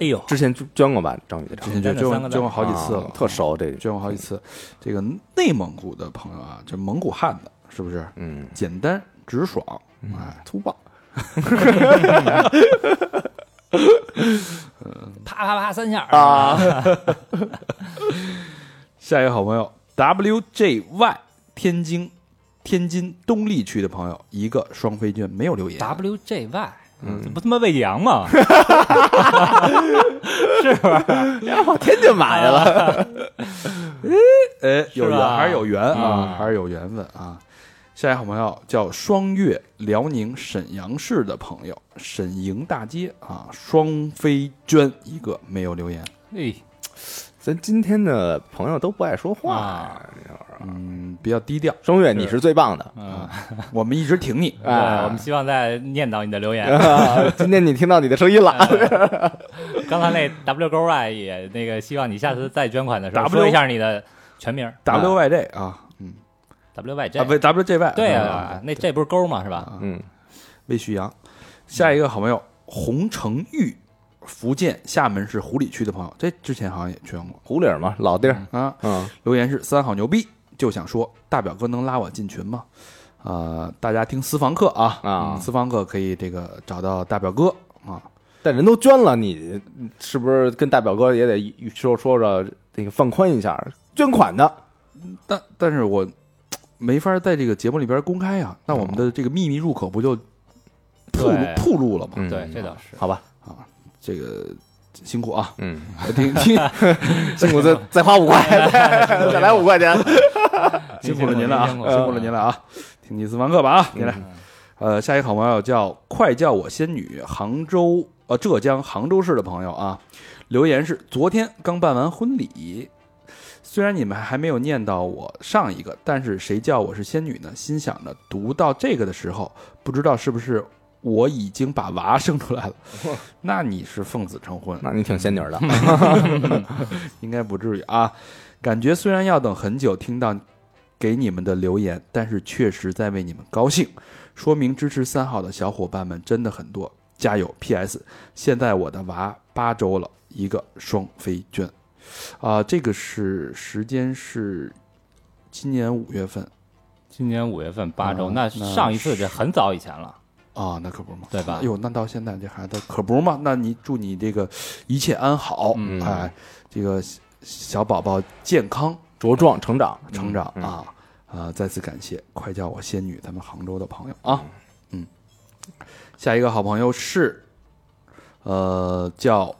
哎呦，
之前捐过吧，张宇的
之前就
张，
真的
捐
三
过
个赞
捐过好几次了，
啊特熟这个，
捐过好几次。这个内蒙古的朋友啊，这蒙古汉子是不是？
嗯，
简单直爽，哎，
粗暴，
啪啪啪三下啊！
下一个好朋友 WJY 天津天津东丽区的朋友一个双飞娟没有留言
WJY，这
嗯
不他妈喂羊
[laughs]
吗？
跑天津买去了，
哎，有
是
缘
吧嗯
还是有缘啊，还是有缘分啊。下一个好朋友叫双月，辽宁沈阳市的朋友，沈营大街啊，双飞娟一个没有留言，
哎，
咱今天的朋友都不爱说话
啊，
嗯，比较低调。
双月你是最棒的，
嗯，
我们一直挺
[laughs]
你，
对，我们希望再念叨你的留言。
啊哎今天你听到你的声音了，
刚才那 W 勾 Y 也那个，希望你下次再捐款的时候
W
说一下你的全名
WYJ 啊，嗯，啊
WYJ。
不 WJY，
对
啊
啊，那这不是勾吗？是吧？
嗯，
魏旭阳。下一个好朋友洪成玉，福建厦门市湖里区的朋友，这之前好像也捐过
狐狸儿嘛，老地儿，
啊。
嗯，
留言是三好牛逼，就想说大表哥能拉我进群吗？呃，大家听私房课啊
啊
嗯私房课可以这个找到大表哥啊，
但人都捐了，你是不是跟大表哥也得说说说那个放宽一下捐款的？
但但是我嘖没法在这个节目里边公开啊，那我们的这个秘密入口不就铺路
对
铺路了吗？啊
嗯
对，这倒是。
好吧，
这个辛苦啊，
嗯，
听
[laughs]
听
辛苦再再花五块，再来五块钱，
辛苦了您了啊，
辛
辛
苦
苦了您了啊，听你私房课吧啊，您来。呃，下一个好朋友叫快叫我仙女，杭州呃浙江杭州市的朋友啊，留言是昨天刚办完婚礼，虽然你们还没有念到我上一个，但是谁叫我是仙女呢？心想着读到这个的时候，不知道是不是我已经把娃生出来了，那你是奉子成婚，
那你挺仙女 [laughs] 的，
应该不至于啊。感觉虽然要等很久听到给你们的留言，但是确实在为你们高兴，说明支持三好的小伙伴们真的很多，加油！P.S. 现在我的娃八周了，一个双飞娟，啊、这个是时间是今年五月份
今年五月份八周，
嗯
那
那
上一次这很早以前了，
啊、那可不嘛，
对吧
哎？呦，那到现在这孩子可不嘛，那你祝你这个一切安好，
嗯
哎，这个小小宝宝健康。
茁壮成长，
成长
嗯
啊啊！再次感谢，快叫我仙女，咱们杭州的朋友啊，嗯，下一个好朋友是，呃，叫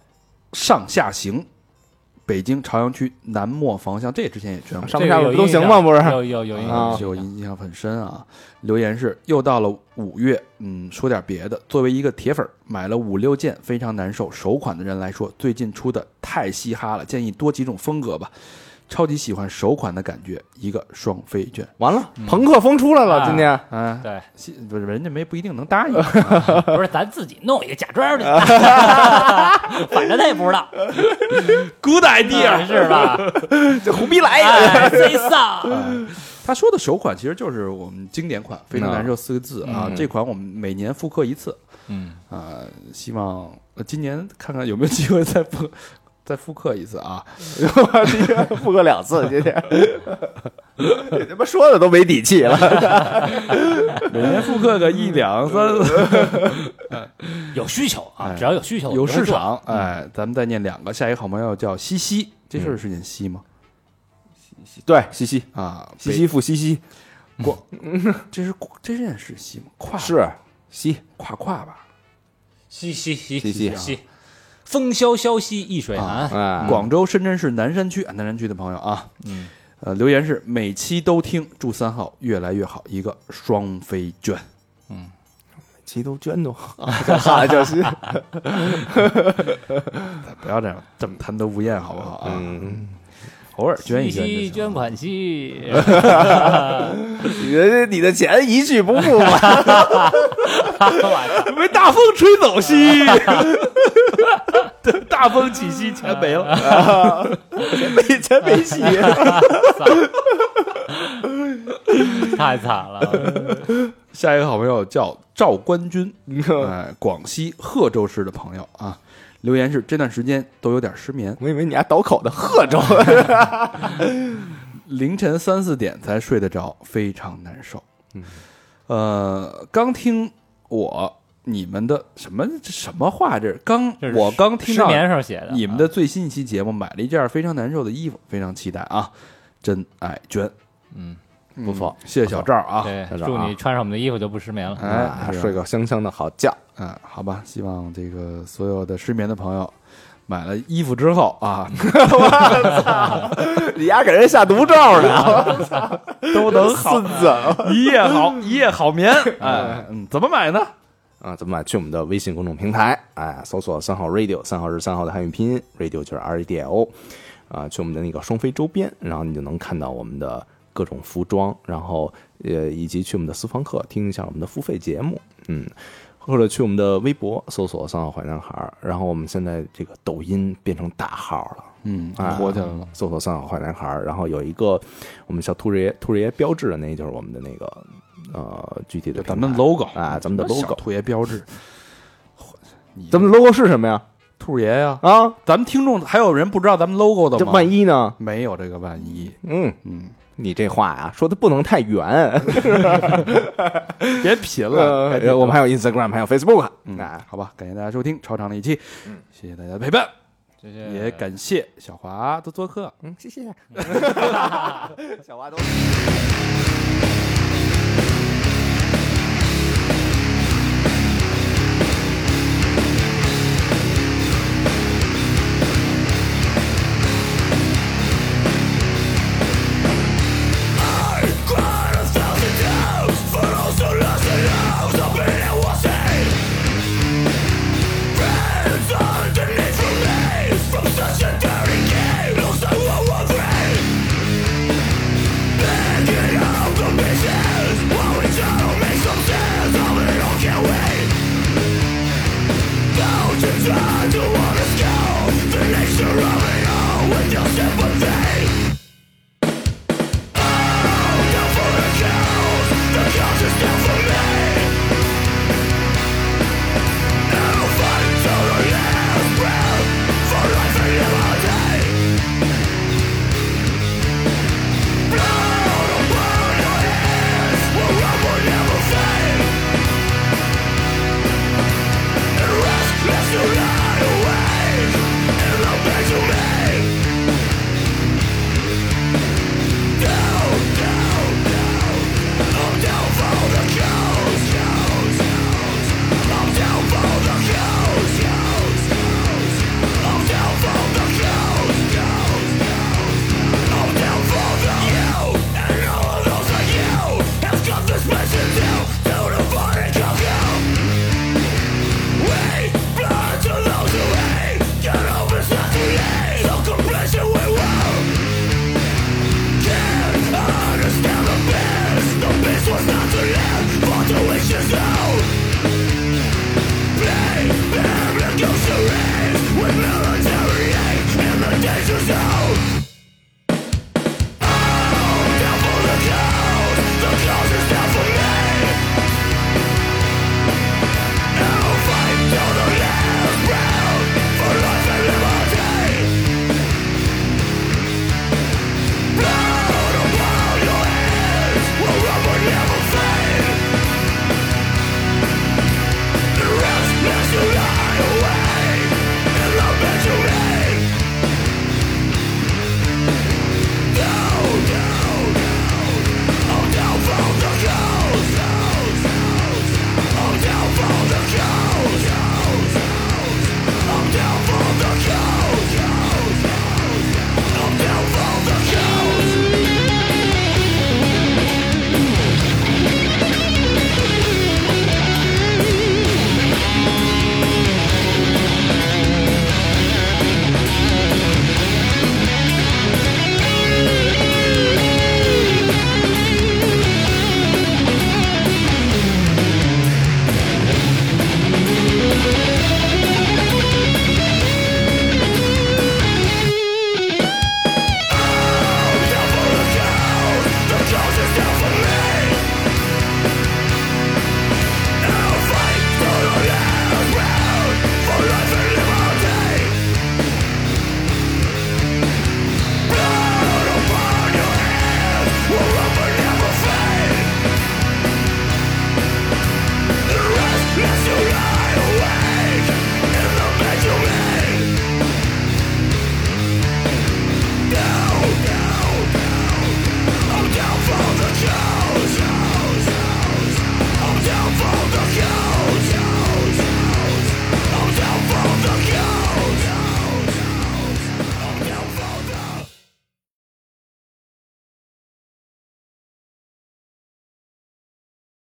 上下行，北京朝阳区南磨房乡，这之前也宣过。
上
这
不
个
下
有
不都
印
行
象
吗？不是，
有有有印象
啊
对我印象很深啊。留言是又到了五月，嗯，说点别的。作为一个铁粉儿，买了五六件非常难受首款的人来说，最近出的太嘻哈了，建议多几种风格吧。超级喜欢首款的感觉，一个双飞卷。
完了，朋克风出来了，
啊
今天 [laughs]
啊，
对，
西不是人家没不一定能答应。 [laughs]
不是咱自己弄一个假装的，反正他也不知道嗯
，Good idea，
是吧？
这胡逼来
哎，贼丧，
他说的首款其实就是我们经典款，非常难受四个字啊。
嗯
这款我们每年复刻一次
嗯，
啊、希望呃今年看看有没有机会再复再复刻一次啊。
复刻两次，今天 [laughs] 这他妈说的都没底气了。
每年复刻个一两
嗯
三四，
有需求啊，
哎
只要有需求，
有
我就
市
会做
场。哎，
嗯
咱们再念两个，下一个好朋友叫西西，这事儿是念西吗？
[laughs] 对，西西，
啊，
嗯西西复西西 [laughs]
北，这是这念是西吗？跨
是西，
跨跨吧。
西西西
西
啊
西
西，风萧萧兮易水寒，
哎，
广州、深圳市南山区，啊南山区的朋友啊，嗯，呃，留言是每期都听，祝三号越来越好，一个双飞卷，
齐都捐都， [laughs] 哈叫西，
不要这样这么贪得无厌，好不好啊？
嗯，
偶尔捐一捐就
西
行
捐款兮，
[laughs]
你的你的钱一去不复 [laughs] 返，
被大风吹走
[laughs]
兮，大风起兮，钱没了。
啊 [laughs] 没钱没戏。
太惨了，
下一个好朋友叫赵冠军，
[laughs] 嗯
哎，广西贺州市的朋友啊，留言是这段时间都有点失眠，
[laughs] 我以为你还倒口的贺州，
哎凌晨三四点才睡得着，非常难受。嗯，呃，刚听我你们的什么这什么话这是刚
这是
我刚听
失
到
眠时候写的啊，
你们的最新一期节目，买了一件非常难受的衣服，非常期待啊！真爱娟，嗯，不
错，
谢谢小赵啊，
对，
校长
祝
啊
你穿上我们的衣服就不失眠了。
哎，是
嗯睡个香香的好觉。
嗯，好吧，希望这个所有的失眠的朋友。买了衣服之后 [laughs] 啊，
你丫给人下毒咒呢，
[laughs] 都能好
孙子啊！
一夜好一夜好眠。哎，嗯，怎么买呢？
怎么买？啊去我们的微信公众平台，哎，搜索三号 radio，三号是三号的汉语拼音，radio 就是 R A D I O，啊，去我们的那个双飞周边，然后你就能看到我们的各种服装，然后呃，以及去我们的私房课听一下我们的付费节目，嗯。或者去我们的微博搜索“三好坏男孩”，然后我们现在这个抖音变成大号了，
嗯
啊，
火起来了。
搜索“三好坏男孩”，然后有一个我们小兔儿爷兔儿爷标志的，那就是我们的那个呃具体的
咱
品牌
们 logo
啊，咱们的
小
logo，
兔爷标志，你
咱们的 logo 是什么呀？
兔爷呀，
啊，
咱们听众还有人不知道咱们 logo 的
这
吗？
万一呢？
没有这个万一，
嗯，
嗯，
你这话呀说的不能太圆。
别贫了，赶紧
[laughs] 呃，我们还有 Instagram，还有 Facebook
嗯
啊，，
好吧，感谢大家收听超长的一期，谢谢大家的陪伴，
这
也感谢小华的做客。
嗯，谢谢。小花都。